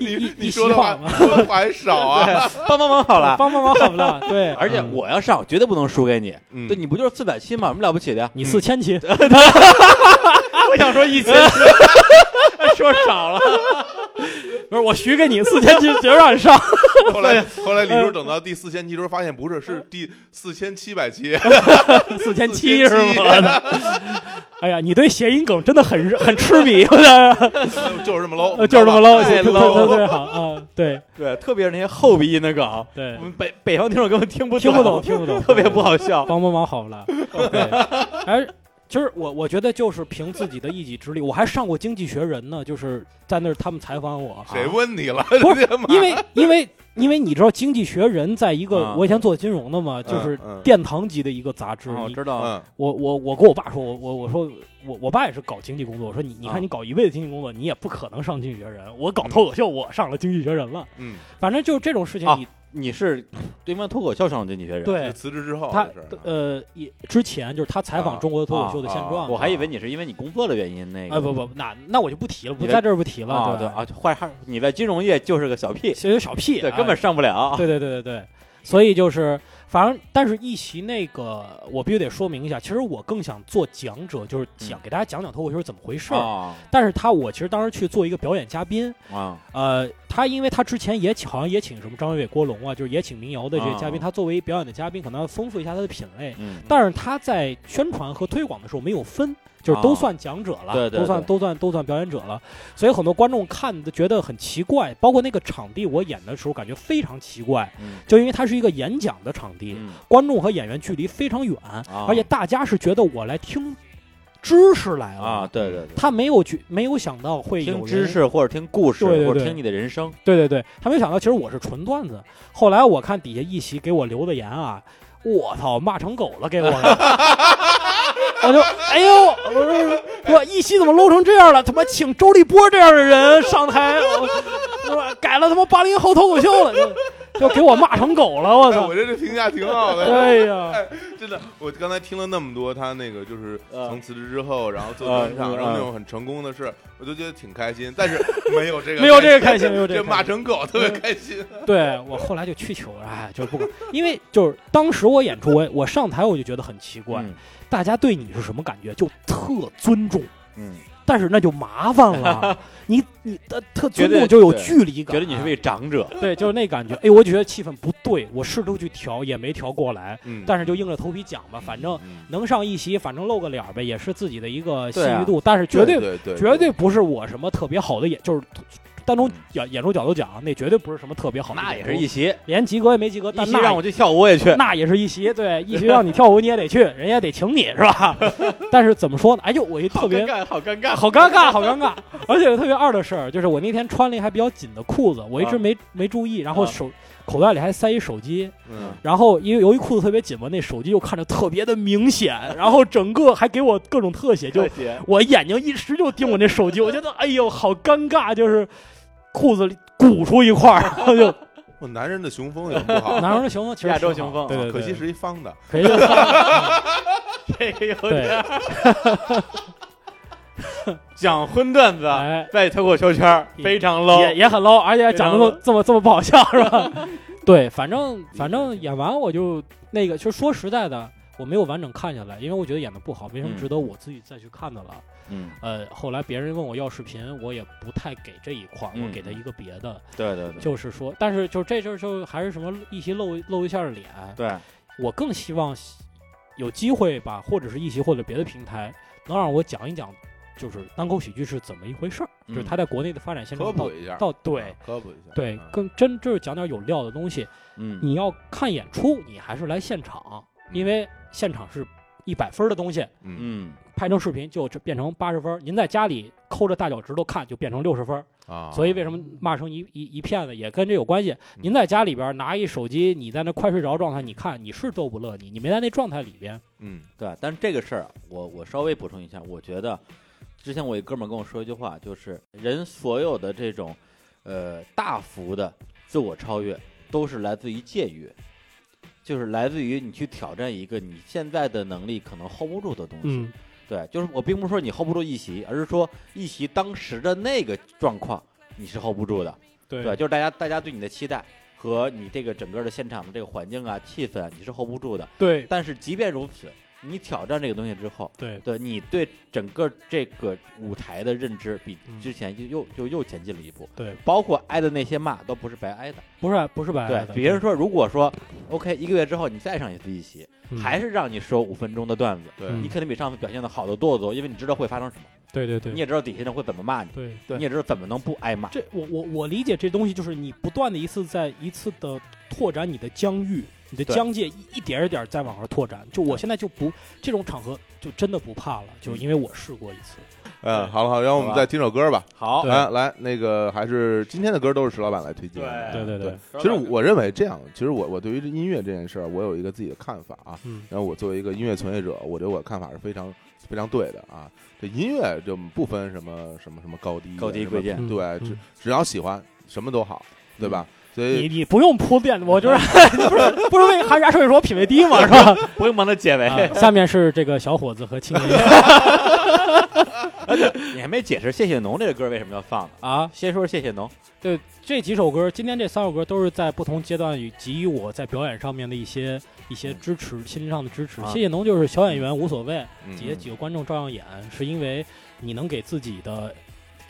[SPEAKER 3] 一一
[SPEAKER 2] 你
[SPEAKER 3] 一
[SPEAKER 2] 说
[SPEAKER 3] 席
[SPEAKER 2] 的话
[SPEAKER 3] 话嘛，
[SPEAKER 2] 说的话还少啊，
[SPEAKER 1] 帮帮忙好了。
[SPEAKER 3] 帮帮忙好不啦？对，
[SPEAKER 1] 而且
[SPEAKER 3] 嗯
[SPEAKER 1] 我要上，我绝对不能输给你。
[SPEAKER 2] 嗯
[SPEAKER 1] 对，你不就是四百七吗？有什么了不起的呀？
[SPEAKER 3] 你四千 七，
[SPEAKER 1] 我想说一千， 说少了。
[SPEAKER 3] 不是我许给你四千七，绝对让 你上。
[SPEAKER 2] 后来后来李叔等到第四千期时候，发现不是，
[SPEAKER 3] 嗯
[SPEAKER 2] 是第四千七百 期，
[SPEAKER 3] 四千七
[SPEAKER 2] 七
[SPEAKER 3] 是吗？哎呀，你对谐音梗真的很很痴迷， 我的
[SPEAKER 2] 就是这么 low，哎
[SPEAKER 3] 呃 就是这么 low，
[SPEAKER 1] 太
[SPEAKER 3] 对对
[SPEAKER 1] 哎 low
[SPEAKER 3] 对
[SPEAKER 1] 了
[SPEAKER 3] 对，好啊，对
[SPEAKER 1] 对，特别是那些后鼻音的梗，
[SPEAKER 3] 对
[SPEAKER 1] 我，们北北方听众根本听不
[SPEAKER 3] 听不懂，听不懂，
[SPEAKER 1] 特别不好笑。
[SPEAKER 3] 帮帮忙好了。 对，而就是我，我觉得就是凭自己的一己之力，我还上过《经济学人》呢，就是在那儿他们采访我， 啊
[SPEAKER 2] 谁问你了？
[SPEAKER 3] 不
[SPEAKER 2] 这妈
[SPEAKER 3] 因为因为因为你知道《经济学人》在一个、
[SPEAKER 1] 啊
[SPEAKER 3] 我以前做金融的嘛，
[SPEAKER 2] 嗯
[SPEAKER 3] 就是
[SPEAKER 2] 嗯
[SPEAKER 3] 殿堂级的一个杂志。
[SPEAKER 1] 啊我
[SPEAKER 3] 你
[SPEAKER 1] 知道，
[SPEAKER 2] 嗯
[SPEAKER 3] 我我我跟我爸说，我我我说我我爸也是搞经济工作，我说你你
[SPEAKER 1] 啊嗯
[SPEAKER 3] 看你搞一辈子经济工作，你也不可能上《经济学人》，我搞脱口秀，我上了《经济学人》了。
[SPEAKER 2] 嗯，
[SPEAKER 3] 反正就是这种事情
[SPEAKER 1] 啊
[SPEAKER 3] 你，
[SPEAKER 1] 你是对方脱口秀上的经济学人，
[SPEAKER 3] 对
[SPEAKER 2] 就辞职之后
[SPEAKER 3] 哎他
[SPEAKER 2] 的
[SPEAKER 1] 啊
[SPEAKER 2] 事儿
[SPEAKER 3] 呃也之前就是他采
[SPEAKER 2] 啊
[SPEAKER 3] 访中国脱口秀的现
[SPEAKER 2] 啊啊
[SPEAKER 3] 状嘛，
[SPEAKER 1] 我还以为你是因为你工作的原因那个。
[SPEAKER 3] 哎，不不，那那我就不提了，不
[SPEAKER 1] 你在
[SPEAKER 3] 在这儿不提了，
[SPEAKER 1] 啊，对
[SPEAKER 3] 对
[SPEAKER 1] 啊，坏还你在金融业就是个小屁，
[SPEAKER 3] 学学小屁，
[SPEAKER 1] 对，
[SPEAKER 3] 哎
[SPEAKER 1] 根本上不了。
[SPEAKER 3] 对对对对对，所以就是反正，但是一席那个我必须得说明一下，其实我更想做讲者，就是讲
[SPEAKER 1] 嗯
[SPEAKER 3] 给大家讲讲脱口秀是怎么回事儿。
[SPEAKER 1] 啊
[SPEAKER 3] 但是他我其实当时去做一个表演嘉宾，
[SPEAKER 1] 啊，
[SPEAKER 3] 呃，他因为他之前也请好像也请什么张伟伟、郭龙啊，就是也请民谣的这些嘉宾，
[SPEAKER 1] 啊
[SPEAKER 3] 他作为表演的嘉宾，可能要丰富一下他的品类。
[SPEAKER 1] 嗯，
[SPEAKER 3] 但是他在宣传和推广的时候没有分，就是
[SPEAKER 1] 啊
[SPEAKER 3] 都算讲者了，
[SPEAKER 1] 对对
[SPEAKER 3] 都算
[SPEAKER 1] 对
[SPEAKER 3] 都算都算表演者了，所以很多观众看的觉得很奇怪，包括那个场地，我演的时候感觉非常奇怪，
[SPEAKER 1] 嗯
[SPEAKER 3] 就因为它是一个演讲的场地，
[SPEAKER 1] 嗯哦
[SPEAKER 3] 观众和演员距离非常远，而且大家是觉得我来听知识来了，
[SPEAKER 1] 啊，对对对，
[SPEAKER 3] 他没有觉没有想到会嗯有
[SPEAKER 1] 听
[SPEAKER 3] 人
[SPEAKER 1] 知，识或者听故事
[SPEAKER 3] 对对对
[SPEAKER 1] 或者听你的人生，
[SPEAKER 3] 对对对，他没有想到其实我是纯段子。后来我看底下一席给我留的言啊，我操，骂成狗了给我了。 我就哎呦，我说我一席怎么 low 成这样了？他妈请周立波这样的人上台，我我说改了他妈八零后脱口秀了，就就给我骂成狗了，我
[SPEAKER 2] 哎，
[SPEAKER 3] 操！
[SPEAKER 2] 我觉得这评价挺好的，
[SPEAKER 3] 哎呀，
[SPEAKER 2] 真的。我刚才听了那么多，他那个就是
[SPEAKER 3] 嗯
[SPEAKER 1] 呃
[SPEAKER 2] 从辞职之后，然后做
[SPEAKER 1] 呃
[SPEAKER 2] 专场，
[SPEAKER 1] 呃
[SPEAKER 2] 然后那种很成功的事，我都觉得挺开心。但是没有这个，
[SPEAKER 3] 没有这个开心没有这个
[SPEAKER 2] 这
[SPEAKER 3] 开心嗯
[SPEAKER 2] 骂成狗特别开心。
[SPEAKER 3] 对我后来就去球了，哎，就不管，因为就是当时我演出，我我上台我就觉得很奇怪，
[SPEAKER 1] 嗯
[SPEAKER 3] 大家对你是什么感觉？就特尊重。
[SPEAKER 1] 嗯，
[SPEAKER 3] 但是那就麻烦了， 你你呃的特
[SPEAKER 1] 觉
[SPEAKER 3] 尊
[SPEAKER 1] 得
[SPEAKER 3] 重就有
[SPEAKER 1] 对
[SPEAKER 3] 距离感，
[SPEAKER 1] 觉得你是位长者，
[SPEAKER 3] 对，就是那感觉。哎，我就觉得气氛不对，我试图去调也没调过来，
[SPEAKER 2] 嗯
[SPEAKER 3] 但是就硬着头皮讲吧，反正
[SPEAKER 2] 嗯
[SPEAKER 3] 能上一席，反正露个脸儿呗，也是自己的一个信
[SPEAKER 1] 对啊
[SPEAKER 3] 誉度，但是 绝
[SPEAKER 2] 对
[SPEAKER 3] 对
[SPEAKER 2] 对对，
[SPEAKER 3] 绝对不是我什么特别好的演，就是单从
[SPEAKER 1] 嗯
[SPEAKER 3] 演演出角度讲，那绝对不是什么特别好的
[SPEAKER 1] 那也
[SPEAKER 3] 演
[SPEAKER 1] 是
[SPEAKER 3] 出
[SPEAKER 1] 一席，
[SPEAKER 3] 连及格也没及格，
[SPEAKER 1] 一
[SPEAKER 3] 但
[SPEAKER 1] 席
[SPEAKER 3] 那
[SPEAKER 1] 让我去跳舞我也去，
[SPEAKER 3] 那也是一席，对，一席让你跳舞你也得去，人家得请你是 吧？但是怎么说呢？哎呦，我就特别
[SPEAKER 1] 尬，好尴尬，
[SPEAKER 3] 好尴尬，好尴尬。而且有特别二的事儿，就是我那天穿了一还比较紧的裤子，我一直没、没注意，然后
[SPEAKER 1] 啊
[SPEAKER 3] 手、口袋里还塞一手机，
[SPEAKER 2] 嗯，
[SPEAKER 3] 然后因为由于裤子特别紧嘛，那手机又看着特别的明显，然后整个还给我各种特写，就
[SPEAKER 1] 就
[SPEAKER 3] 我眼睛一直就盯我那手机，我觉得哎呦好尴尬，就是裤子里鼓出一块儿，然后就
[SPEAKER 2] 我男人的雄风也不好，
[SPEAKER 3] 男生的雄风其实
[SPEAKER 1] 亚洲
[SPEAKER 3] 挺好
[SPEAKER 1] 雄风 啊
[SPEAKER 3] 对对对，
[SPEAKER 2] 可惜是一方的。
[SPEAKER 3] 可惜是
[SPEAKER 1] 哎这个有
[SPEAKER 3] 对
[SPEAKER 1] 点，讲荤段子，
[SPEAKER 3] 哎，
[SPEAKER 1] 在脱口秀圈儿
[SPEAKER 3] 也
[SPEAKER 1] 非常
[SPEAKER 3] 也
[SPEAKER 1] low。
[SPEAKER 3] 也很 low，而且讲的
[SPEAKER 1] 非常
[SPEAKER 3] 都
[SPEAKER 1] low
[SPEAKER 3] 这么这么不好笑是 吧？对，反正反正演完我就那个，就说实在的，我没有完整看下来，因为我觉得演的不好，没什么
[SPEAKER 1] 嗯
[SPEAKER 3] 值得我自己再去看的了。
[SPEAKER 1] 嗯，
[SPEAKER 3] 呃，后来别人问我要视频，我也不太给这一块儿，我
[SPEAKER 1] 嗯
[SPEAKER 3] 给他一个别的，
[SPEAKER 1] 对对对，
[SPEAKER 3] 就是说，但是就这事儿就还是什么一起露露一下脸，
[SPEAKER 1] 对，嗯
[SPEAKER 3] 我更希望有机会吧，或者是一席或者别的平台，能让我讲一讲，就是单口喜剧是怎么一回事儿，
[SPEAKER 1] 嗯
[SPEAKER 3] 就是它在国内的发展现
[SPEAKER 2] 科
[SPEAKER 3] 状到
[SPEAKER 2] 普一下，
[SPEAKER 3] 到
[SPEAKER 1] 啊
[SPEAKER 3] 对。
[SPEAKER 2] 啊科普一下，
[SPEAKER 3] 对
[SPEAKER 2] 嗯，
[SPEAKER 3] 更真就是讲点有料的东西。
[SPEAKER 1] 嗯，
[SPEAKER 3] 你要看演出，你还是来现场，因为现场是一百分儿的东西，
[SPEAKER 2] 嗯
[SPEAKER 1] 嗯
[SPEAKER 3] 拍成视频就这变成八十分儿。您在家里抠着大脚趾头看，就变成六十分儿。
[SPEAKER 2] 啊，
[SPEAKER 3] 所以为什么骂成一一一片子也跟这有关系。
[SPEAKER 1] 嗯
[SPEAKER 3] 您在家里边拿一手机，你在那快睡着状态，你看你是逗不乐你，你没在那状态里边。
[SPEAKER 2] 嗯
[SPEAKER 1] 对，但这个事儿啊，我我稍微补充一下，我觉得之前我一哥们儿跟我说一句话，就是人所有的这种呃大幅的自我超越，都是来自于借阅，就是来自于你去挑战一个你现在的能力可能 hold 不住的东西。
[SPEAKER 3] 嗯，
[SPEAKER 1] 对，就是我并不是说你 hold 不住一席，而是说一席当时的那个状况你是 hold 不住的。
[SPEAKER 3] 对
[SPEAKER 1] 对，就是大家大家对你的期待和你这个整个的现场的这个环境啊、气氛啊，你是 hold 不住的。
[SPEAKER 3] 对
[SPEAKER 1] 但是即便如此，你挑战这个东西之后，
[SPEAKER 3] 对
[SPEAKER 1] 对你对整个这个舞台的认知比
[SPEAKER 3] 嗯
[SPEAKER 1] 之前就又就又前进了一步。
[SPEAKER 3] 对，
[SPEAKER 1] 包括挨的那些骂都不是白挨的。
[SPEAKER 3] 不是不是白
[SPEAKER 1] 对，比如说，如果说 OK 一个月之后你再上一次一席，还
[SPEAKER 3] 是
[SPEAKER 1] 是让你说五分钟的段子，
[SPEAKER 2] 对
[SPEAKER 3] 嗯
[SPEAKER 1] 你肯定比上次表现的好得多得多，因为你知道会发生什么，
[SPEAKER 3] 对对对
[SPEAKER 1] 你也知道底下人会怎么骂你，
[SPEAKER 3] 对
[SPEAKER 1] 你也知道怎么能不挨骂。
[SPEAKER 3] 这我我我理解这东西就是你不断的一次在一次的拓展你的疆域，你的
[SPEAKER 1] 对
[SPEAKER 3] 疆界一一点儿一点儿在往上拓展。就我现在就不这种场合就真的不怕了，
[SPEAKER 1] 嗯
[SPEAKER 3] 就因为我试过一次。
[SPEAKER 2] 嗯，好了好了，让我
[SPEAKER 1] 好
[SPEAKER 2] 们
[SPEAKER 1] 吧
[SPEAKER 2] 再听首歌吧。哎
[SPEAKER 1] 好
[SPEAKER 3] 对
[SPEAKER 2] 来来，那个还是今天的歌都是石老板来推荐的。
[SPEAKER 1] 对
[SPEAKER 3] 对对，
[SPEAKER 2] 其实我认为这样，其实我我对于音乐这件事儿，我有一个自己的看法啊。
[SPEAKER 3] 嗯
[SPEAKER 2] 然后我作为一个音乐从业者，我觉得我的看法是非常非常对的啊。这音乐就不分什么什么什么高低啊
[SPEAKER 1] 高低
[SPEAKER 2] 什么
[SPEAKER 1] 贵贱
[SPEAKER 3] 嗯
[SPEAKER 2] 对，只
[SPEAKER 3] 嗯
[SPEAKER 2] 只要喜欢什么都好，对吧？所
[SPEAKER 1] 呃
[SPEAKER 3] 你
[SPEAKER 2] 以
[SPEAKER 3] 你不用铺垫，我就是
[SPEAKER 1] 哦
[SPEAKER 3] 不是不是为韩啥说说我品味低嘛，是 吧？
[SPEAKER 1] 不用帮他解围，
[SPEAKER 3] 啊下面是这个小伙子和青年
[SPEAKER 1] 你还没解释谢谢农这个歌为什么要放呢？
[SPEAKER 3] 啊，
[SPEAKER 1] 先说谢谢农，
[SPEAKER 3] 对这几首歌，今天这三首歌都是在不同阶段与给予我在表演上面的一些一些支持，心灵上的支持。
[SPEAKER 1] 啊
[SPEAKER 3] 谢谢农就是小演员无所谓，
[SPEAKER 2] 嗯
[SPEAKER 3] 几几个观众照样演，是因为你能给自己的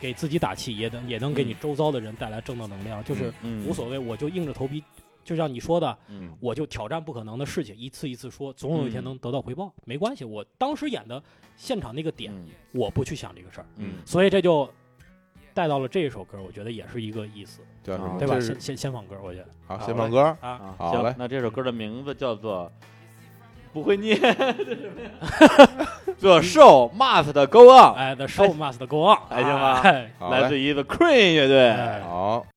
[SPEAKER 3] 给自己打气，也能也能给你周遭的人带来正的能量，就是
[SPEAKER 1] 嗯
[SPEAKER 3] 无所谓，我就硬着头皮。就像你说的，
[SPEAKER 1] 嗯
[SPEAKER 3] 我就挑战不可能的事情，一次一次说，总有一天
[SPEAKER 1] 嗯
[SPEAKER 3] 能得到回报，没关系。我当时演的现场那个点，
[SPEAKER 1] 嗯
[SPEAKER 3] 我不去想这个事儿，
[SPEAKER 1] 嗯
[SPEAKER 3] 所以这就带到了这一首歌，我觉得也是一个意思，
[SPEAKER 2] 叫什么？
[SPEAKER 3] 对吧？
[SPEAKER 2] 啊这是
[SPEAKER 3] 先先先放歌，我觉得
[SPEAKER 2] 好，
[SPEAKER 1] 好
[SPEAKER 2] 先放歌。
[SPEAKER 3] 啊，
[SPEAKER 1] 啊，
[SPEAKER 2] 好
[SPEAKER 1] 行
[SPEAKER 2] 嘞
[SPEAKER 1] 那这首歌的名字叫做《不会念》，The Show Must Go On，
[SPEAKER 3] 哎，The show must go on，
[SPEAKER 1] 还行吧
[SPEAKER 3] 哎
[SPEAKER 2] 好
[SPEAKER 1] 来
[SPEAKER 2] 嘞，
[SPEAKER 1] 自于 The Queen 乐队。
[SPEAKER 3] 哎
[SPEAKER 2] 好，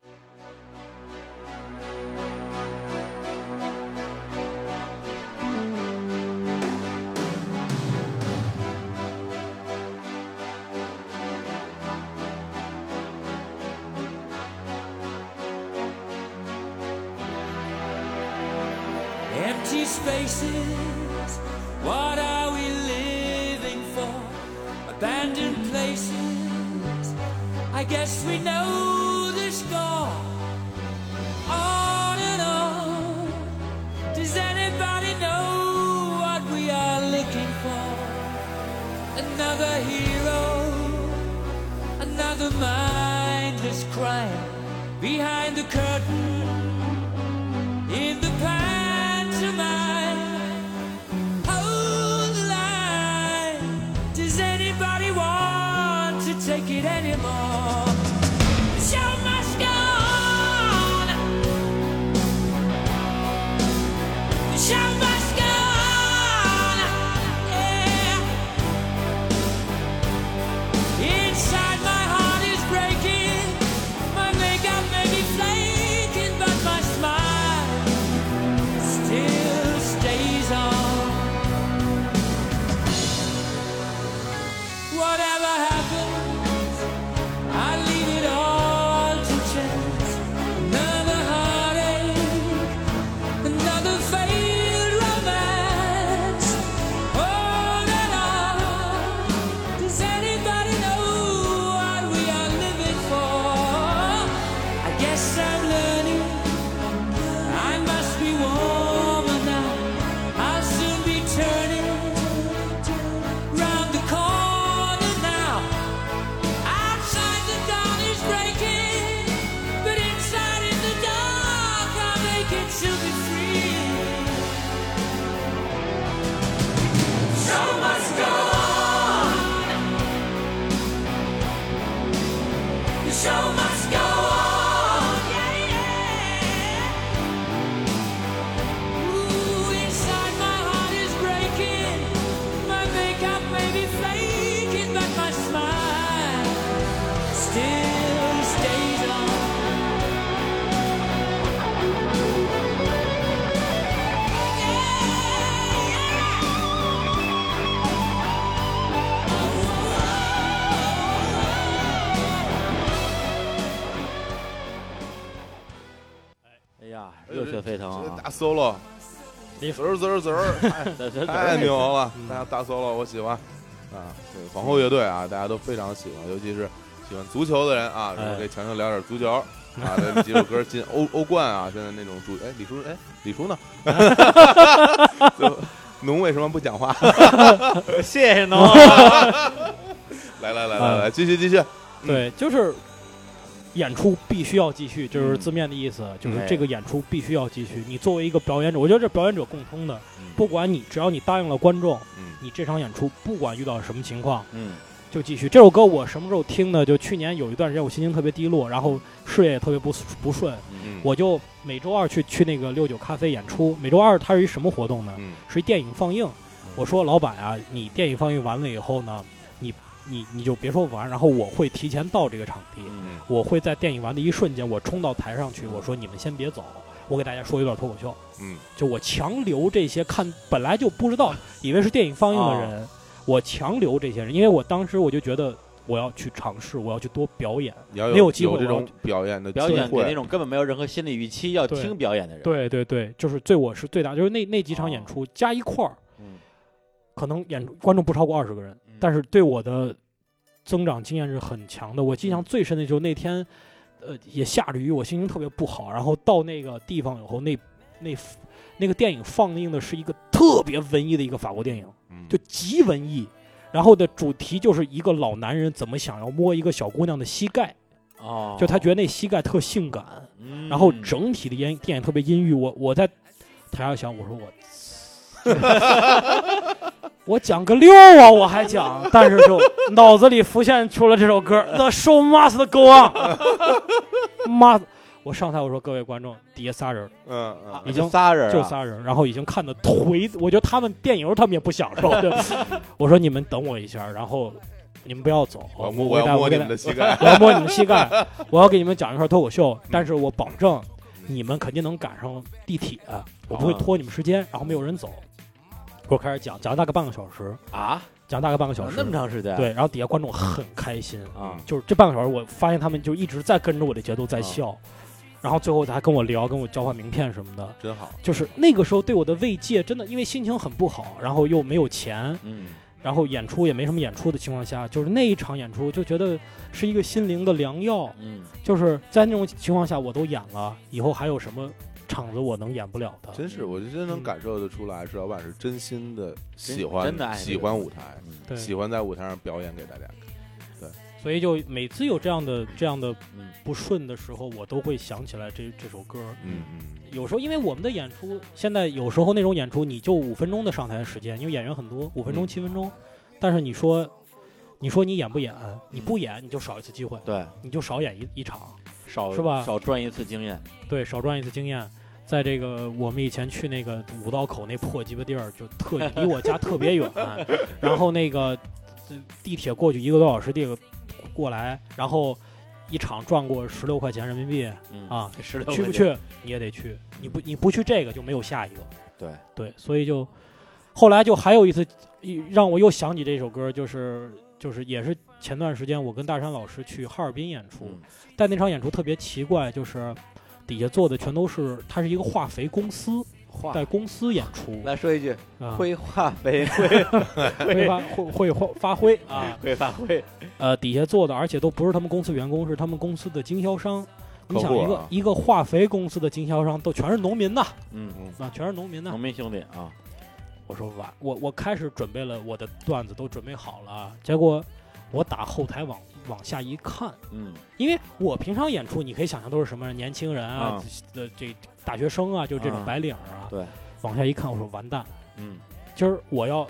[SPEAKER 5] Empty spaces, what are we living for? Abandoned places, I guess we know the score. On and on, does anybody know what we are looking for? Another hero, another mindless crime. Behind the curtain, in the pantomime. Hold the line. Does anybody want to take it anymore? The show must go on. The show must go on. Yeah. Inside my heart is breaking. My makeup may be flaking, but my smile still stays on. Whatever happens, I leave it all to chance. Another heartache, another failed Oh, romance. On and on. Does anybody know
[SPEAKER 1] 哎热血沸腾啊！
[SPEAKER 2] 大 solo，
[SPEAKER 3] 李
[SPEAKER 2] 滋儿滋儿滋儿，太
[SPEAKER 1] 对对对
[SPEAKER 2] 哎太牛了！
[SPEAKER 3] 嗯
[SPEAKER 2] 大家大 solo 我喜欢啊，对皇后乐队啊，大家都非常喜欢，尤其是喜欢足球的人啊，
[SPEAKER 3] 哎
[SPEAKER 2] 我们可以强行聊点足球啊，这几首歌进欧欧冠啊，现在那种主哎李叔哎李叔呢？ 就农为什么不讲话？
[SPEAKER 1] 谢谢侬。
[SPEAKER 2] 来来来来来，继续继续，
[SPEAKER 3] 对，就是演出必须要继续，
[SPEAKER 2] 嗯
[SPEAKER 3] 就是字面的意思，就是
[SPEAKER 2] 哎
[SPEAKER 1] 嗯
[SPEAKER 3] 这个演出必须要继续。你作为一个表演者，我觉得这表演者共通的，不管你只要你答应了观众，
[SPEAKER 2] 嗯
[SPEAKER 3] 你这场演出不管遇到什么情况
[SPEAKER 1] 嗯
[SPEAKER 3] 就继续。这首歌我什么时候听的？就去年有一段时间我心情特别低落，然后事业也特别不不顺，
[SPEAKER 2] 嗯，
[SPEAKER 3] 我就每周二去去那个六九咖啡演出。每周二它是一什么活动呢？
[SPEAKER 2] 嗯
[SPEAKER 3] 是一电影放映。我说老板啊，你电影放映完了以后呢，你你你就别说完，然后我会提前到这个场地，
[SPEAKER 2] 嗯
[SPEAKER 3] 我会在电影完的一瞬间，我冲到台上去，我说你们先别走，我给大家说一段脱口秀，
[SPEAKER 2] 嗯
[SPEAKER 3] 就我强留这些看本来就不知道以为是电影放映的人，我强留这些人，因为我当时我就觉得我要去尝试，我要去多表演。
[SPEAKER 2] 你要
[SPEAKER 3] 没有机会
[SPEAKER 2] 有这
[SPEAKER 3] 我
[SPEAKER 2] 种表演的
[SPEAKER 1] 表演
[SPEAKER 2] 机
[SPEAKER 1] 给
[SPEAKER 2] 会
[SPEAKER 1] 那种根本没有任何心理预期要听表演的人。，
[SPEAKER 3] 对对对，就是对我是最大，就是那那几场演出加一块儿，
[SPEAKER 1] 嗯
[SPEAKER 3] 可能演观众不超过二十个人，
[SPEAKER 1] 嗯
[SPEAKER 3] 但是对我的增长经验是很强的。我
[SPEAKER 1] 嗯
[SPEAKER 3] 印象最深的就是那天，呃，也下着雨，我心情特别不好，然后到那个地方以后，那那那个电影放映的是一个特别文艺的一个法国电影，
[SPEAKER 2] 嗯
[SPEAKER 3] 就极文艺。然后的主题就是一个老男人怎么想要摸一个小姑娘的膝盖，
[SPEAKER 1] 哦，
[SPEAKER 3] 就他觉得那膝盖特性感，
[SPEAKER 1] 嗯，
[SPEAKER 3] 然后整体的音电影特别阴郁。我我在台上想，我说我这，我讲个六啊，我还讲，但是就脑子里浮现出了这首歌《The Show Must Go On》。妈， 我上台我说各位观众，底下仨人
[SPEAKER 2] 嗯嗯
[SPEAKER 1] 啊
[SPEAKER 3] 已
[SPEAKER 1] 就
[SPEAKER 3] 经
[SPEAKER 1] 仨人啊，
[SPEAKER 3] 就仨人，然后已经看的颓，我觉得他们电影他们也不享受。对 我说你们等我一下，然后你们不要走，
[SPEAKER 2] 我要摸
[SPEAKER 3] 我
[SPEAKER 2] 我
[SPEAKER 3] 给
[SPEAKER 2] 要摸你
[SPEAKER 3] 大家我给
[SPEAKER 2] 们
[SPEAKER 3] 大
[SPEAKER 2] 的膝盖，
[SPEAKER 3] 我要摸你们膝盖，我要给你们讲一块脱口秀，但是我保证你们肯定能赶上地铁，我不会拖你们时间，然后没有人走。我开始讲，讲了大概半个小时，
[SPEAKER 1] 啊，
[SPEAKER 3] 讲了大概半个小时，
[SPEAKER 1] 那么长时间，
[SPEAKER 3] 对，然后底下观众很开心，
[SPEAKER 1] 啊，
[SPEAKER 3] 就是这半个小时，我发现他们就一直在跟着我的节奏在笑，
[SPEAKER 1] 哦
[SPEAKER 3] 然后最后还跟我聊，跟我交换名片什么的，
[SPEAKER 2] 真好，
[SPEAKER 3] 就是那个时候对我的慰藉，真的因为心情很不好，然后又没有钱，
[SPEAKER 1] 嗯
[SPEAKER 3] 然后演出也没什么演出的情况下，就是那一场演出就觉得是一个心灵的良药，
[SPEAKER 1] 嗯，
[SPEAKER 3] 就是在那种情况下我都演了，以后还有什么场子我能演不了的？
[SPEAKER 2] 真
[SPEAKER 1] 嗯
[SPEAKER 2] 是，我就真能感受得出来，是老板是真心的喜欢，
[SPEAKER 1] 真的爱这个
[SPEAKER 2] 喜欢舞台，
[SPEAKER 1] 嗯
[SPEAKER 3] 对，
[SPEAKER 2] 喜欢在舞台上表演给大家。
[SPEAKER 3] 所以就每次有这样的这样的
[SPEAKER 1] 嗯
[SPEAKER 3] 不顺的时候，我都会想起来这这首歌。
[SPEAKER 2] 嗯嗯，
[SPEAKER 3] 有时候因为我们的演出，现在有时候那种演出，你就五分钟的上台时间，因为演员很多，五分钟
[SPEAKER 2] 嗯
[SPEAKER 3] 七分钟，但是你说。你说你演不演？你不演你就少一次机会，
[SPEAKER 1] 对，
[SPEAKER 3] 你就少演一一场，
[SPEAKER 1] 少
[SPEAKER 3] 是吧
[SPEAKER 1] 少赚一次经验，
[SPEAKER 3] 对，少赚一次经验。在这个我们以前去那个五道口那破鸡巴地儿，就特意离我家特别远，然后那个呃地铁过去一个多小时，地铁过来，然后一场赚过十六块钱人民币
[SPEAKER 1] 嗯，
[SPEAKER 3] 啊，
[SPEAKER 1] 十 六
[SPEAKER 3] 去不？去你也得去，你不你不去这个就没有下一个，
[SPEAKER 1] 对
[SPEAKER 3] 对，所以就后来就还有一次一让我又想起这首歌，就是就是也是前段时间我跟大山老师去哈尔滨演出，
[SPEAKER 1] 嗯
[SPEAKER 3] 但那场演出特别奇怪，就是底下坐的全都是，它是一个化肥公司，
[SPEAKER 1] 化
[SPEAKER 3] 在公司演出，
[SPEAKER 1] 来说一句，
[SPEAKER 3] 啊，
[SPEAKER 1] 会化肥，会
[SPEAKER 3] 会发会会发挥 啊，
[SPEAKER 1] 会发挥，
[SPEAKER 3] 呃，底下坐的，而且都不是他们公司员工，是他们公司的经销商。你
[SPEAKER 2] 客
[SPEAKER 3] 想
[SPEAKER 2] 户
[SPEAKER 3] 一个
[SPEAKER 2] 啊
[SPEAKER 3] 一个化肥公司的经销商都全是农民呐，
[SPEAKER 1] 嗯，
[SPEAKER 3] 啊，全是农民呐
[SPEAKER 1] 农。民兄弟啊，
[SPEAKER 3] 我说完，我我开始准备了我的段子都准备好了，啊结果我打后台往往下一看，
[SPEAKER 1] 嗯
[SPEAKER 3] 因为我平常演出，你可以想象都是什么人年轻人啊
[SPEAKER 1] 啊，
[SPEAKER 3] 呃、这大学生啊，就这种
[SPEAKER 1] 啊
[SPEAKER 3] 白领儿啊。
[SPEAKER 1] 对，
[SPEAKER 3] 往下一看，我说完蛋，
[SPEAKER 1] 嗯
[SPEAKER 3] 今儿我要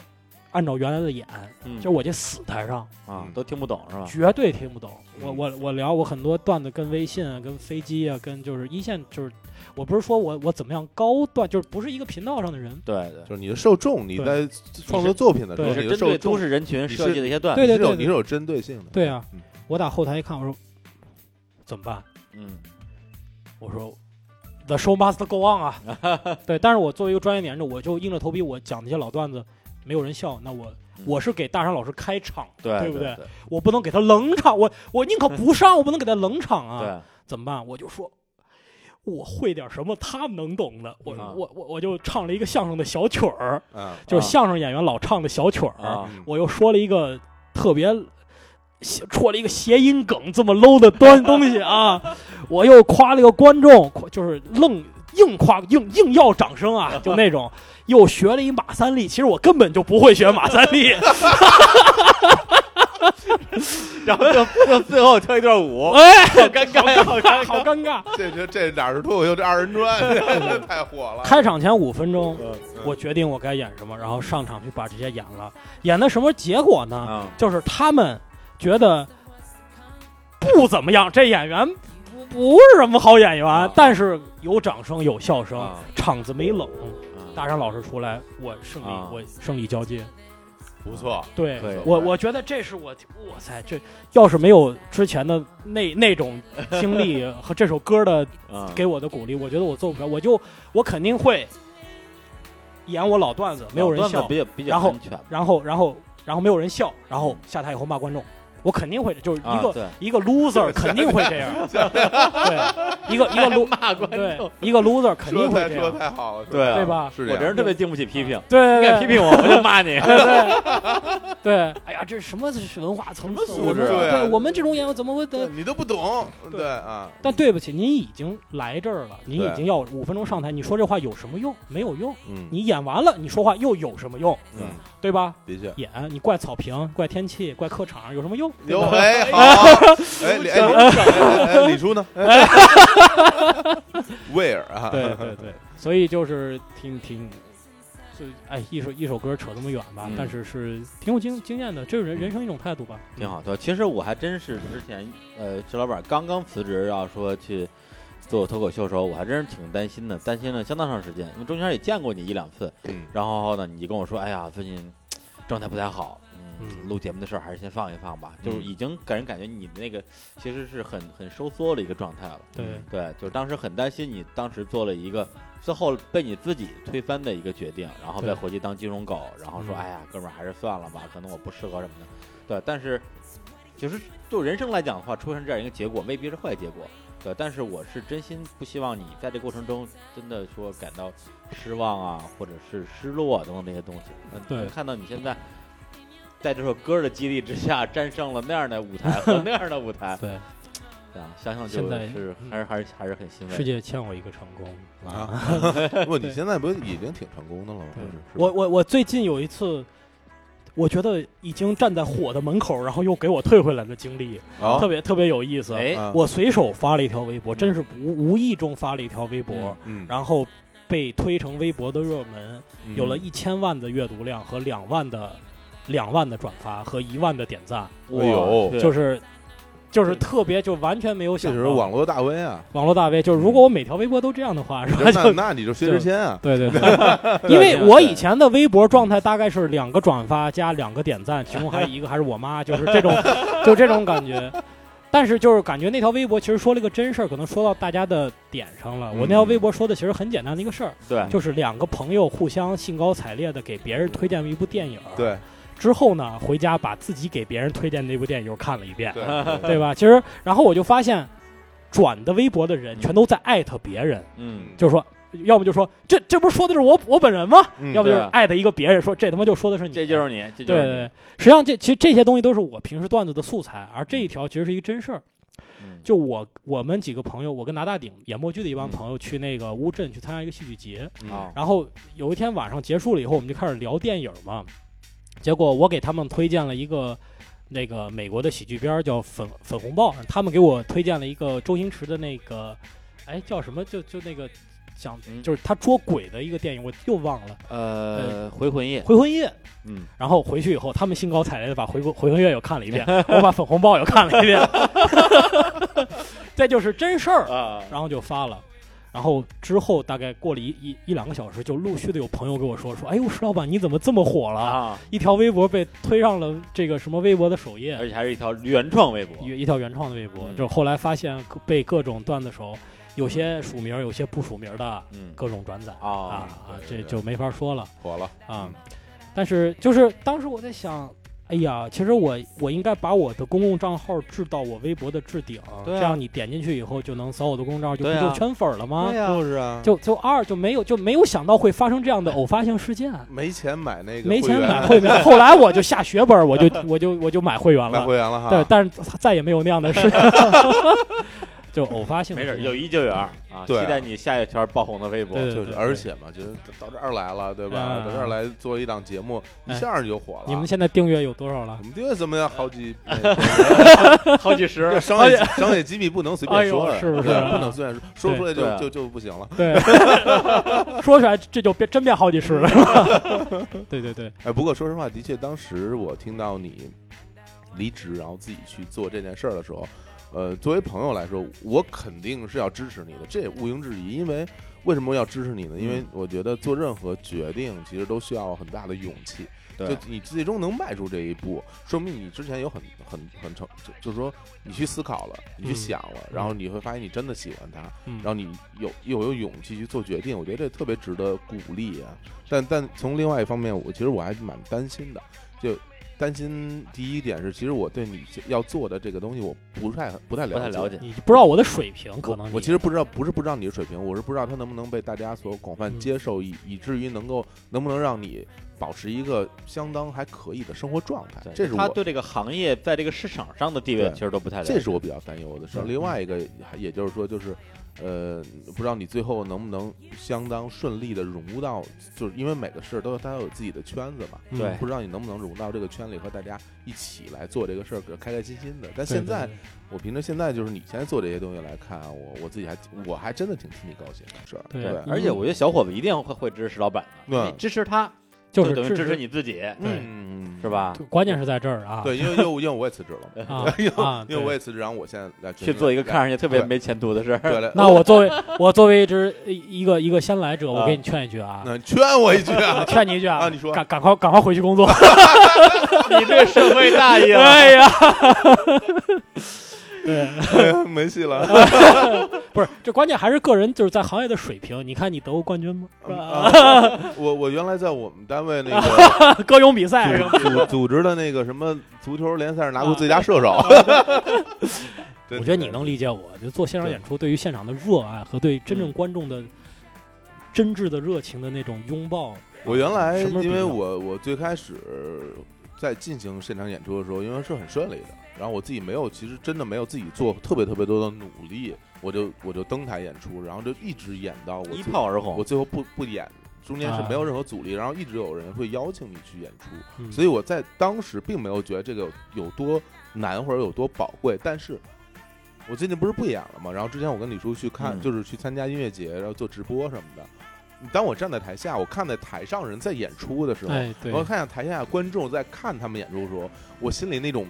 [SPEAKER 3] 按照原来的演，
[SPEAKER 1] 嗯，
[SPEAKER 3] 就是我这死台上
[SPEAKER 1] 啊都听不懂是吧？
[SPEAKER 3] 绝对听不懂。
[SPEAKER 2] 嗯
[SPEAKER 3] 我我我聊我很多段子跟微信啊，跟飞机啊，跟就是一线就是，我不是说我我怎么样高段，就是不是一个频道上的人。
[SPEAKER 1] 对对，
[SPEAKER 2] 就是你的受众，你在创作作品的时候，
[SPEAKER 3] 对
[SPEAKER 1] 是
[SPEAKER 2] 你
[SPEAKER 1] 针对
[SPEAKER 2] 的受
[SPEAKER 1] 都
[SPEAKER 2] 众
[SPEAKER 1] 市人群
[SPEAKER 2] 是
[SPEAKER 1] 设计的一些段子，
[SPEAKER 3] 对对
[SPEAKER 2] 你是有
[SPEAKER 3] 对
[SPEAKER 2] 你是有针对性的。
[SPEAKER 3] 对啊
[SPEAKER 2] 嗯，
[SPEAKER 3] 我打后台一看，我说怎么办？
[SPEAKER 1] 嗯
[SPEAKER 3] 我说 The show must go on 啊。对，但是我作为一个专业演者，我就硬着头皮，我讲那些老段子，没有人笑，那我。
[SPEAKER 1] 嗯
[SPEAKER 3] 我是给大山老师开场，
[SPEAKER 1] 对
[SPEAKER 3] 对不
[SPEAKER 1] 对
[SPEAKER 3] 对
[SPEAKER 1] 对
[SPEAKER 3] 我不能给他冷场，我我宁可不上，我不能给他冷场啊！
[SPEAKER 1] 对，
[SPEAKER 3] 怎么办？我就说，我会点什么他们能懂的，我、
[SPEAKER 1] 嗯
[SPEAKER 3] 我我我就唱了一个相声的小曲儿，
[SPEAKER 2] 啊，
[SPEAKER 3] 就是
[SPEAKER 1] 啊
[SPEAKER 3] 相声演员老唱的小曲儿，
[SPEAKER 1] 啊
[SPEAKER 2] 嗯
[SPEAKER 3] 我又说了一个特别谐戳了一个谐音梗这么 low 的端东西啊， 我又夸了一个观众，夸就是愣硬夸硬硬要掌 声啊，就那种，又学了一马三立，其实我根本就不会学马三立，
[SPEAKER 1] 然后就就啊最后跳一段舞，
[SPEAKER 3] 哎，
[SPEAKER 1] 好尴尬呀，好尴
[SPEAKER 3] 好
[SPEAKER 1] 尬。
[SPEAKER 3] 尴尬。
[SPEAKER 2] 这这这哪儿是脱口秀，这二人 转太火了。
[SPEAKER 3] 开场前五分钟，
[SPEAKER 1] 嗯
[SPEAKER 3] 我决定我该演什么，然后上场去把这些演了，演的什么结果呢？
[SPEAKER 1] 啊，
[SPEAKER 3] 就是他们觉得不怎么样，这演员不不是什么好演员，
[SPEAKER 1] 啊
[SPEAKER 3] 但是有掌声有笑声，
[SPEAKER 1] 啊
[SPEAKER 3] 场子没冷。
[SPEAKER 1] 啊
[SPEAKER 3] 大山老师出来，我胜利，
[SPEAKER 1] 啊
[SPEAKER 3] 我胜利交接。
[SPEAKER 2] 不错，
[SPEAKER 3] 对
[SPEAKER 1] 可以
[SPEAKER 3] 我，我觉得这是我，哇塞，这要是没有之前的那那种经历和这首歌的
[SPEAKER 1] 啊，
[SPEAKER 3] 给我的鼓励，我觉得我做不了，我就我肯定会演我老段子，没有人
[SPEAKER 1] 老段子，
[SPEAKER 3] 笑
[SPEAKER 1] 比较比较
[SPEAKER 3] 然后
[SPEAKER 1] 安全，
[SPEAKER 3] 然后然后然后没有人笑，然后下台以后骂观众，我肯定会的，就是一
[SPEAKER 1] 嗯啊
[SPEAKER 3] 个、
[SPEAKER 1] 对
[SPEAKER 3] 一个 loser 肯定会这样， 对，一个一个 lo
[SPEAKER 1] 骂观
[SPEAKER 3] 对，一个 loser 肯
[SPEAKER 2] 说
[SPEAKER 3] 定会
[SPEAKER 2] 太
[SPEAKER 3] 这
[SPEAKER 2] 说
[SPEAKER 3] 样，
[SPEAKER 2] 太好了，
[SPEAKER 1] 对啊
[SPEAKER 3] 对吧？
[SPEAKER 2] 是这
[SPEAKER 1] 我
[SPEAKER 2] 样
[SPEAKER 1] 这人特别经不起批评，
[SPEAKER 3] 嗯对
[SPEAKER 1] 你
[SPEAKER 3] 对
[SPEAKER 1] 敢批评 我，我就骂你。
[SPEAKER 3] 对 对对对，哎呀，这什么文化层次？
[SPEAKER 1] 什么
[SPEAKER 3] 我们
[SPEAKER 1] 素质
[SPEAKER 2] 啊
[SPEAKER 3] 对我们这种演员怎么会得
[SPEAKER 2] 对？你都不懂，
[SPEAKER 3] 对
[SPEAKER 2] 对啊，
[SPEAKER 3] 但对不起，您已经来这儿了，您已
[SPEAKER 2] 对
[SPEAKER 3] 经要五分钟上台，你说这话有什么用？没有用。
[SPEAKER 2] 嗯
[SPEAKER 3] 你演完了，你说话又有什么用？
[SPEAKER 2] 嗯，
[SPEAKER 3] 对吧？
[SPEAKER 2] 的确。
[SPEAKER 3] 演你怪草坪，怪天气，怪客场，有什么用？
[SPEAKER 2] 有
[SPEAKER 1] 啊
[SPEAKER 2] 哎好，哎李哎李哎哎李叔呢？
[SPEAKER 3] 哎
[SPEAKER 2] 威尔 啊，
[SPEAKER 3] 对对对，所以就是挺挺，就哎一首一首歌扯这么远吧，
[SPEAKER 1] 嗯
[SPEAKER 3] 但是是挺有经经验的，这是人人生一种态度吧。
[SPEAKER 1] 挺好的。其实我还真是之前，呃，石老板刚刚辞职要说去做脱口秀的时候，我还真是挺担心的，担心了相当长时间，因为中间也见过你一两次。
[SPEAKER 2] 嗯
[SPEAKER 1] 然后呢，你就跟我说，哎呀，最近状态不太好，嗯，
[SPEAKER 3] 嗯
[SPEAKER 1] 录节目的事儿还是先放一放吧。就是
[SPEAKER 2] 嗯
[SPEAKER 1] 已经给人感觉你的那个其实是很很收缩的一个状态了。
[SPEAKER 3] 对，
[SPEAKER 1] 对，就是当时很担心你当时做了一个最后被你自己推翻的一个决定，然后再
[SPEAKER 3] 对
[SPEAKER 1] 回去当金融狗，然后说、
[SPEAKER 3] 嗯
[SPEAKER 1] 哎呀，哥们儿还是算了吧，可能我不适合什么的。对，但是其实就人生来讲的话，出现这样一个结果未必是坏结果。对，但是我是真心不希望你在这过程中真的说感到失望啊，或者是失落啊等等这些东西。嗯
[SPEAKER 3] 对，
[SPEAKER 1] 能看到你现在在这首歌的激励之下， 战胜了那样的舞台和那样的舞台
[SPEAKER 3] 对，
[SPEAKER 1] 对啊，想想就
[SPEAKER 3] 现在
[SPEAKER 1] 是
[SPEAKER 3] 嗯
[SPEAKER 1] 还是还是还是很欣慰的。
[SPEAKER 3] 世界欠我一个成功。
[SPEAKER 2] 啊，不，你现在不已经挺成功的了吗？
[SPEAKER 3] 对
[SPEAKER 2] 是吧
[SPEAKER 3] 我我我最近有一次，我觉得已经站在火的门口，然后又给我退回来的经历，
[SPEAKER 2] 啊
[SPEAKER 3] 特别特别有意思。
[SPEAKER 1] 哎，
[SPEAKER 2] 啊
[SPEAKER 3] 我随手发了一条微博，真是无无意中发了一条微博，
[SPEAKER 1] 嗯
[SPEAKER 2] 嗯
[SPEAKER 3] 然后被推成微博的热门，
[SPEAKER 2] 嗯
[SPEAKER 3] 有了一千万的阅读量和两万的两万的转发和一万的点赞，
[SPEAKER 1] 哇
[SPEAKER 2] 哎呦
[SPEAKER 1] 对
[SPEAKER 3] 就是就是特别就完全没有
[SPEAKER 2] 这
[SPEAKER 3] 想
[SPEAKER 2] 时
[SPEAKER 3] 到
[SPEAKER 2] 候网络大 V 啊，
[SPEAKER 3] 网络大 V，就是如果我每条微博都这样的话，是吧？
[SPEAKER 2] 那
[SPEAKER 3] 就
[SPEAKER 2] 那你就薛之谦 啊，
[SPEAKER 3] 对对对，因为我以前的微博状态大概是两个转发加两个点赞，其中还有一个还是我妈，就是这种就这种感觉。但是就是感觉那条微博其实说了一个真事儿，可能说到大家的点上了。我那条微博说的其实很简单的一个事儿，
[SPEAKER 1] 对，
[SPEAKER 3] 就是两个朋友互相兴高采烈的给别人推荐了一部电影，，
[SPEAKER 2] 对
[SPEAKER 3] 之后呢回家把自己给别人推荐的那部电影又看了一遍，
[SPEAKER 2] 对
[SPEAKER 3] 对吧？其实，然后我就发现，转的微博的人全都在艾特别人，
[SPEAKER 1] 嗯，
[SPEAKER 3] 就是说，要么就说这这不是说的是我我本人吗？
[SPEAKER 2] 嗯
[SPEAKER 3] 要不就是
[SPEAKER 1] 对啊
[SPEAKER 3] 艾特一个别人说这他妈就说的是你，
[SPEAKER 1] 这就是你，这
[SPEAKER 3] 对
[SPEAKER 1] 就
[SPEAKER 3] 对
[SPEAKER 1] 是你
[SPEAKER 3] 对。实际上这其实这些东西都是我平时段子的素材，而这一条其实是一个真事儿。
[SPEAKER 1] 嗯
[SPEAKER 3] 就我我们几个朋友，我跟拿大顶演默剧的一帮
[SPEAKER 1] 嗯
[SPEAKER 3] 朋友去那个乌镇去参加一个戏剧节，
[SPEAKER 2] 嗯
[SPEAKER 1] 啊，
[SPEAKER 3] 然后有一天晚上结束了以后，我们就开始聊电影嘛。结果我给他们推荐了一个那个美国的喜剧片儿叫《粉粉红豹》，他们给我推荐了一个周星驰的那个，哎叫什么？就就那个想
[SPEAKER 1] 嗯
[SPEAKER 3] 就是他捉鬼的一个电影，我又忘了
[SPEAKER 1] 呃，回魂夜，
[SPEAKER 3] 《回魂夜》。
[SPEAKER 1] 嗯，
[SPEAKER 3] 然后回去以后，他们兴高采烈的把回《回魂夜》又看了一遍，我把《粉红豹》又看了一遍， 这就是真事儿。
[SPEAKER 1] 啊，
[SPEAKER 3] 然后就发了。然后之后大概过了一一一两个小时，就陆续的有朋友跟我说说，哎呦，石老板你怎么这么火了？
[SPEAKER 1] 啊，
[SPEAKER 3] 一条微博被推上了这个什么微博的首页，
[SPEAKER 1] 而且还是一条原创微博，
[SPEAKER 3] 一一条原创的微博。
[SPEAKER 1] 哎嗯
[SPEAKER 3] 就后来发现各被各种段子手，有些署名，有些不署名的
[SPEAKER 1] 嗯，
[SPEAKER 3] 各种转载啊
[SPEAKER 1] 啊，
[SPEAKER 3] 啊
[SPEAKER 2] 对，对
[SPEAKER 3] 这
[SPEAKER 2] 对
[SPEAKER 3] 就没法说了
[SPEAKER 2] 火了
[SPEAKER 3] 啊
[SPEAKER 2] 嗯。
[SPEAKER 3] 但是就是当时我在想，哎呀，其实我我应该把我的公共账号置到我微博的置顶，
[SPEAKER 1] 对啊
[SPEAKER 3] 这样你点进去以后就能扫我的公众账号，就不
[SPEAKER 1] 对啊
[SPEAKER 3] 就圈粉了吗？
[SPEAKER 1] 呀
[SPEAKER 2] 就是啊，
[SPEAKER 3] 就就二就没有就没有想到会发生这样的偶发性事件，
[SPEAKER 2] 没钱买那个
[SPEAKER 3] 没钱
[SPEAKER 2] 会员
[SPEAKER 3] 买会 员。后来我就下血本儿，我就我就我就买会员
[SPEAKER 2] 买
[SPEAKER 3] 了，
[SPEAKER 2] 会员了啊哈。
[SPEAKER 3] 对，但是再也没有那样的 事，就偶发性
[SPEAKER 1] 没
[SPEAKER 3] 的
[SPEAKER 1] 事
[SPEAKER 3] 事
[SPEAKER 1] 儿，
[SPEAKER 3] 情。
[SPEAKER 1] 有一就有二啊！期
[SPEAKER 2] 对
[SPEAKER 1] 待你下一条爆红的微博。
[SPEAKER 3] 对对
[SPEAKER 2] 就是，而且嘛，就是到这儿来了，对吧？
[SPEAKER 3] 嗯
[SPEAKER 2] 到这儿来做一档节目，一
[SPEAKER 3] 哎
[SPEAKER 2] 下儿就火了。
[SPEAKER 3] 你
[SPEAKER 1] 啊
[SPEAKER 3] 们现在订阅有多 少了
[SPEAKER 2] 我？们订阅怎么样？好 几，
[SPEAKER 1] 好几十
[SPEAKER 2] 这商业商业机密不能随便说
[SPEAKER 3] 哎
[SPEAKER 2] 的，
[SPEAKER 3] 呦是不是
[SPEAKER 2] 对不能随便说，说出来
[SPEAKER 1] 对啊
[SPEAKER 2] 就就就不行了。
[SPEAKER 3] 对， 说出来这就变真变好几十了，是 吧？对对对，
[SPEAKER 2] 哎，不过说实话，的确，当时我听到你离职，然后自己去做这件事儿的时候，呃，作为朋友来说，我肯定是要支持你的，这也毋庸置疑。因为为什么要支持你呢？因
[SPEAKER 3] 嗯
[SPEAKER 2] 为我觉得做任何决定其实都需要很大的勇气。
[SPEAKER 1] 对
[SPEAKER 2] 就你最终能迈出这一步，说明你之前有很很很成，就就是说你去思考了，你去
[SPEAKER 3] 嗯
[SPEAKER 2] 想了，然后你会发现你真的喜欢它，
[SPEAKER 3] 嗯
[SPEAKER 2] 然后你有又有勇气去做决定，我觉得这特别值得鼓励啊。但但从另外一方面，我其实我还蛮担心的，就担心第一点是，其实我对你要做的这个东西，我不太不太了
[SPEAKER 1] 不
[SPEAKER 2] 解，
[SPEAKER 1] 太了解。
[SPEAKER 3] 你不知道我的水平，可能
[SPEAKER 2] 我
[SPEAKER 3] 你
[SPEAKER 2] 我其实不知道，不是不知道你的水平，我是不知道它能不能被大家所广泛
[SPEAKER 3] 嗯
[SPEAKER 2] 接受，以以至于能够能不能让你保持一个相当还可以的生活状态。这是
[SPEAKER 1] 他
[SPEAKER 2] 我
[SPEAKER 1] 对这个行业在这个市场上的地位
[SPEAKER 2] 对
[SPEAKER 1] 其实都不太了解。
[SPEAKER 2] 这是我比较担忧的事儿。
[SPEAKER 1] 嗯
[SPEAKER 2] 另外一个，也就是说，就是呃，不知道你最后能不能相当顺利的融入到，就是因为每个事儿都它有自己的圈子嘛。
[SPEAKER 3] 嗯
[SPEAKER 1] 对
[SPEAKER 2] 不知道你能不能融到这个圈里，和大家一起来做这个事儿，开开心心的。但
[SPEAKER 3] 对
[SPEAKER 2] 现在
[SPEAKER 3] 对对
[SPEAKER 2] 我凭着现在就是你现在做这些东西来看，啊我我自己还我还真的挺替你高兴的事儿，
[SPEAKER 3] 对
[SPEAKER 2] 对
[SPEAKER 1] 而且我觉得小伙子一定会会支持老板的，
[SPEAKER 2] 对
[SPEAKER 1] 你支持他
[SPEAKER 3] 就
[SPEAKER 1] 等于
[SPEAKER 3] 是
[SPEAKER 1] 支持，你自己，
[SPEAKER 2] 嗯，
[SPEAKER 1] 是？吧？
[SPEAKER 3] 关键是在这儿啊。
[SPEAKER 2] 对，因为因为我因为我也辞职 了，
[SPEAKER 3] 啊
[SPEAKER 2] 因为
[SPEAKER 3] 啊，
[SPEAKER 2] 因为
[SPEAKER 3] 对
[SPEAKER 2] 我也辞职，然后我现在来
[SPEAKER 1] 去做一个看上去特别没前途的事儿。
[SPEAKER 2] 对 了，
[SPEAKER 3] 那我作为我作为一只一个一个先来者，我给你劝一句啊，
[SPEAKER 2] 那劝我一句啊
[SPEAKER 3] 我，劝你一句啊，
[SPEAKER 2] 啊你说
[SPEAKER 3] 赶赶快赶快回去工作。
[SPEAKER 1] 你对社会大意了，
[SPEAKER 3] 哎 呀，对，
[SPEAKER 2] 没戏了。
[SPEAKER 3] 不是，这关键还是个人就是在行业的水平。你看你得过冠军吗？
[SPEAKER 2] 嗯
[SPEAKER 3] 是吧
[SPEAKER 2] 啊我我原来在我们单位那个
[SPEAKER 3] 歌咏比赛，
[SPEAKER 2] 组组组织的那个什么足球联赛，拿过最佳射手。
[SPEAKER 1] 啊
[SPEAKER 2] 对
[SPEAKER 3] 我觉得你能理解我，就做现场
[SPEAKER 2] 对
[SPEAKER 3] 演出，对于现场的热爱和对真正观众的真挚的热情的那种拥抱。
[SPEAKER 2] 我原来
[SPEAKER 3] 什么
[SPEAKER 2] 因为
[SPEAKER 3] 比较
[SPEAKER 2] 我我最开始在进行现场演出的时候，因为是很顺利的，然后我自己没有，其实真的没有自己做特别特别多的努力，我就我就登台演出，然后就一直演到我
[SPEAKER 1] 一
[SPEAKER 2] 最
[SPEAKER 1] 炮而
[SPEAKER 2] 我
[SPEAKER 1] 红。
[SPEAKER 2] 最后不不演，中间是
[SPEAKER 3] 啊
[SPEAKER 2] 没有任何阻力，然后一直有人会邀请你去演出，
[SPEAKER 3] 嗯
[SPEAKER 2] 所以我在当时并没有觉得这个有有多难或者有多宝贵，但是。我最近不是不演了吗？然后之前我跟李叔去看，
[SPEAKER 1] 嗯
[SPEAKER 2] 就是去参加音乐节，然后做直播什么的。当我站在台下，我看在台上人在演出的时候，
[SPEAKER 3] 哎，对
[SPEAKER 2] 我，看见台下观众在看他们演出的时候，我心里那种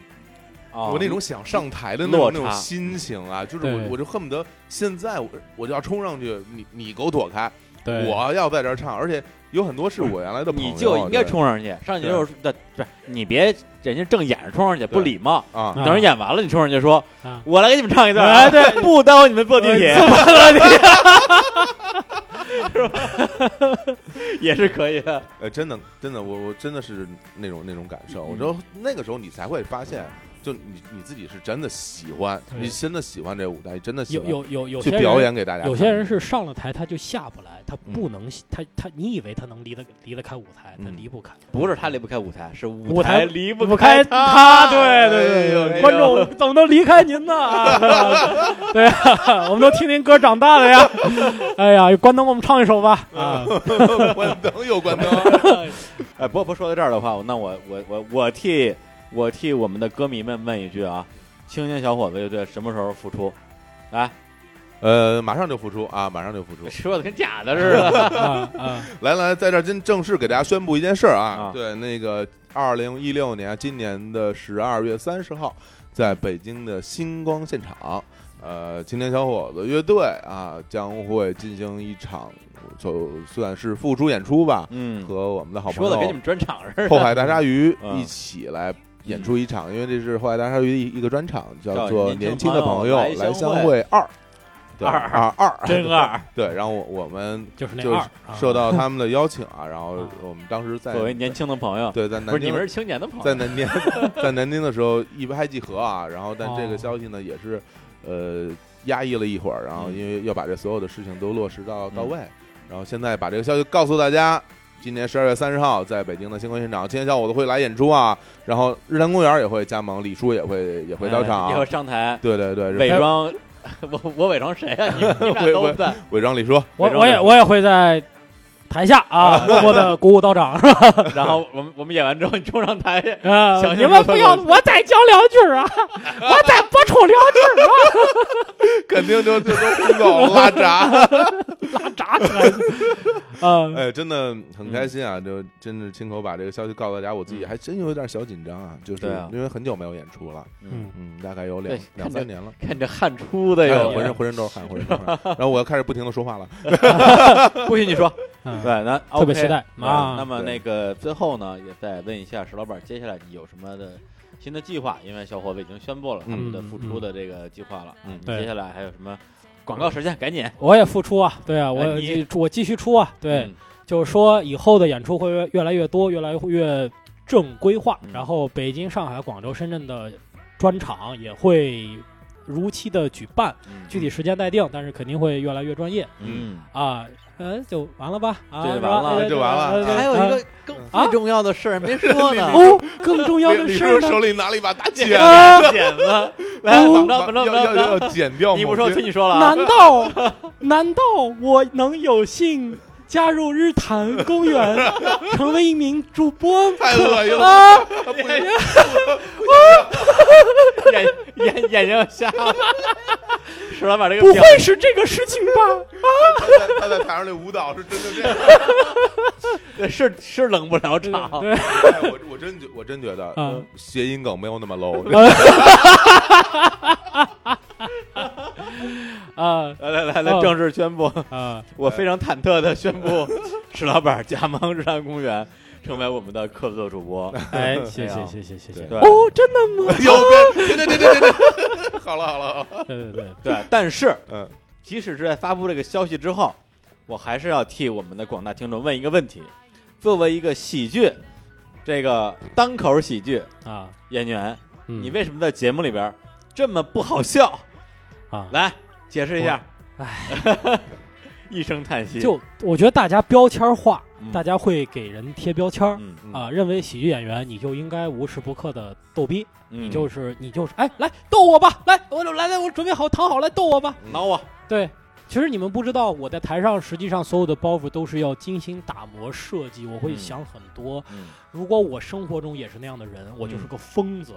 [SPEAKER 1] 啊
[SPEAKER 2] 我那种想上台的那种
[SPEAKER 1] 落差
[SPEAKER 2] 那种心情啊，就是
[SPEAKER 3] 对
[SPEAKER 2] 我我就恨不得现在我我就要冲上去，你你给我躲开，
[SPEAKER 3] 对，
[SPEAKER 2] 我要在这儿唱，而且有很多是我原来的朋友，
[SPEAKER 1] 你就应该
[SPEAKER 2] 对
[SPEAKER 1] 冲上去，上去就是对，不是你别人家正演着冲上去不
[SPEAKER 2] 对
[SPEAKER 1] 礼貌。
[SPEAKER 2] 啊
[SPEAKER 3] 啊
[SPEAKER 1] 等人演完了，你冲上去说
[SPEAKER 3] 啊：“
[SPEAKER 1] 我来给你们唱一段。”哎，对， 哎不耽误你们坐地铁， 也是可以的。
[SPEAKER 2] 呃，真的，真的，我我真的是那种那种感
[SPEAKER 3] 嗯
[SPEAKER 2] 受。我说那个时候你才会发现，就你你自己是真的喜欢，
[SPEAKER 3] 对
[SPEAKER 2] 你真的喜欢这舞台，你真的喜
[SPEAKER 3] 有
[SPEAKER 2] 欢
[SPEAKER 3] 有有有
[SPEAKER 2] 去
[SPEAKER 3] 些
[SPEAKER 2] 表
[SPEAKER 3] 人
[SPEAKER 2] 演给大家看。
[SPEAKER 3] 有些人是上了台他就下不来，他不能他他你以为他能离得离得开舞台，他
[SPEAKER 2] 嗯
[SPEAKER 3] 离不开。
[SPEAKER 1] 不是他离不开舞台，是舞
[SPEAKER 3] 舞台
[SPEAKER 1] 离
[SPEAKER 3] 不
[SPEAKER 1] 不
[SPEAKER 3] 开
[SPEAKER 1] 他。
[SPEAKER 3] 他，对对对
[SPEAKER 2] 哎呦哎
[SPEAKER 3] 对
[SPEAKER 2] 呦
[SPEAKER 3] 对，观众怎么能离开您呢？对啊， 我们都听您歌长大的呀。哎呀，关灯，我们唱一首吧。啊，
[SPEAKER 2] 关灯又关灯，
[SPEAKER 1] 哎，不不说到这儿的话，那我我我我替我替我们的歌迷们问一句啊，青年小伙子乐队什么时候复出？来，
[SPEAKER 2] 呃，马上就复出啊，马上就复出。
[SPEAKER 1] 说的跟假的似的。
[SPEAKER 3] 啊啊，
[SPEAKER 2] 来来，在这儿真正式给大家宣布一件事儿
[SPEAKER 1] 啊
[SPEAKER 2] 啊，对，那个二零一六年今年的十二月三十号，在北京的星光现场，呃，青年小伙子乐队啊将会进行一场，就算是复出演出吧，
[SPEAKER 1] 嗯，
[SPEAKER 2] 和我们的好朋
[SPEAKER 1] 说的跟你
[SPEAKER 2] 友
[SPEAKER 1] 们专场似的。
[SPEAKER 2] 后海大鲨鱼
[SPEAKER 1] 嗯
[SPEAKER 2] 一起来。演出一场，因为这是后海大鲨鱼的一一个专场，
[SPEAKER 1] 叫
[SPEAKER 2] 做《
[SPEAKER 1] 年
[SPEAKER 2] 年
[SPEAKER 1] 轻
[SPEAKER 2] 轻的
[SPEAKER 1] 朋
[SPEAKER 2] 朋
[SPEAKER 1] 友
[SPEAKER 2] 友
[SPEAKER 1] 来
[SPEAKER 2] 来
[SPEAKER 1] 相
[SPEAKER 2] 相
[SPEAKER 1] 会
[SPEAKER 2] 会二》。对
[SPEAKER 1] 二
[SPEAKER 2] 啊二，
[SPEAKER 1] 真二，
[SPEAKER 2] 对，然后我我们
[SPEAKER 3] 就是那
[SPEAKER 2] 就
[SPEAKER 3] 二
[SPEAKER 2] 是
[SPEAKER 3] 啊
[SPEAKER 2] 受到他们的邀请 啊，然后
[SPEAKER 3] 啊
[SPEAKER 2] 我们当时在
[SPEAKER 1] 作为年轻的朋友，
[SPEAKER 2] 对在南
[SPEAKER 1] 不是你
[SPEAKER 2] 京
[SPEAKER 1] 们是青年的朋友，
[SPEAKER 2] 在南京 在南京的时候一拍即合啊，然后但这
[SPEAKER 3] 哦
[SPEAKER 2] 个消息呢也是呃压抑了一会儿，然后
[SPEAKER 1] 嗯
[SPEAKER 2] 因为要把这所有的事情都落实到到
[SPEAKER 1] 嗯
[SPEAKER 2] 位，然后现在把这个消息告诉大家。今年十二月三十号，在北京的星光现场，今天下午我都会来演出啊。然后日坛公园也会加盟，李叔也会也会到场
[SPEAKER 1] 哎以
[SPEAKER 2] 啊、
[SPEAKER 1] 后上台
[SPEAKER 2] 对对对，
[SPEAKER 1] 伪装， 我我伪装谁啊？你你俩都在，
[SPEAKER 2] 伪装李叔，
[SPEAKER 3] 我
[SPEAKER 1] 伪装
[SPEAKER 3] 我
[SPEAKER 1] 的
[SPEAKER 3] 也我也会在台下 啊，默默的鼓舞道长
[SPEAKER 1] 然后我们我们演完之后，你冲上台去，
[SPEAKER 3] 啊
[SPEAKER 1] 小，心
[SPEAKER 3] 你们
[SPEAKER 1] 说
[SPEAKER 3] 不要，我再讲两句 儿啊，我再补充两句儿啊，
[SPEAKER 2] 肯定就就都轰走拉闸。
[SPEAKER 3] 拉闸起 来，嗯，
[SPEAKER 2] 哎，真的很开心啊！就真是亲口把这个消息告诉大家，我自己
[SPEAKER 1] 嗯
[SPEAKER 2] 还真有点小紧张啊，就是
[SPEAKER 1] 对啊
[SPEAKER 2] 因为很久没有演出了，
[SPEAKER 1] 嗯，
[SPEAKER 2] 嗯，大概有两
[SPEAKER 1] 对
[SPEAKER 2] 两
[SPEAKER 1] 看着
[SPEAKER 2] 三年了。
[SPEAKER 1] 看这汗出的
[SPEAKER 2] 哎呦
[SPEAKER 1] 哟，
[SPEAKER 2] 浑身浑身都是汗，浑身都 是汗。然后我又开始不停的说话了。
[SPEAKER 1] 不许你说，
[SPEAKER 3] 嗯
[SPEAKER 1] 对，那
[SPEAKER 3] 特别期待啊
[SPEAKER 1] 哎那么
[SPEAKER 2] 对
[SPEAKER 1] 那个最后呢，也再问一下石老板，接下来你有什么的新的计划？因为小伙子已经宣布了他们的
[SPEAKER 3] 嗯
[SPEAKER 1] 复出的这个计划了，
[SPEAKER 2] 嗯嗯
[SPEAKER 3] 对
[SPEAKER 1] 接下来还有什么广告时间？赶紧，
[SPEAKER 3] 我也复出啊，对啊，我
[SPEAKER 1] 哎你
[SPEAKER 3] 我继续出啊，对，
[SPEAKER 1] 嗯，
[SPEAKER 3] 就是说以后的演出会越越来越多，越来越正规化
[SPEAKER 1] 嗯。
[SPEAKER 3] 然后北京、上海、广州、深圳的专场也会如期的举办，
[SPEAKER 1] 嗯
[SPEAKER 3] 具体时间待定，但是肯定会越来越专业
[SPEAKER 1] 嗯，
[SPEAKER 3] 啊。呃，就完了吧？啊，
[SPEAKER 1] 这就
[SPEAKER 3] 吧
[SPEAKER 1] 完了
[SPEAKER 3] 哎
[SPEAKER 2] 这就完了
[SPEAKER 3] 哎哎
[SPEAKER 1] 还有一
[SPEAKER 3] 啊
[SPEAKER 1] 个更最重要的事儿没说呢，
[SPEAKER 3] 哦，更重要的
[SPEAKER 2] 李
[SPEAKER 3] 事
[SPEAKER 2] 叔
[SPEAKER 3] 儿
[SPEAKER 2] 手
[SPEAKER 3] 呢，
[SPEAKER 2] 里拿了 一把大剪，
[SPEAKER 3] 啊，
[SPEAKER 1] 剪子，来，怎么着？怎么着？怎
[SPEAKER 2] 要
[SPEAKER 1] 么
[SPEAKER 2] 要
[SPEAKER 1] 着？
[SPEAKER 2] 要剪掉。
[SPEAKER 1] 你不说，我听你说了啊
[SPEAKER 3] 难。道难道我能有幸加入日坛公园，成为一名主播吗？
[SPEAKER 2] 太恶心了，
[SPEAKER 3] 啊！
[SPEAKER 1] 眼眼眼睛瞎了。石老板这
[SPEAKER 3] 不
[SPEAKER 1] 个表
[SPEAKER 3] 会是这个事情吧？
[SPEAKER 2] 他在他在台上那舞蹈是真的这样。
[SPEAKER 1] 情是是冷不了场，
[SPEAKER 3] 对，
[SPEAKER 2] 哎我我真觉我真觉得
[SPEAKER 3] 嗯
[SPEAKER 2] 谐音梗没有那么 low。
[SPEAKER 3] 啊
[SPEAKER 1] 来来来来，正式宣布，
[SPEAKER 3] 啊
[SPEAKER 1] 我非常忐忑的宣布，石老板加盟日坛公园，成为我们的客座主播。
[SPEAKER 3] 哎，
[SPEAKER 1] 谢
[SPEAKER 3] 谢
[SPEAKER 1] 谢
[SPEAKER 3] 谢
[SPEAKER 1] 谢
[SPEAKER 3] 谢谢谢
[SPEAKER 1] 对啊
[SPEAKER 3] 谢。
[SPEAKER 1] 对
[SPEAKER 3] 哦，真的吗？
[SPEAKER 2] 有跟对对对对对对， 好了好了好了，
[SPEAKER 3] 对对对，
[SPEAKER 1] 对，但是
[SPEAKER 2] 嗯
[SPEAKER 1] 即使是在发布这个消息之后，我还是要替我们的广大听众问一个问题：作为一个喜剧，这个单口喜剧
[SPEAKER 3] 啊，
[SPEAKER 1] 演员，
[SPEAKER 3] 嗯
[SPEAKER 1] 你为什么在节目里边这么不好笑？
[SPEAKER 3] 啊，
[SPEAKER 1] 来解释一下。
[SPEAKER 3] 我哎
[SPEAKER 1] 唉， 一声叹息。
[SPEAKER 3] 就我觉得大家标签化
[SPEAKER 1] 嗯，
[SPEAKER 3] 大家会给人贴标签儿
[SPEAKER 1] 嗯，
[SPEAKER 2] 嗯
[SPEAKER 3] 啊，认为喜剧演员你就应该无时不刻的逗逼，
[SPEAKER 1] 你
[SPEAKER 3] 你就是你就是哎，来逗我吧，来我来来我准备好躺好来逗我吧。
[SPEAKER 1] 挠我。
[SPEAKER 3] 对，其实你们不知道，我在台上实际上所有的包袱都是要精心打磨设计，我会
[SPEAKER 1] 嗯
[SPEAKER 3] 想很多。
[SPEAKER 1] 嗯
[SPEAKER 3] 如果我生活中也是那样的人，我就是
[SPEAKER 1] 嗯
[SPEAKER 3] 个疯子。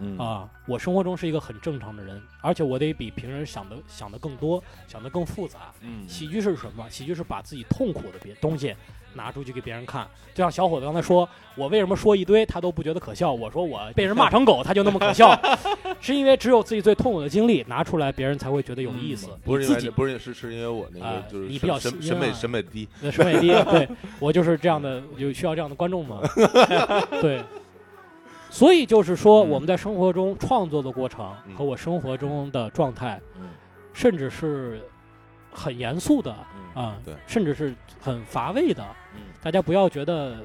[SPEAKER 1] 嗯，
[SPEAKER 3] 啊，我生活中是一个很正常的人，而且我得比平人想的想的更多，想的更复杂。
[SPEAKER 1] 嗯，
[SPEAKER 3] 喜剧是什么？喜剧是把自己痛苦的别东西拿出去给别人看。就像小伙子刚才说，我为什么说一堆他都不觉得可笑？我说我被人骂成狗，他就那么 可笑，是因为只有自己最痛苦的经历拿出来，别人才会觉得有意思。
[SPEAKER 2] 嗯不是
[SPEAKER 3] 你
[SPEAKER 2] 因
[SPEAKER 3] 自
[SPEAKER 2] 为
[SPEAKER 3] 己
[SPEAKER 2] 不是是是因为我那个
[SPEAKER 3] 啊
[SPEAKER 2] 就是
[SPEAKER 3] 你比
[SPEAKER 2] 审
[SPEAKER 3] 较
[SPEAKER 2] 审
[SPEAKER 3] 新
[SPEAKER 2] 审
[SPEAKER 3] 啊
[SPEAKER 2] 美审美低，
[SPEAKER 3] 那审美低，啊对我就是这样的，有需要这样的观众吗？ 对，所以就是说，
[SPEAKER 1] 嗯
[SPEAKER 3] 我们在生活中创作的过程
[SPEAKER 2] 嗯
[SPEAKER 3] 和我生活中的状态，
[SPEAKER 1] 嗯
[SPEAKER 3] 甚至是很严肃的
[SPEAKER 1] 嗯
[SPEAKER 3] 啊，
[SPEAKER 2] 对
[SPEAKER 3] 甚至是很乏味的。
[SPEAKER 1] 嗯
[SPEAKER 3] 大家不要觉得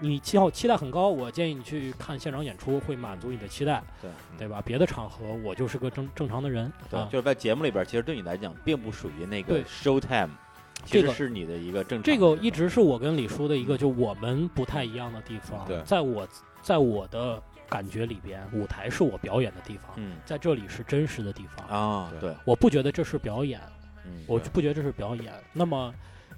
[SPEAKER 3] 你期望期待很高，我建议你去看现场演出，会满足你的期待，
[SPEAKER 1] 对嗯
[SPEAKER 3] 对吧？别的场合，我就是个正正常的人
[SPEAKER 1] 对，
[SPEAKER 3] 啊
[SPEAKER 1] 就。是在节目里边，其实对你来讲，并不属于那个
[SPEAKER 3] 对
[SPEAKER 1] show time，其
[SPEAKER 3] 这
[SPEAKER 1] 实
[SPEAKER 3] 个
[SPEAKER 1] 是你的一个正常的
[SPEAKER 3] 这
[SPEAKER 1] 时候。
[SPEAKER 3] 个一直是我跟李叔的一个，就我们不太一样的地方。
[SPEAKER 2] 对
[SPEAKER 3] 在我在我的感觉里边，舞台是我表演的地方，
[SPEAKER 1] 嗯
[SPEAKER 3] 在这里是真实的地方。
[SPEAKER 1] 啊，
[SPEAKER 2] 对
[SPEAKER 1] 对，
[SPEAKER 3] 我不觉得这是表演，
[SPEAKER 1] 嗯
[SPEAKER 3] 嗯我
[SPEAKER 2] 对
[SPEAKER 3] 不觉得这是表演。那么，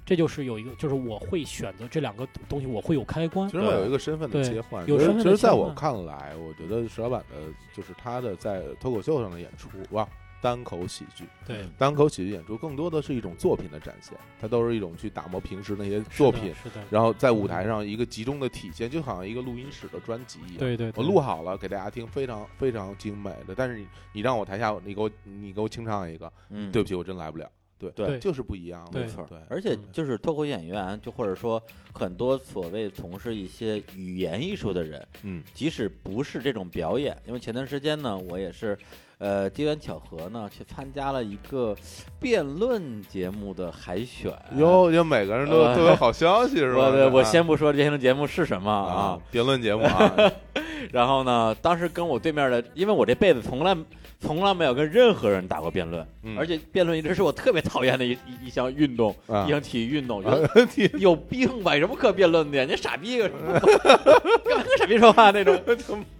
[SPEAKER 3] 这就是有一个，就是我会选择这两个东西，我会有开关
[SPEAKER 2] 其。实会有一个身份的切换。
[SPEAKER 3] 对有
[SPEAKER 2] 其实
[SPEAKER 3] 身份的
[SPEAKER 2] 其实在
[SPEAKER 3] 切
[SPEAKER 2] 我
[SPEAKER 3] 换
[SPEAKER 2] 看来，我觉得石老板的就是他的在脱口秀上的演出哇，单口喜剧，
[SPEAKER 3] 对，
[SPEAKER 1] 嗯
[SPEAKER 2] 单口喜剧演出更多的是一种作品的展现，它都是一种去打磨平时那些作品，
[SPEAKER 3] 是的，是嗯的
[SPEAKER 2] 然后在舞台上一个集中的体现，就好像一个录音室的专辑一样。
[SPEAKER 3] 对对。
[SPEAKER 2] 我
[SPEAKER 3] 对
[SPEAKER 2] 录好了给大家听，非常非常精美的。但是你你让我台下你给我你给我清唱一个，
[SPEAKER 1] 嗯
[SPEAKER 2] 对不起，我真来不了。对
[SPEAKER 1] 对
[SPEAKER 2] 就是不一样，
[SPEAKER 3] 对
[SPEAKER 1] 没错儿
[SPEAKER 2] 对，
[SPEAKER 1] 而且
[SPEAKER 3] 嗯
[SPEAKER 1] 就是脱口秀演员，就或者说很多所谓从事一些语言艺术的人，
[SPEAKER 2] 嗯
[SPEAKER 1] 即使不是这种表演，因为前段时间呢，我也是，呃，机缘巧合呢，去参加了一个辩论节目的海选。
[SPEAKER 2] 哟，就每个人都
[SPEAKER 1] 呃
[SPEAKER 2] 都有好消息是吧？
[SPEAKER 1] 我对我
[SPEAKER 2] 啊
[SPEAKER 1] 先不说这些节目是什么啊
[SPEAKER 2] 啊，，辩论节目啊，
[SPEAKER 1] 然后呢，当时跟我对面的，因为我这辈子从来从来没有跟任何人打过辩论，
[SPEAKER 2] 嗯
[SPEAKER 1] 而且辩论一直是我特别讨厌的一一一项运动，
[SPEAKER 2] 啊
[SPEAKER 1] 一项体育运动，我觉得
[SPEAKER 2] 啊挺
[SPEAKER 1] 有病吧？有什么可辩论的呀？你傻逼个什么？ 干嘛跟傻逼说话那 种？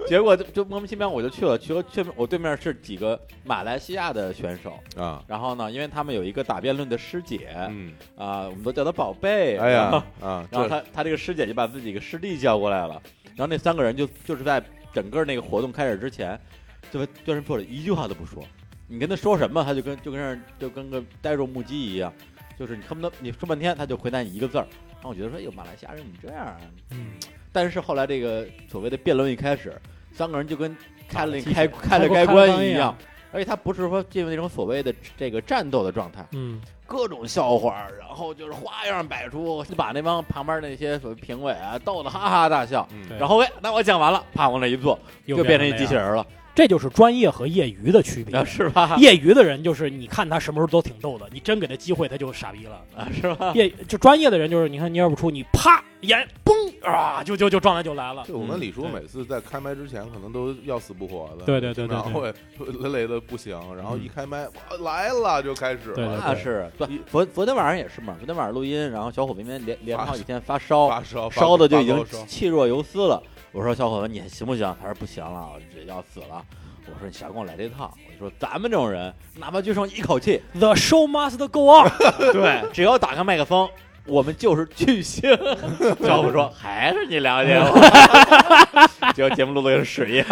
[SPEAKER 1] 结果就就莫名其妙我就去了，去了去我对面是几个马来西亚的选手，
[SPEAKER 2] 啊，
[SPEAKER 1] 然后呢，因为他们有一个打辩论的师姐啊、
[SPEAKER 2] 嗯，
[SPEAKER 1] 我们都叫她宝贝。
[SPEAKER 2] 哎
[SPEAKER 1] 然后
[SPEAKER 2] 呀啊，
[SPEAKER 1] 然后
[SPEAKER 2] 这
[SPEAKER 1] 他他这个师姐就把自己个师弟叫过来了，然后那三个人就就是在整个那个活动开始之前，就就是坐着一句话都不说，你跟他说什么，他就跟就跟那儿就跟个呆若木鸡一样，就是你恨不得你说半天，他就回答你一个字儿。然后我觉得说，哎呦，马来西亚人怎么这样啊？
[SPEAKER 3] 嗯，
[SPEAKER 1] 但是后来这个所谓的辩论一开始，三个人就跟开了
[SPEAKER 3] 打了鸡
[SPEAKER 1] 开开了
[SPEAKER 3] 开过
[SPEAKER 1] 开
[SPEAKER 3] 开
[SPEAKER 1] 关
[SPEAKER 3] 关
[SPEAKER 1] 一
[SPEAKER 3] 一
[SPEAKER 1] 样
[SPEAKER 3] 样，
[SPEAKER 1] 而且他不是说进入那种所谓的这个战斗的状态。
[SPEAKER 3] 嗯，
[SPEAKER 1] 各种笑话，然后就是花样百出，就把那帮旁边那些所谓评委啊逗得哈哈大笑。
[SPEAKER 2] 嗯
[SPEAKER 3] 对
[SPEAKER 1] 然后哎，那我讲完了，啪往那一坐，
[SPEAKER 3] 又
[SPEAKER 1] 就变成
[SPEAKER 3] 那
[SPEAKER 1] 一
[SPEAKER 3] 样
[SPEAKER 1] 机器，人了，
[SPEAKER 3] 这就是专业和业余的区别
[SPEAKER 1] 啊，。 是 吧？
[SPEAKER 3] 业余的人就是你看他什么时候都挺逗的，你真给他机会他就傻逼了。
[SPEAKER 1] 啊，是吧？
[SPEAKER 3] 业就专业的人就是你看你要不出，你啪眼嘣啊就就就状态就来了。
[SPEAKER 2] 就我跟李
[SPEAKER 1] 嗯
[SPEAKER 2] 叔每次在开麦之前，可能都要死不活的，
[SPEAKER 3] 对对对对
[SPEAKER 2] 然后
[SPEAKER 3] 对
[SPEAKER 2] 我累累的不行，然
[SPEAKER 1] 嗯
[SPEAKER 2] 后一开麦哇来了就开始
[SPEAKER 3] 对对
[SPEAKER 2] 了
[SPEAKER 1] 那是，对，昨昨天晚上也是嘛，昨天晚上录音，然后小伙子因为连连
[SPEAKER 2] 发
[SPEAKER 1] 好几天发烧，
[SPEAKER 2] 发烧发
[SPEAKER 1] 烧的就已
[SPEAKER 2] 发
[SPEAKER 1] 经
[SPEAKER 2] 高烧
[SPEAKER 1] 气若游丝了。我说小伙子，你行不行？他说不行了，我这要死了。我说你少跟我来这套。我说咱们这种人，哪怕就剩一口气，
[SPEAKER 3] The show must go on。
[SPEAKER 1] 对，只要打开麦克风，我们就是巨 星。教父说：“还是你了解我。” 结果节目录的跟屎一样。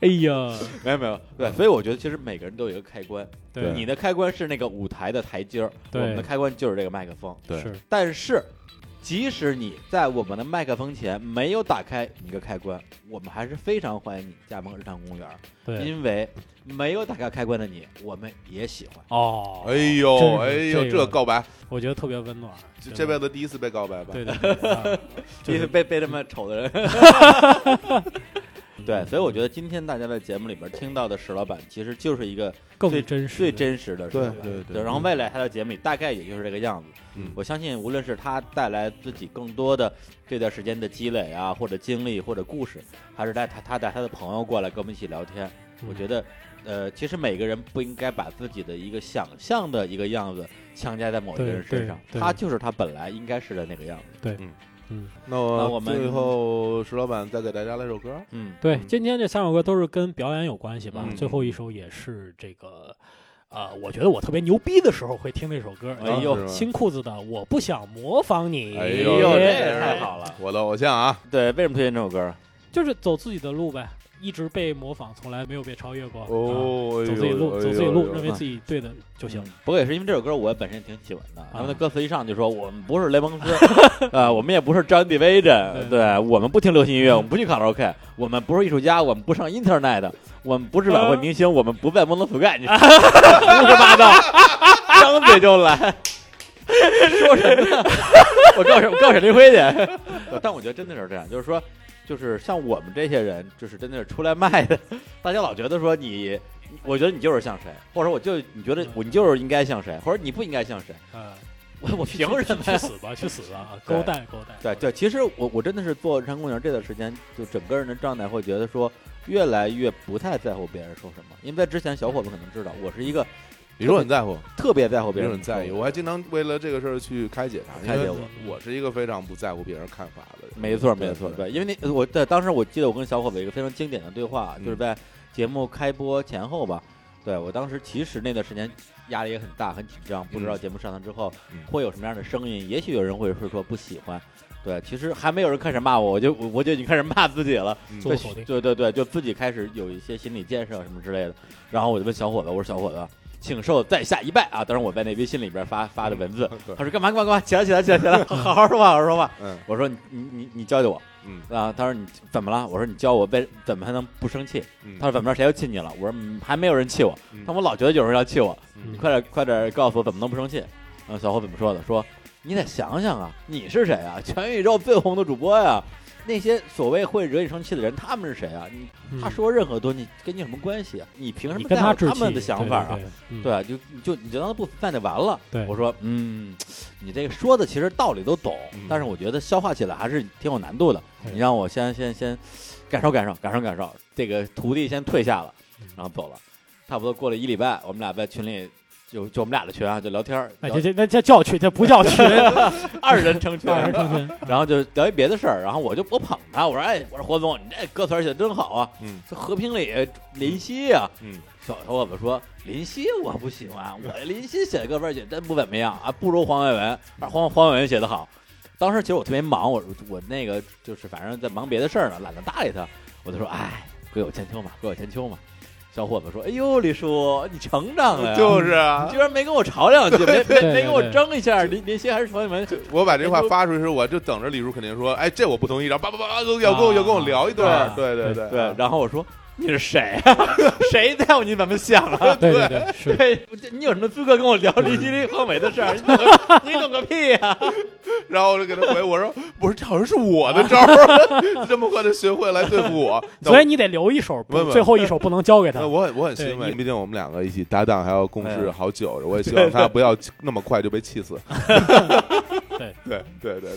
[SPEAKER 3] 哎呀，
[SPEAKER 1] 没有没有，对，所以我觉得其实每个人都有一个开关，
[SPEAKER 3] 对
[SPEAKER 1] 你的开关是那个舞台的台阶儿，我
[SPEAKER 3] 对
[SPEAKER 1] 们的开关就是这个麦克风。
[SPEAKER 2] 对
[SPEAKER 3] 是
[SPEAKER 1] 但是，即使你在我们的麦克风前没有打开你的开关，我们还是非常欢迎你加盟日常公园儿，
[SPEAKER 3] 对
[SPEAKER 1] 因为没有打开开关的你，我们也喜欢。
[SPEAKER 3] 哦，
[SPEAKER 2] 哎呦哎
[SPEAKER 3] 真是
[SPEAKER 2] 呦，
[SPEAKER 3] 这个
[SPEAKER 2] 这告白，
[SPEAKER 3] 我觉得特别温暖。
[SPEAKER 2] 这
[SPEAKER 3] 真的
[SPEAKER 2] 这辈子第一次被告白吧？
[SPEAKER 3] 对对对 啊就
[SPEAKER 1] 因为
[SPEAKER 3] 是
[SPEAKER 1] 被被他们丑的人。对，所以我觉得今天大家在节目里边听到的石老板，其实就是一个
[SPEAKER 3] 更
[SPEAKER 1] 最
[SPEAKER 3] 真实
[SPEAKER 1] 最真实的石老板。
[SPEAKER 2] 对对对
[SPEAKER 1] 然后未来他的节目里大概也就是这个样子。
[SPEAKER 2] 嗯
[SPEAKER 1] 我相信，无论是他带来自己更多的这段时间的积累啊，或者经历，或者故事，还是带他他带他的朋友过来跟我们一起聊天，
[SPEAKER 3] 嗯
[SPEAKER 1] 我觉得。呃，其实每个人不应该把自己的一个想象的一个样子强加在某一个
[SPEAKER 3] 对
[SPEAKER 1] 人身
[SPEAKER 3] 对
[SPEAKER 1] 上，
[SPEAKER 3] 对
[SPEAKER 1] 他就是他本来应该是的那个样子。
[SPEAKER 3] 嗯，
[SPEAKER 1] 那
[SPEAKER 2] 那我
[SPEAKER 1] 我们
[SPEAKER 2] 最后石老板再给大家来首歌，
[SPEAKER 1] 嗯，
[SPEAKER 3] 对，今天这三首歌都是跟表演有关系吧？
[SPEAKER 2] 嗯
[SPEAKER 3] 最后一首也是这个，呃，我觉得我特别牛逼的时候会听那首歌。
[SPEAKER 1] 哎呦
[SPEAKER 2] 是吗
[SPEAKER 3] 新裤子的《我不想模仿你》，
[SPEAKER 2] 哎
[SPEAKER 1] 哎
[SPEAKER 2] 呦
[SPEAKER 1] 呦，这
[SPEAKER 2] 这
[SPEAKER 1] 也
[SPEAKER 2] 是
[SPEAKER 1] 太好了。
[SPEAKER 2] 我的偶像啊，
[SPEAKER 1] 对，为什么推荐这首歌？
[SPEAKER 3] 就是走自己的路呗，一直被模仿，从来没有被超越过。啊
[SPEAKER 2] 哦，
[SPEAKER 3] 走自己路，
[SPEAKER 2] 哎呦
[SPEAKER 3] 走自己
[SPEAKER 2] 哎
[SPEAKER 3] 路，
[SPEAKER 2] 呦
[SPEAKER 3] 认为自己对的就行。
[SPEAKER 1] 嗯。不过也是因为这首歌，我本身也挺喜欢的。他们的
[SPEAKER 3] 啊
[SPEAKER 1] 歌词一上就说：“我们不是雷蒙斯， 呃，我们也不是 John Division，
[SPEAKER 3] 对
[SPEAKER 1] 对我们不听流行音乐，我们不去卡拉 OK，我们不是艺术家，我们不上 Internet，我们不是晚会明星，我们不在 m o n o s k y 你胡说八道，张嘴就来。说什么呢？我告诉我告诉林辉去。但我觉得真的是这样，就是说，就是像我们这些人，就是真的是出来卖的， 大家老觉得说你，我觉得你就是像谁，或者说我就你觉得我你就是应该像谁，或者你不应该像谁，
[SPEAKER 3] 啊，
[SPEAKER 1] 我我凭什么
[SPEAKER 3] 去
[SPEAKER 1] 呀？
[SPEAKER 3] 死吧，去死吧！啊
[SPEAKER 1] 嗯对
[SPEAKER 3] 勾带勾带。
[SPEAKER 1] 对对，其实我我真的是做日常公园这段时间，就整个人的状态会觉得说，越来越不太在乎别人说什么，因为在之前小伙子可能知道，我是一个
[SPEAKER 2] 你说很在乎，
[SPEAKER 1] 特别在乎别
[SPEAKER 2] 别人
[SPEAKER 1] 人
[SPEAKER 2] 很在意，
[SPEAKER 1] 说
[SPEAKER 2] 我还经常为了这个事儿去开解他，
[SPEAKER 1] 开解
[SPEAKER 2] 因为
[SPEAKER 1] 我
[SPEAKER 2] 我是一个非常不在乎别人看法的人。
[SPEAKER 1] 没错，没错，对，因为那我在当时我记得我跟小伙子有一个非常经典的对话，
[SPEAKER 2] 嗯
[SPEAKER 1] 就是在节目开播前后吧。对我当时其实那段时间压力也很大，很紧张，不知道节目上台之后
[SPEAKER 2] 嗯
[SPEAKER 1] 会有什么样的声音，也许有人会说说不喜欢。对，其实还没有人开始骂我，我就我我就已经开始骂自己了。
[SPEAKER 2] 嗯
[SPEAKER 3] 做否定
[SPEAKER 1] 对对对，就自己开始有一些心理建设什么之类的。然后我就问小伙子，我说小伙子，请受在下一拜啊！当然我在那微信里边发发 的文字，
[SPEAKER 2] 嗯对
[SPEAKER 1] 他说干嘛干嘛干嘛，起来起来起来起来，好好说话好好说话。
[SPEAKER 2] 嗯
[SPEAKER 1] 我说你你你你教教我，
[SPEAKER 2] 嗯
[SPEAKER 1] 啊，他说你怎么了？我说你教我为怎么才能不生气？
[SPEAKER 2] 嗯，
[SPEAKER 1] 他说怎么着谁又气你了？我说、嗯还没有人气我，
[SPEAKER 2] 嗯
[SPEAKER 1] 但我老觉得有人要气我，
[SPEAKER 2] 嗯
[SPEAKER 1] 你快点快点告诉我怎么能不生气？嗯，小伙怎么说的？说你得想想啊，你是谁啊？全宇宙最红的主播呀、那些所谓会惹你生气的人，他们是谁啊？你他
[SPEAKER 3] 嗯
[SPEAKER 1] 说任何东西跟你有什么关系啊？你凭什
[SPEAKER 3] 你
[SPEAKER 1] 么
[SPEAKER 3] 跟
[SPEAKER 1] 在乎
[SPEAKER 3] 他置
[SPEAKER 1] 他
[SPEAKER 3] 气
[SPEAKER 1] 们的想法啊？，
[SPEAKER 3] 对嗯
[SPEAKER 1] 对，就就你就当他不存在就完了。
[SPEAKER 3] 对
[SPEAKER 1] 我说，嗯，你这个说的其实道理都懂，
[SPEAKER 2] 嗯
[SPEAKER 1] 但是我觉得消化起来还是挺有难度的。
[SPEAKER 3] 对
[SPEAKER 1] 你让我先先先感受感受感受感受，这个徒弟先退下了，
[SPEAKER 3] 嗯
[SPEAKER 1] 然后走了。差不多过了一礼拜，我们俩在群里就就我们俩的群啊，就聊天儿，
[SPEAKER 3] 那
[SPEAKER 1] 聊
[SPEAKER 3] 哎这这那这叫群，这不 叫群，
[SPEAKER 1] 二人成群，啊
[SPEAKER 3] 二人成群，
[SPEAKER 1] 然后就聊一别的事儿。然后我就我捧他，我说，哎，我说霍总，你这歌词儿写得真好啊，
[SPEAKER 2] 嗯
[SPEAKER 1] 这和平里林夕呀、
[SPEAKER 2] 嗯
[SPEAKER 1] 小小伙子说：“林夕我不喜欢，我林夕写的歌本写真不怎么样啊，不如黄伟文，啊黄黄伟文写的好。”当时其实我特别忙，我我那个就是反正在忙别的事儿呢，懒得搭理他。我就说：“哎，各有千秋嘛，各有千秋嘛。”小伙子说：“哎呦，李叔，你成长了呀，
[SPEAKER 2] 就是啊
[SPEAKER 1] 你居然没跟我吵两句，没没
[SPEAKER 3] 对
[SPEAKER 1] 没跟我
[SPEAKER 3] 对
[SPEAKER 1] 争一下，林林夕还是黄伟文。”
[SPEAKER 2] 我把这话发出去的时候，我就等着李叔肯定说，哎，这我不同意，然后叭叭叭都要跟我要跟我聊一段，
[SPEAKER 1] 啊
[SPEAKER 2] 对对对
[SPEAKER 1] 对，然后我说：“你是谁啊？ 谁在乎你怎么想啊？”
[SPEAKER 3] 对对对，是
[SPEAKER 1] 对，我这你有什么资格跟我聊林夕、林黄伟的事 儿？你懂个你懂个屁啊呀、
[SPEAKER 2] 然后我就给他回我说，不是，这好像是我 的招儿， 这么快就学会来对付我，那我
[SPEAKER 3] 所以你得留一手，
[SPEAKER 2] 不
[SPEAKER 3] 不
[SPEAKER 2] 不
[SPEAKER 3] 最后一手不能交给他
[SPEAKER 2] 那。我很我很
[SPEAKER 3] 啊对
[SPEAKER 2] 欣慰，
[SPEAKER 3] 你
[SPEAKER 2] 毕竟我们两个一起搭档，还要共
[SPEAKER 1] 哎
[SPEAKER 2] 事
[SPEAKER 1] 呀
[SPEAKER 2] 好久，我也希望他不要那么快就被气死。
[SPEAKER 3] 对
[SPEAKER 2] 对对对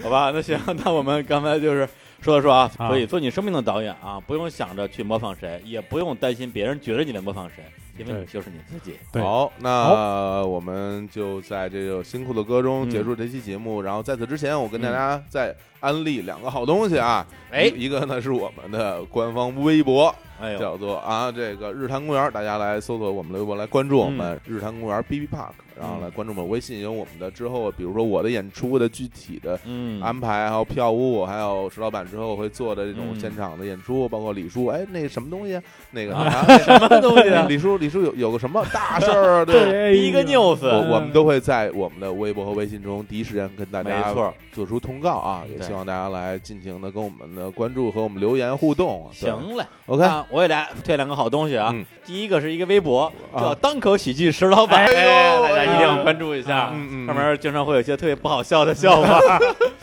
[SPEAKER 1] 好吧，那行， 那我们刚才就是说了说啊，
[SPEAKER 3] 啊
[SPEAKER 1] 所以做你生命的导演啊，不用想着去模仿谁，也不用担心别人觉得你在模仿谁，因为
[SPEAKER 3] 对
[SPEAKER 1] 你就是你自己。
[SPEAKER 3] 对
[SPEAKER 2] 好，那我们就在这个辛苦的歌中结束这期节目。然后在此之前，我跟大家再安利两个好东西啊。
[SPEAKER 1] 哎
[SPEAKER 2] 一一个呢是我们的官方微博，
[SPEAKER 1] 哎呦，
[SPEAKER 2] 叫做啊这个日坛公园，大家来搜索我们的微博来关注我们日坛公园 B B Park，然后来关注我们微信，有我们的之后，比如说我的演出的具体的
[SPEAKER 1] 嗯，
[SPEAKER 2] 安排，还有票务，还有石老板之后会做的这种
[SPEAKER 1] 嗯
[SPEAKER 2] 现场的演出，包括李叔，哎，那什么东西，那个
[SPEAKER 1] 啊
[SPEAKER 2] 啊那
[SPEAKER 1] 什么东西啊？
[SPEAKER 2] 李叔，李叔有有个什么大事儿啊？对，
[SPEAKER 3] 哎
[SPEAKER 1] 第一个
[SPEAKER 2] 我
[SPEAKER 1] news，
[SPEAKER 2] 我们都会在我们的微博和微信中第一时间跟大
[SPEAKER 1] 没
[SPEAKER 2] 家
[SPEAKER 1] 错
[SPEAKER 2] 做出通告啊，也
[SPEAKER 1] 对
[SPEAKER 2] 希望大家来尽情的跟我们的关注和我们留言互动。对
[SPEAKER 1] 行嘞，
[SPEAKER 2] ，OK，
[SPEAKER 1] 啊，我也来推两个好东西啊
[SPEAKER 2] 嗯。
[SPEAKER 1] 第一个是一个微博，
[SPEAKER 2] 啊
[SPEAKER 1] 叫“单口喜剧石老板”，
[SPEAKER 2] 哎呦
[SPEAKER 1] 大家一定要关注一下，
[SPEAKER 2] 嗯嗯嗯
[SPEAKER 1] 啊上面经常会有一些特别不好笑的笑话，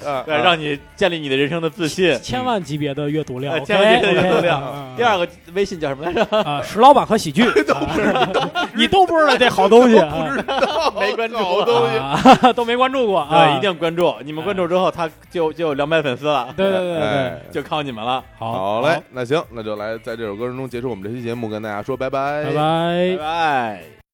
[SPEAKER 2] 啊
[SPEAKER 1] 对，让你建立你的人生的自信。
[SPEAKER 3] 千万级别的阅读量
[SPEAKER 1] 哎，
[SPEAKER 3] OK，
[SPEAKER 1] 千万级别的阅读量
[SPEAKER 3] OK，啊
[SPEAKER 1] 第二个微信叫什么来着？
[SPEAKER 3] 啊，石老板和喜剧， 啊你都不知道这好东西，啊
[SPEAKER 1] 没关注
[SPEAKER 2] 好哦东西。
[SPEAKER 3] 啊 都没关注过啊，
[SPEAKER 1] 对，一定关注。你们关注之后，他就就有两百粉丝了，
[SPEAKER 3] 对对对对，
[SPEAKER 2] 哎，
[SPEAKER 1] 就靠你们了。
[SPEAKER 2] 好嘞，那行，那就来在这首歌中结束我们这期节目，跟大家说拜拜，
[SPEAKER 3] 拜拜
[SPEAKER 1] 拜。拜。